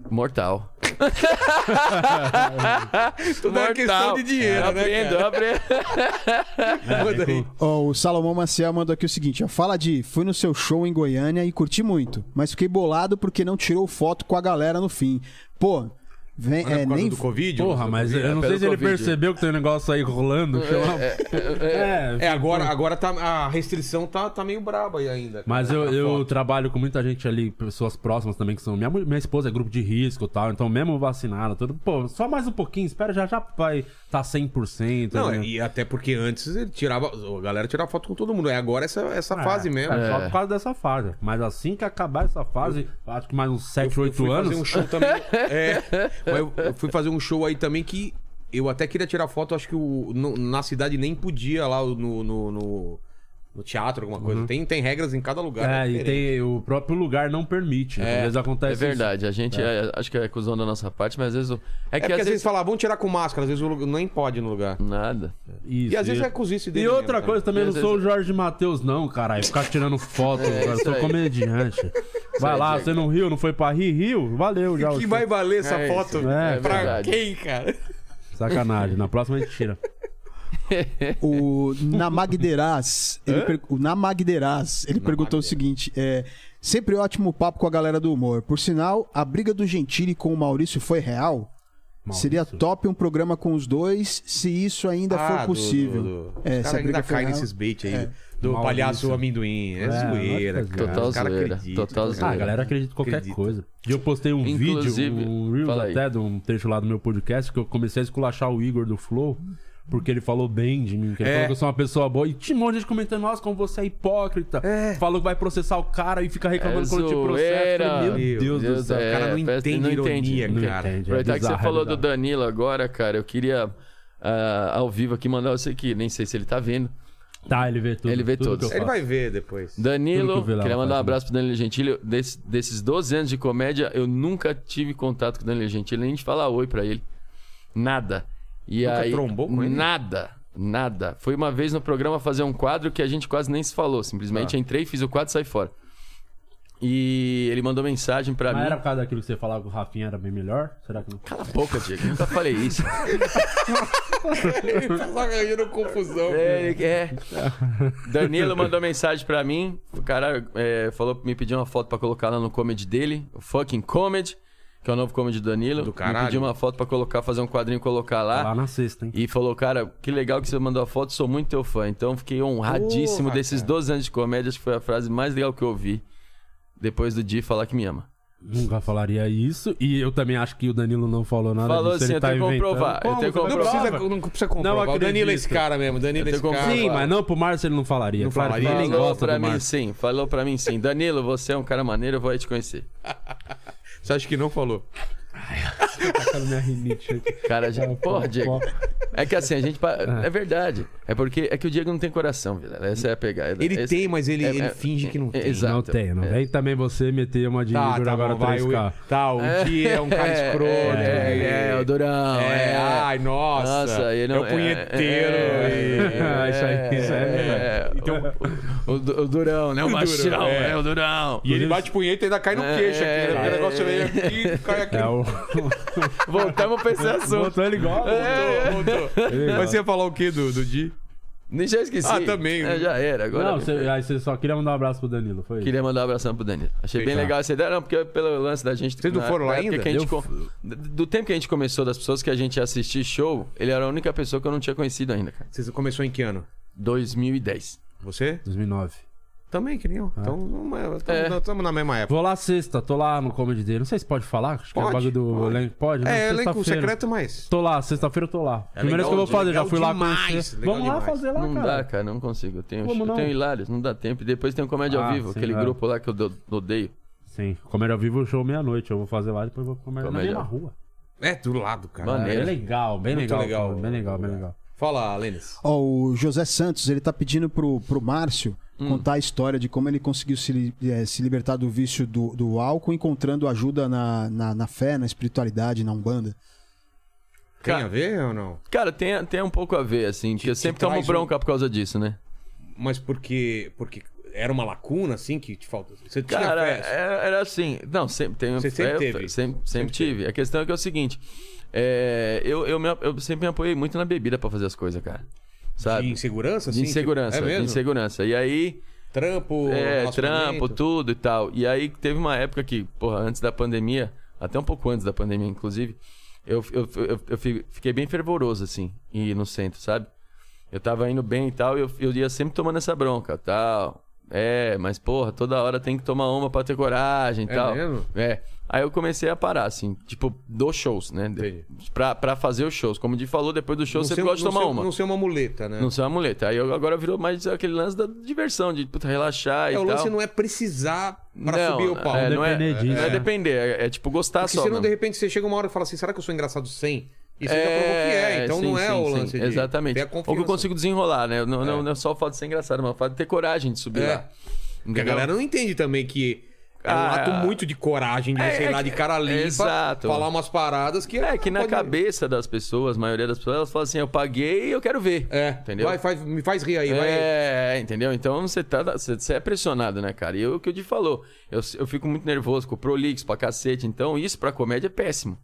Mortal. Tudo é questão de dinheiro, Eu né, Aprendo, cara? eu aprendo. É, Manda aí. Ó, o Salomão Maciel mandou aqui o seguinte, ó. Fala de, fui no seu show em Goiânia e curti muito, mas fiquei bolado porque não tirou foto com a galera no fim. Pô, vem, Não é é, por causa nem... do Covid? Porra, mas é eu não pelo sei se ele né? Covid. percebeu que tem um negócio aí rolando. que é uma- É, É, agora, agora tá, a restrição tá, tá meio braba aí ainda. Mas cara, Tá eu, na eu foto. trabalho com muita gente ali, pessoas próximas também que são. Minha, mu- minha esposa é grupo de risco e tal, então mesmo vacinada, tudo. Pô, só mais um pouquinho, espera, já já vai tá 100%. Não, né? e até porque antes ele tirava. A galera tirava foto com todo mundo. É agora essa, essa fase mesmo. É, Só por causa dessa fase. Mas assim que acabar essa fase, acho que mais uns 7, Eu 8 fui É, anos. fazer um show também. é, mas eu, eu fui fazer um show aí também que eu até queria tirar foto, acho que o- no- na cidade nem podia lá no, no, no- no teatro, alguma coisa. Tem, tem regras em cada lugar. Uhum. É, e diferente. tem, o próprio lugar não permite. né? Às vezes acontece É verdade, a gente é- acho que é cuzão da nossa parte, mas às vezes. o- É É que porque às vezes. fala, vamos tirar com máscara, às vezes o lugar- nem pode no lugar. Nada. isso. E às vezes é cozice dele. E outra mesmo, coisa também, eu não E né? às É, sou o Jorge Matheus, não, caralho. Ficar tirando foto, cara. Eu isso sou aí. comediante. Vai lá, você não riu, não foi pra rir, riu? Valeu já. né? o Que show. vai valer essa É isso, foto é pra verdade. quem, cara? Sacanagem. Na próxima a gente tira. O Namagderaz, ele per- o Namagderaz, ele perguntou o seguinte, é, sempre ótimo papo com a galera do humor. Por sinal, a briga do Gentili com o Maurício foi real? Seria top um programa com os dois, se isso ainda Ah, for do- possível. do- do- É, Os se caras a briga ainda foi caem real. nesses bait aí. Do Maurício. palhaço amendoim. É, É, zoeira, lógico, cara. né? total Os caras zoeira, acreditam, total cara. Ah, a galera acredita em qualquer Acredito. coisa. E eu postei um Inclusive, vídeo, um Reels fala aí. até, de um trecho lá do meu podcast, que eu comecei a esculachar o Igor do Flow, porque ele falou bem de mim, que ele É. falou que eu sou uma pessoa boa. E tinha um monte de gente comentando, nossa, como você é hipócrita. Falou que vai processar o cara e fica reclamando É quando te processa. zoeira. Eu falei, Meu Deus, do céu. O cara não É, parece que entende não entende. ironia, Não cara. entende, é Aproveitar que você bizarro, é falou do bizarro. Danilo agora, cara, eu queria ah, ao vivo aqui mandar você aqui, nem sei se ele tá vendo. Tá, ele vê tudo. Ele vê tudo todos. que eu Ele faço. vai ver depois. Danilo, Tudo que o Vilela queria mandar faz, um né? abraço pro Danilo Gentili. Desse- desses 12 anos de comédia, eu nunca tive contato com o Danilo Gentili, nem de falar oi pra ele. Nada. E Nunca aí, trombou com ele? Nada. Nada. Foi uma vez no programa fazer um quadro que a gente quase nem se falou. Simplesmente Tá. entrei, fiz o quadro e saí fora. E ele mandou mensagem pra Mas mim. era por causa daquilo que você falava que o Rafinha era bem melhor? Será que não? Cala a boca, Diego. Eu nunca falei isso. Ele tá só ganhando confusão. É, é. Danilo mandou mensagem pra mim. O cara é, falou, me pediu uma foto pra colocar lá no comedy dele. O fucking comedy, que é o novo comedy do Danilo. Do caralho. Me pediu uma foto pra colocar, fazer um quadrinho e colocar lá. Tá Lá na sexta, hein? E falou, cara, que legal que você mandou a foto, sou muito teu fã. Então fiquei honradíssimo Porra, desses 12 anos de comédia, acho que foi a frase mais legal que eu ouvi. Depois do dia falar que me ama. Nunca falaria isso. E eu também acho que o Danilo não falou nada Falou disso. assim, ele eu tá tenho que inventando. comprovar, eu Como tenho que você Não comprovar. precisa, não precisa comprovar. Não o Danilo é esse acredito. cara mesmo. o Danilo é esse Eu tenho cara. Sim, Ah, mas não, pro Márcio ele não falaria. Não Claro, falaria. Ele nem Falou gosta pra do mim Márcio. sim, falou pra mim sim. Danilo, você é um cara maneiro, eu vou aí te conhecer. Você acha que não falou? Tacando minha rinite aqui. Cara, já. Porra, Diego. É que assim, a gente. pa- É. É verdade. É porque é que o Diego não tem coração, Vila. Essa é a pegada. Ele Esse- tem, mas ele, é- ele é- finge que não tem. Exato. Não tem, não. É. Tá, Vem também você meter uma de Igor agora tá, bom, vai, 3K. o- Tá, o Di é um cara É, escroto. É, ele- é, o Durão. É, ai, nossa. Nossa, ele é não o punheteiro. e- Ah, isso aí, isso aí, é, o, o- o Durão, né? O machão, é. é. o Durão. E ele bate punheta e ainda cai no queixo É, aqui. né? é, o negócio veio aqui e cai aqui. É o. Voltamos pra esse assunto. Botou ele igual. né? É, Voltou. Mas você ia falar o quê do, do Di? Nem já esqueci. Ah, também. É, já era, agora. é. Não, você, aí você só queria mandar um abraço pro Danilo, foi? Queria mandar um abração pro Danilo. Achei bem Tá. legal essa ideia, não, porque pelo lance da gente. Vocês não na- foram lá na época ainda? que a gente Eu co- Do tempo que a gente começou, das pessoas que a gente assistia show, ele era a única pessoa que eu não tinha conhecido ainda, cara. Você começou em que ano? 2010. Você? 2009. Também, que nem eu. Então, É. estamos na mesma época. Vou lá sexta, tô lá no Comedy Day. Não sei se pode falar, acho que é Pode, bagulho do pode. elenco. Pode, né? É, elenco Sexta-feira. secreto, mas. Tô lá, sexta-feira eu tô lá. É Primeira legal vez que eu vou de- fazer, já legal fui lá demais, conhecer. legal Vamos lá demais. fazer lá, não cara. dá, cara, não consigo. Eu tenho, Como eu não? tenho hilários, não dá tempo. E depois tem o Comédia Ah, ao Vivo, sim, aquele é. grupo lá que eu do- odeio. Sim, comédia ao vivo, show meia-noite. Eu vou fazer lá, depois eu vou comer na Comédia. mesma rua. É, do lado, cara. Mano, É Maneiro. legal, bem Muito legal, legal. cara, Bem legal, bem legal. Fala, Lênis. Ó, o José Santos, ele tá pedindo pro, pro Márcio contar a história de como ele conseguiu se, li- eh, se libertar do vício do, do álcool, encontrando ajuda na, na, na fé, na espiritualidade, na Umbanda. Tem Ca- a ver ou não? Cara, tem, tem um pouco a ver, assim, porque eu sempre tomo traz um- bronca por causa disso, né? Mas porque, porque era uma lacuna, assim, que te falta. Você tinha Cara, fé. era, era assim. Não, sempre tem. Você sempre eu- teve? Sempre, sempre tive. A questão é que é o seguinte: é, eu, eu, me- eu sempre me apoiei muito na bebida pra fazer as coisas, cara. De Sabe? insegurança, assim? é- De Tipo, insegurança, é de mesmo? insegurança. E aí, Trampo, é, trampo, relacionamento. tudo e tal. E aí teve uma época que, porra, antes da pandemia, até um pouco antes da pandemia, inclusive, eu, eu, eu, eu fi- fiquei bem fervoroso, assim, em ir no centro, sabe? Eu tava indo bem e tal, e eu, eu ia sempre tomando essa bronca, tal. É, mas porra, toda hora tem que tomar uma pra ter coragem e É tal. mesmo? É. Aí eu comecei a parar, assim, tipo, dos shows, né? De- Entendi. Pra, pra fazer os shows. Como o Di falou, depois do show Não você ser- gosta de não tomar ser- uma. Não ser uma muleta, né? Não sei é uma muleta. Aí eu- agora virou mais aquele lance da diversão, de puta, relaxar e É, tal. o lance não é precisar pra Não, subir o pau. É, não, é, Depender disso, não é né? depender, é, é tipo gostar Porque só. senão, de mesmo. repente, você chega uma hora e fala assim, será que eu sou engraçado sem? E você já É, provou que é, então não sim, é sim, o sim, lance de... Exatamente. ter a Ou que confiança. eu consigo desenrolar, né? Não, não- É. não é só o fato de ser engraçado, mas o fato de ter coragem de subir É. lá. Porque a Entendeu? galera não entende também que é um Ah, ato muito de coragem, de é, sei é lá, que- de cara limpa, Exato. falar umas paradas que... É que na pode- cabeça das pessoas, a maioria das pessoas, elas falam assim: eu paguei e eu quero ver. É, Entendeu? Vai, faz, me faz rir aí, vai. É, entendeu? Então você, tá, você, você é pressionado, né, cara? E eu- o que o Di falou, eu, eu fico muito nervoso com o Prolix, pra cacete. Então isso pra comédia é péssimo.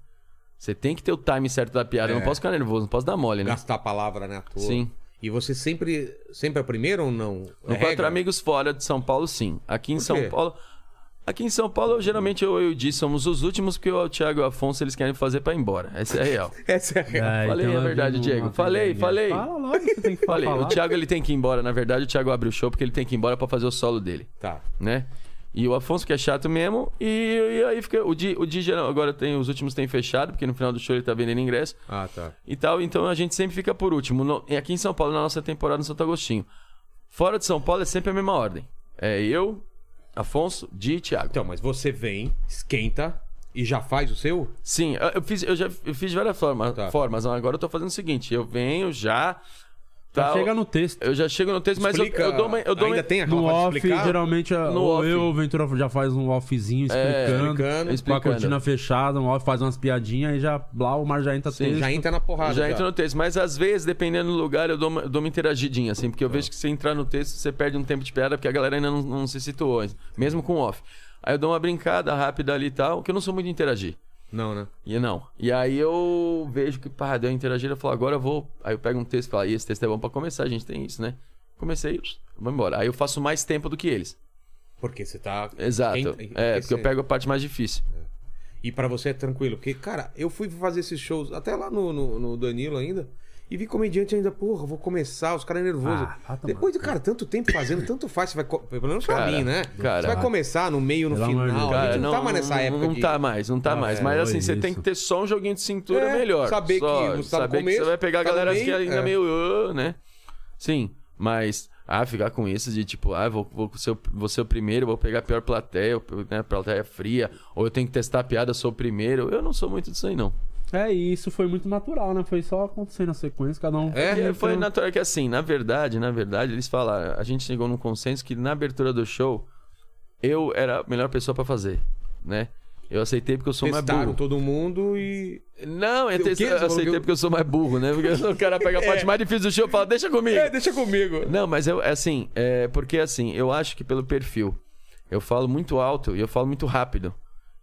Você tem que ter o time certo da piada. É. Eu não posso ficar nervoso, não posso dar mole, né? Gastar a palavra, né, à toa. Sim. E você sempre, sempre é o primeiro ou não? É No É Quatro Amigos Fora de São Paulo, sim. Aqui em Por quê? São Paulo. Aqui em São Paulo, eu, geralmente eu e o Di somos os últimos que o Thiago e o Afonso eles querem fazer pra ir embora. Essa é a real. Essa é a real. Ah, Falei então a eu verdade, não- Diego. não tem Falei, ideia. falei. Fala logo que tem que Falei, falar. o Thiago ele tem que ir embora. Na verdade, o Thiago abre o show porque ele tem que ir embora pra fazer o solo dele. Tá. né? E o Afonso, que é chato mesmo, e, e aí fica. O Di, o Di geral- agora tem, os últimos tem fechado, porque no final do show ele tá vendendo ingresso Ah, tá. e tal, então a gente sempre fica por último. No- e aqui em São Paulo, na nossa temporada no Santo Agostinho. Fora de São Paulo é sempre a mesma ordem. É eu, Afonso, Di e Thiago. Então, mas você vem, esquenta e já faz o seu? Sim, eu- eu fiz, eu já eu fiz de várias forma, Tá. formas. Agora eu tô fazendo o seguinte: eu venho já. Já tal, chega no texto. Eu já chego no texto, mas eu, Explica- eu dou uma. é Eu dou uma Ainda tem aquela No parte de off, explicar? geralmente, a- No ou off. É, eu ou o Ventura já faz um offzinho explicando. explicando. Com a Explicando. cortina fechada, um off, faz umas piadinhas e já lá o mar já entra texto. Já entra na porrada. Já entra no texto, mas às vezes, dependendo do lugar, eu dou uma, eu dou uma interagidinha, assim, porque eu Tá. vejo que se entrar no texto, você perde um tempo de piada, porque a galera ainda não, não se situou, mesmo com off. Aí eu dou uma brincada rápida ali e tal, que eu não sou muito de interagir. Não, né? E não. E aí eu vejo que, pá, deu uma interagida, eu falo, agora eu vou. Aí eu pego um texto e falo, "Ih, esse texto é bom pra começar, a gente tem isso, né? Comecei, vamos embora. Aí eu faço mais tempo do que eles. Porque você tá. Exato. Quem- é, porque esse- eu pego a parte mais difícil. E pra você é tranquilo. Porque, cara, eu fui fazer esses shows até lá no, no, no Danilo ainda. E vi comediante ainda, porra, vou começar, os caras nervosos. Ah, vai tomar Depois de, cara, tanto tempo fazendo, tanto faz, você vai. co- Pelo menos pra Cara, mim, né? cara. você vai começar no meio, no Pelo amor de final. Deus. a gente Cara, não, tá mais nessa época. Não de- tá mais, não tá Ah, mais. é, Mas assim, olha você tem isso. que ter só um joguinho de cintura É, melhor. saber só, que você tá no saber que é começo, você vai pegar a tá no galera meio, que ainda é. meio, "Ah", né? Sim, mas Ah, ficar com isso de tipo, ah, vou, vou, ser, o- vou ser o primeiro, vou pegar a pior plateia, né, plateia fria, ou eu tenho que testar a piada, eu sou o primeiro. Eu não sou muito disso aí, não. É, e isso foi muito natural, né? Foi só acontecendo na sequência, cada um. É? E foi Então- natural que assim, na verdade, na verdade, eles falaram, a gente chegou num consenso que na abertura do show eu era a melhor pessoa pra fazer, né? Eu aceitei porque eu sou mais Testaram é burro. todo mundo e. Não, eu, O quê? testei- Você eu falou que aceitei eu- porque eu sou mais burro, né? Porque o cara pega a parte mais difícil do show e fala, deixa comigo. É, deixa comigo. Não, mas eu, é assim, é porque assim, eu acho que pelo perfil, eu falo muito alto e eu falo muito rápido.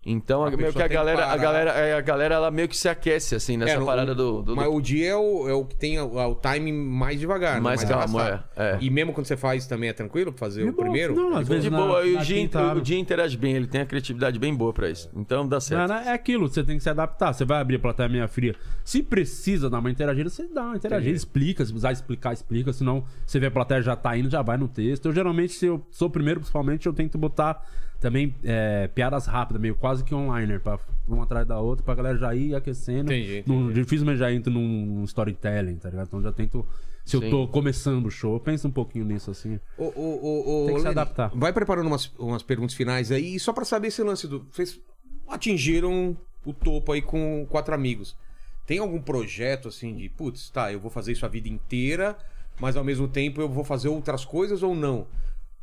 Então, A meio pessoa que a tem que galera, a parar. galera, é, a galera, ela meio que se aquece, assim, nessa É, no- parada do, do, Mas do o dia é o, é o que tem o, é o timing mais devagar, né? mais calmo, é, arrastado. é. E mesmo quando você faz também é tranquilo pra fazer De o boa. primeiro? É Não, às vezes de na- boa, e na o Jim, quinta abre. o Jim interage bem, ele tem a criatividade bem boa pra isso. Então dá certo. Não, não, é aquilo, você tem que se adaptar. Você vai abrir a plateia meia fria. Se precisa dar uma interagida, você dá uma interagida, explica. Se precisar explicar, explica. Senão você vê a plateia já tá indo, já vai no texto. Eu geralmente, se eu sou o primeiro, principalmente, eu tento botar também é, piadas rápidas, meio quase que online, pra um atrás da outra, pra galera já ir aquecendo. Entendi, entendi. Num- dificilmente já entro num storytelling, tá ligado? Então já tento. Se eu Sim. tô começando o show, eu penso um pouquinho nisso assim. O, o, o, Tem que se Lenny, adaptar. Vai preparando umas, umas perguntas finais aí, e só pra saber esse lance do. Vocês atingiram o topo aí com quatro amigos. Tem algum projeto assim de, putz, tá, eu vou fazer isso a vida inteira, mas ao mesmo tempo eu vou fazer outras coisas ou não?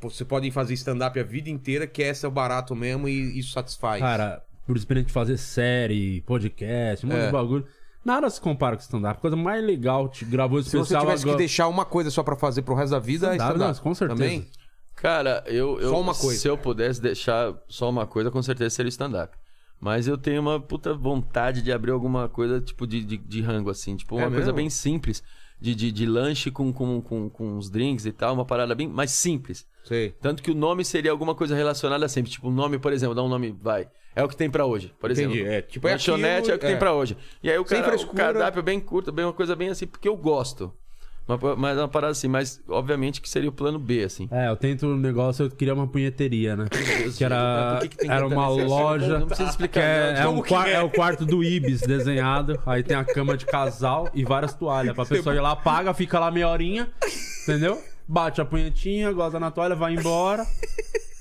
Você podem fazer stand-up a vida inteira, que essa é o barato mesmo e isso satisfaz. Cara, por experiência de fazer série, podcast, um monte É. de bagulho. Nada se compara com stand-up. A coisa mais legal, te gravou se especial você tivesse que agora. deixar uma coisa só pra fazer pro resto da vida, é Stand-up, stand-up. não, com certeza. Também? Cara, eu, eu- Só uma coisa. se eu pudesse deixar só uma coisa, com certeza seria o stand-up. Mas eu tenho uma puta vontade de abrir alguma coisa, tipo, de, de, de rango, assim. Tipo, uma É coisa mesmo? bem simples. De, de, de lanche com, com, com, com uns drinks e tal, uma parada bem mais simples. Sei. Tanto que o nome seria alguma coisa relacionada sempre. Tipo, um nome, por exemplo, dá um nome, vai. É o que tem pra hoje, por exemplo. Entendi, é, tipo, é Lanchonete é, o que aquilo, é. tem pra hoje. E aí o, Sem cara, o frescura. cardápio é bem curto, bem uma coisa bem assim, porque eu gosto. Uma, pa- mas uma parada assim, mas obviamente que seria o plano B, assim. É, eu tento um negócio, eu queria uma punheteria, né? que era, Por que que tem era tanta uma necessidade? loja. Não precisa explicar, que é, não. é, Como um que quar- é? é o quarto do Ibis desenhado. Aí tem a cama de casal e várias toalhas. Pra pessoa ir lá, paga, fica lá meia horinha, entendeu? Bate a punhetinha, goza na toalha, vai embora.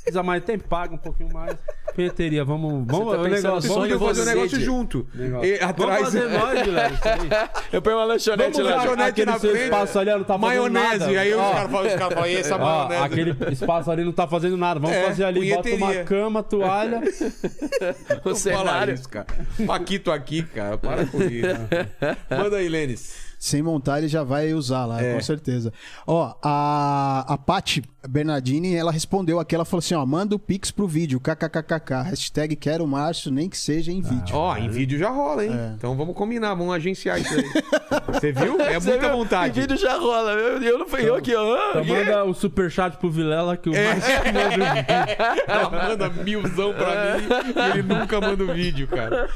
Precisa mais tempo, paga um pouquinho mais. Punheteria, vamos. Vamos, tá é um pensando negócio. só Vamos Sonho fazer um você, negócio Diego. junto. Negócio. E Vamos atrás. é- fazer nós, Guilherme. isso aí. Eu ponho uma lanchonete Vamos lá. lá. lanchonete Aquele na seu frente. espaço ali, ó, não tá fazendo maionese. nada. Aí os Ó. caras falam, os caras falam, "E essa Ó, maionese. aquele espaço ali não tá fazendo nada. Vamos É, fazer ali, bota uma punheteria. cama, toalha. O Não fala cenário. isso, cara. Paquito aqui, cara. Para com isso. Manda aí, Lênis. Sem montar, ele já vai usar lá, com certeza. Ó, a, a Paty Bernardini, ela respondeu aqui, ela falou assim, ó, manda o Pix pro vídeo, kkkk, hashtag quero Márcio, nem que seja em vídeo. Ó, em vídeo já rola, hein? Então vamos combinar, vamos agenciar isso aí. Você viu? É Você muita viu? vontade. O vídeo já rola. Eu, eu não fui eu aqui, ó. Ah, Então manda o superchat pro Vilela que o Márcio manda Ela manda milzão pra mim e ele nunca manda o vídeo, cara.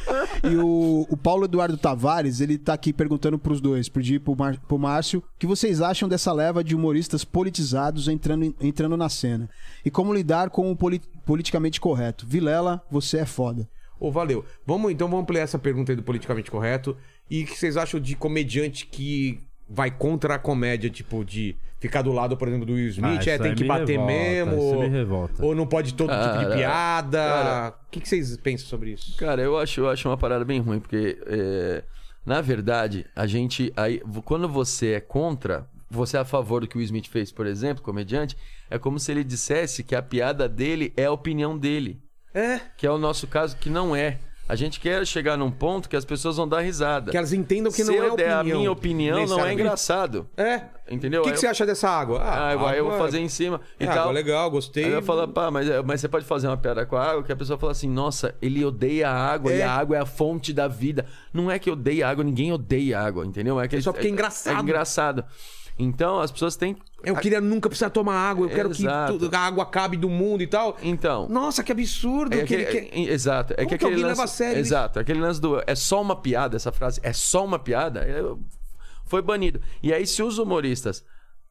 E o, o Paulo Eduardo Tavares, ele tá aqui perguntando pros dois, pro Di e pro, Mar- pro Márcio, o que vocês acham dessa leva de humoristas politizados entrando, em- entrando na cena? E como lidar com o poli- politicamente correto? Vilela, você é foda. Ô, valeu. Vamos então vamos ampliar essa pergunta aí do politicamente correto. E o que vocês acham de comediante que vai contra a comédia, tipo, de ficar do lado, por exemplo, do Will Smith, Ah, é, isso tem aí que me bater revolta, mesmo. isso ou- me revolta. Ou não pode todo tipo de Cara, piada. cara. O que, que vocês pensam sobre isso? Cara, eu acho, eu acho uma parada bem ruim, porque é, na verdade, a gente. Aí, quando você é contra, você é a favor do que o Smith fez, por exemplo, comediante, é como se ele dissesse que a piada dele é a opinião dele. É. Que é o nosso caso, que não é. A gente quer chegar num ponto que as pessoas vão dar risada. Que elas entendam que Se não é eu der opinião. a minha opinião, não é necessariamente. engraçado. É. Entendeu? O que, Aí que você eu- acha dessa água? Ah, eu- aí eu vou água- fazer em cima. Então, E É, tal. água legal, gostei. Aí eu falo, pá, mas, eh, mas você pode fazer uma piada com a água que a pessoa fala assim, nossa, ele odeia a água e É. a água é a fonte da vida. Não é que odeia a água, ninguém odeia a água, entendeu? É que só porque é engraçado. É engraçado. Então, as pessoas têm... Eu queria nunca precisar tomar água, eu quero Exato. que tudo- a água cabe do mundo e tal. Então... Nossa, que absurdo É que ele aquele, quer. é- exato. É Como que que aquele alguém lance, leva a sério isso? Exato. Aquele lance do é só uma piada, essa frase, é só uma piada, é- foi banido. E aí, se os humoristas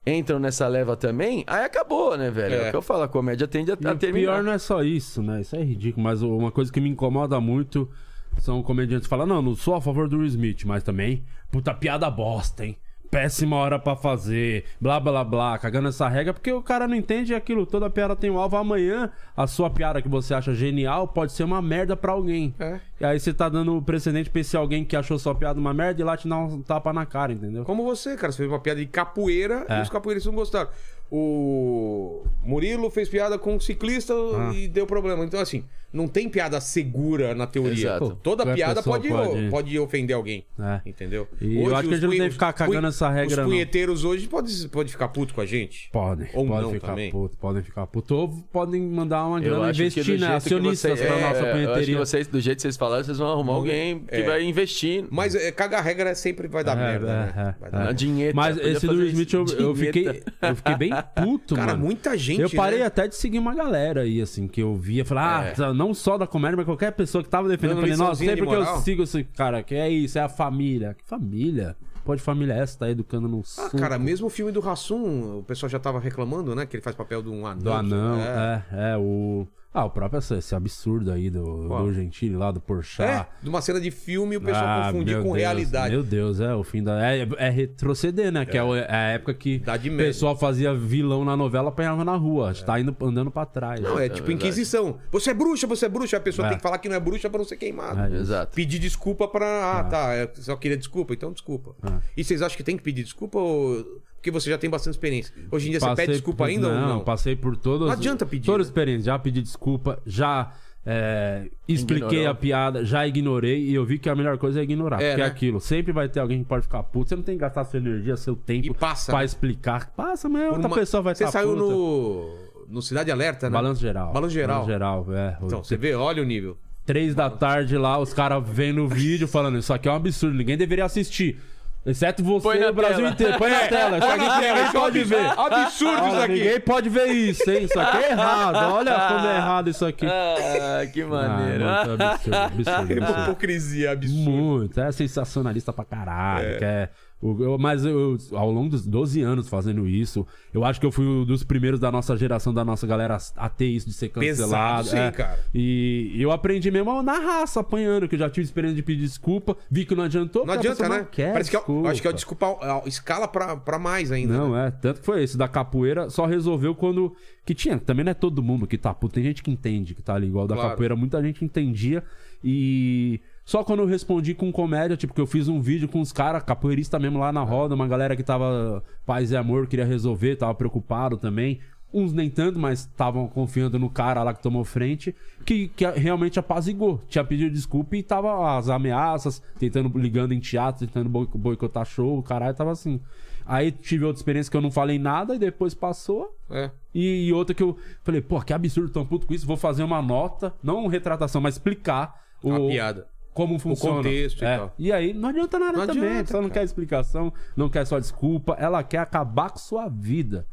entram nessa leva também, aí acabou, né, velho? É, É. o que eu falo, a comédia tende a, a o terminar. pior não é só isso, né? Isso é ridículo, mas uma coisa que me incomoda muito são comediantes que falam: não, não sou a favor do Will Smith, mas também, puta piada bosta, hein? péssima hora pra fazer, blá blá blá, cagando essa regra, porque o cara não entende aquilo, toda piada tem um alvo, amanhã a sua piada que você acha genial pode ser uma merda pra alguém. É. E aí você tá dando precedente pra esse alguém que achou sua piada uma merda e lá te dá um tapa na cara, entendeu? Como você, cara. Você fez uma piada de capoeira e É. os capoeiristas não gostaram. O Murilo fez piada com um ciclista Ah. e deu problema. Então, assim, não tem piada segura na teoria. Exato. Toda Qualquer piada é pessoa pode, pode- pode ofender alguém. É. Entendeu? E eu acho que a os gente não tem que punhe- ficar os cagando punhe- essa regra, Os não. punheteiros hoje podem pode ficar puto com a gente? Podem, Ou podem não ficar também. puto, podem ficar puto. Ou podem mandar uma Eu grana acho que do investir, né? jeito que Acionistas você- pra é, nossa eu acho que punheteria. vocês, do jeito que vocês falaram, vocês vão arrumar alguém que É. vai investir. Mas é, cagar regra sempre vai dar É, merda, é, né? é, Vai é. dar Na dinheiro. Mas esse do Smith eu, eu fiquei, eu fiquei bem puto, Cara, mano. muita gente, Eu parei né? É. até de seguir uma galera aí, assim, que eu via, falar, ah, tá- não só da comédia, mas qualquer pessoa que tava defendendo. Dando Eu falei, nossa, liçãozinha de sempre que eu moral." sigo esse cara, que é isso, é a família. Que família? Pode família é essa, tá educando no Ah, suco. cara, mesmo o filme do Rassum, o pessoal já tava reclamando, né? Que ele faz papel de um anão. Do anão, É. é, é, o... Ah, o próprio, esse, esse absurdo aí do, Qual? do Gentili lá, do É, Porchat. de uma cena de filme o pessoal Tá. Ah, confunde meu com Deus, realidade. Meu Deus, é o fim da. É, é retroceder, né? Que é o- é a época que Idade o média. pessoal fazia vilão na novela, apanhava na rua. A gente tá indo, andando pra trás. Não, é tipo Inquisição. Você é bruxa, você é bruxa. A pessoa É. tem que falar que não é bruxa pra não ser queimado. É, Exato. Pedir desculpa pra. Ah, tá. Eu só queria desculpa, então desculpa. Ah. E vocês acham que tem que pedir desculpa ou. Porque você já tem bastante experiência. Hoje em dia você pede desculpa por- ainda não, ou não? passei por todas. Não adianta pedir, Toda né? experiência. Já pedi desculpa, já é, expliquei Ignorou. a piada, já ignorei e eu vi que a melhor coisa é ignorar. É, porque é né? aquilo. Sempre vai ter alguém que pode ficar puto. Você não tem que gastar sua energia, seu tempo E passa, pra né? explicar. Passa, mas Por outra uma- pessoa vai Você estar saiu puta. no. No Cidade Alerta, né? Balanço geral. Balanço geral. Balanço geral, é. Então, você vê, olha o nível. Três da tarde lá, os caras vendo o vídeo falando, isso aqui é um absurdo, ninguém deveria assistir. Exceto você Põe na e o Brasil tela. inteiro. Põe na tela, isso aqui ninguém pode ver. Absurdo isso Olha, aqui. ninguém pode ver isso, hein? Isso aqui é errado. Olha como é errado isso aqui. Ah, que maneiro. Ah, mano, absurdo, absurdo, Uma absurdo. hipocrisia absurda. Muito, é sensacionalista pra caralho. É. quer- o- eu- mas eu, ao longo dos 12 anos fazendo isso, eu acho que eu fui um dos primeiros da nossa geração, da nossa galera a ter isso de ser cancelado. Pesado, sim, é. cara. E eu aprendi mesmo na raça, apanhando, que eu já tive experiência de pedir desculpa, vi que não adiantou. Não porque a adianta, pessoa né? não quer Parece que é, o- acho que é o desculpa. desculpa a- a escala pra, pra mais ainda. né? Não, é. Tanto que foi esse da capoeira, só resolveu quando. Que tinha. Também não é todo mundo que tá puto. Tem gente que entende que tá ali igual da Claro. capoeira. Muita gente entendia. E. Só quando eu respondi com comédia, tipo, que eu fiz um vídeo com os caras, capoeirista mesmo lá na roda, uma galera que tava paz e amor, queria resolver, tava preocupado também. Uns nem tanto, mas estavam confiando no cara lá que tomou frente, que, que realmente apazigou. Tinha pedido desculpa e tava as ameaças, tentando ligando em teatro, tentando boi- boicotar show, o caralho, tava assim. Aí tive outra experiência que eu não falei nada e depois passou. É. E, e outra que eu falei, pô, que absurdo, tão puto com isso, vou fazer uma nota, não retratação, mas explicar o, É, A piada. como funciona. contexto e É. tal. E aí, não adianta nada Não também. adianta, a pessoa não cara. quer explicação, não quer só desculpa, ela quer acabar com sua vida.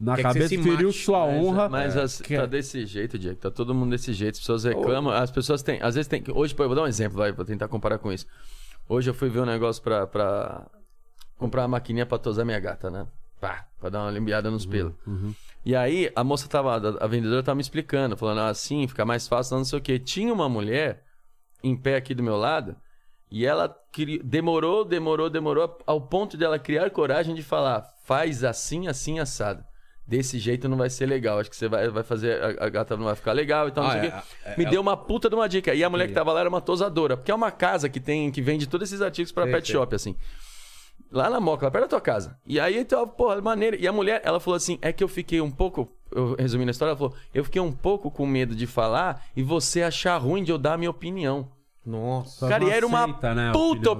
Na Quer que cabeça você se é, feriu mate. sua honra. É. Mas as- que- tá desse jeito, Diego. Tá todo mundo desse jeito. As pessoas reclamam. As pessoas têm. Às vezes tem. que- Hoje, pô, eu vou dar um exemplo, vai. Vou tentar comparar com isso. Hoje eu fui ver um negócio pra. pra comprar uma maquininha pra tosar minha gata, né? Pá, pra dar uma limbiada Uhum. nos pelos. E aí a moça tava. A a vendedora tava me explicando, falando "Ah, assim, fica mais fácil, não sei o quê. Tinha uma mulher em pé aqui do meu lado. E ela cri- demorou, demorou, demorou, ao ponto dela criar coragem de falar: faz assim, assim, assado. Desse jeito não vai ser legal. Acho que você vai, vai fazer. A, a gata não vai ficar legal e tal, não Ah, sei o é, quê. Me deu uma puta de uma dica. E a mulher que tava lá era uma tosadora, porque é uma casa que tem, que vende todos esses artigos pra pet shop, assim. Lá na Moca, lá perto da tua casa. E aí, então, porra, maneiro. E a mulher, ela falou assim: é que eu fiquei um pouco. Eu, resumindo a história, ela falou: eu fiquei um pouco com medo de falar e você achar ruim de eu dar a minha opinião. Nossa. Cara, e não era uma aceita, né, a puta opinião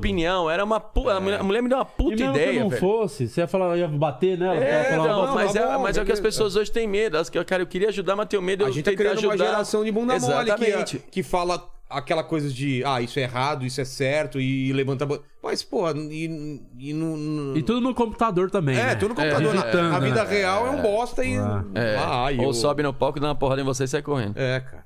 opinião. Era uma pu... a, mulher, a mulher me deu uma e puta mesmo que ideia, não velho. fosse, você ia falar, ia bater nela. É, ia falar, não, não, mas, tá é, bom, mas é o que as beleza. pessoas hoje têm medo. Elas, que- cara, eu queria ajudar, mas tenho medo. A eu gente tá tentar criando uma ajudar. geração de bunda mole Exatamente. que, que fala aquela coisa de ah, isso é errado, isso é certo, e levanta a ban- Mas, pô, e, e não. não- E tudo no computador também. É, né? tudo no computador. na- digitando, na vida né? real é um bosta e. É. Ah, e Ou o- sobe no palco, dá uma porrada em você e sai correndo. É, cara.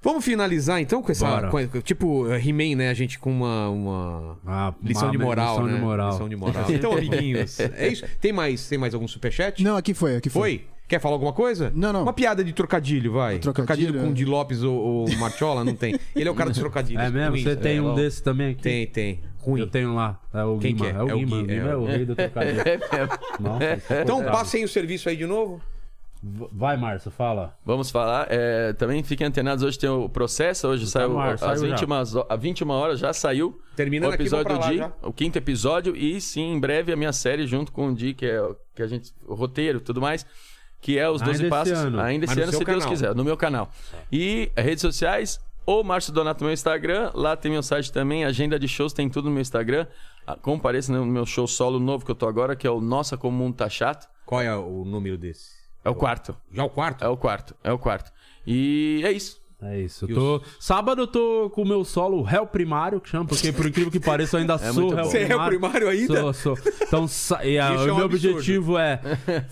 Vamos finalizar então com essa. Bora. com- tipo, He-Man, né? A gente com uma. uma... Ah, Lição uma de moral, lição né? de moral. Lição de moral. Então, amiguinhos, é isso. Tem mais, tem mais algum superchat? Não, aqui foi, aqui foi. Foi? Quer falar alguma coisa? Não, não. Uma piada de trocadilho, vai. Trocadilho, Trocadilho, com é. o Di Lopes ou, ou Marchola, não tem. Ele é o cara dos trocadilhos. É mesmo? ruins, Você né? tem um desse também aqui? Tem, tem. ruim. Eu tenho lá. É o Quem Guima. que é? É o É o Guima. Gui, O Guima é. é o rei do trocadilho. É mesmo. Nossa, isso é Então complicado. passem o serviço aí de novo. V- um- Vai, Márcio, fala. Vamos falar. é, também fiquem antenados. Hoje tem o processo. Hoje saiu no ar, às saiu já. 21, ho- às 21 horas, já saiu. Terminando o aqui, episódio vamos pra do Di, lá o quinto episódio. E sim, em breve a minha série junto com o Di, que é o- que a gente. O roteiro e tudo mais. Que é os Ainda 12 esse passos. ano. Ainda Mas esse no ano, seu se Deus canal. quiser, no meu canal. E redes sociais. Ou Márcio Donato no meu Instagram, lá tem meu site também, agenda de shows, tem tudo no meu Instagram. Ah, Compareça no meu show solo novo que eu tô agora, que é o Nossa Comum Tá Chato. Qual é o número desse? É o quarto. Já o quarto? É o quarto, é o quarto. E é isso. É isso. eu tô- Sábado eu tô com o meu solo réu primário, que chama, porque por incrível que pareça eu ainda sou muito réu bom. primário. Você é réu primário ainda? Sou, sou. Então, sa- e, ah, Isso é o um meu absurdo. objetivo é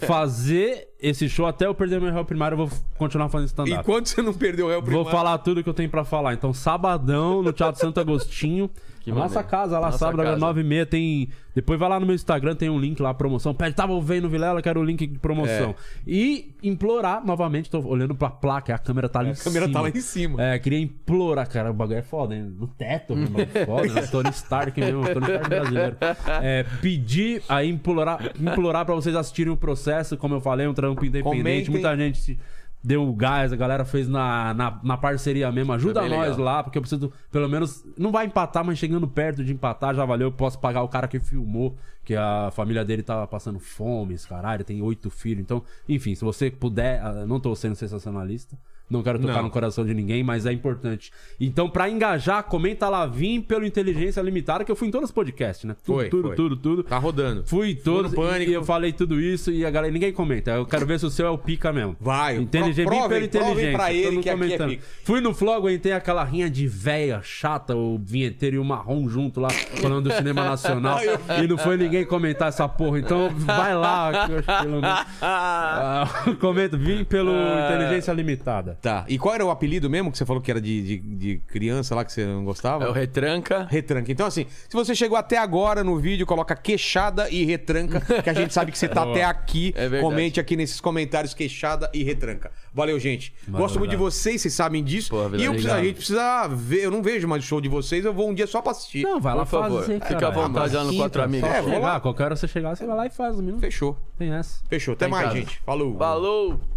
fazer esse show até eu perder meu réu primário, eu vou f- continuar fazendo stand-up. Enquanto você não perdeu o réu primário. Vou falar tudo que eu tenho pra falar. Então, sabadão no Teatro Santo Agostinho. Que A nossa maneiro. casa lá, Nossa sábado, casa. às 9h30. Tem... Depois vai lá no meu Instagram, tem um link lá, promoção. Pede, tava ouvindo Vilela, quero o link de É. promoção. E implorar novamente, tô olhando pra placa, a câmera tá ali em A câmera cima. tá lá em cima. É, queria implorar, cara. O bagulho é foda, hein? No teto, meu irmão. Foda, né? Tony Stark mesmo, Tony Stark brasileiro. É, pedir a implorar, implorar pra vocês assistirem o processo, como eu falei, um trampo independente. Comentem. Muita gente se- deu gás, a galera fez na, na, na parceria mesmo. Ajuda bem nós legal. lá, porque eu preciso, pelo menos, não vai empatar, mas chegando perto de empatar, já valeu. Eu posso pagar o cara que filmou, que a família dele tava passando fome, esse caralho, tem oito filhos. Então, enfim, se você puder, ah, não tô sendo sensacionalista. Não quero tocar Não. no coração de ninguém, mas é importante. Então, pra engajar, comenta lá, vim pelo Inteligência Limitada, que eu fui em todos os podcasts, né? Tudo, Foi, tudo, foi. tudo, tudo. Tá rodando. Fui todo no pânico. e eu falei tudo isso e a galera ninguém comenta. Eu quero ver se o seu é o pica mesmo. Vai, Inteligente, pro- vim pela provem- provem inteligência. pra todo ele mundo que aqui é pica. Fui no Flow, aguentei aquela rinha de véia chata, o vinheteiro e o marrom junto lá, falando do cinema nacional. e não foi ninguém comentar essa porra. Então vai lá, que eu acho que pelo menos- Ah, comenta, vim pelo Ah. Inteligência Limitada. Tá. E qual era o apelido mesmo que você falou que era de, de, de criança lá que você não gostava? É o Retranca. Retranca. Então, assim, se você chegou até agora no vídeo, coloca queixada e retranca, que a gente sabe que você tá até aqui. É verdade. Comente aqui nesses comentários queixada e retranca. Valeu, gente. Gosto muito de vocês, vocês sabem disso. Porra, e Vilela, eu preciso- a obrigado. gente precisa ver, eu não vejo mais o show de vocês, eu vou um dia só pra assistir. Não, vai Por lá favor, fazer, fica cara. à vontade lá no Quinta, Quatro Amigos. só É, vou chegar, lá. Qualquer hora você chegar, você vai lá e faz. Não Fechou. tem essa. Fechou. Até Tá em mais, casa. gente. Falou. Falou!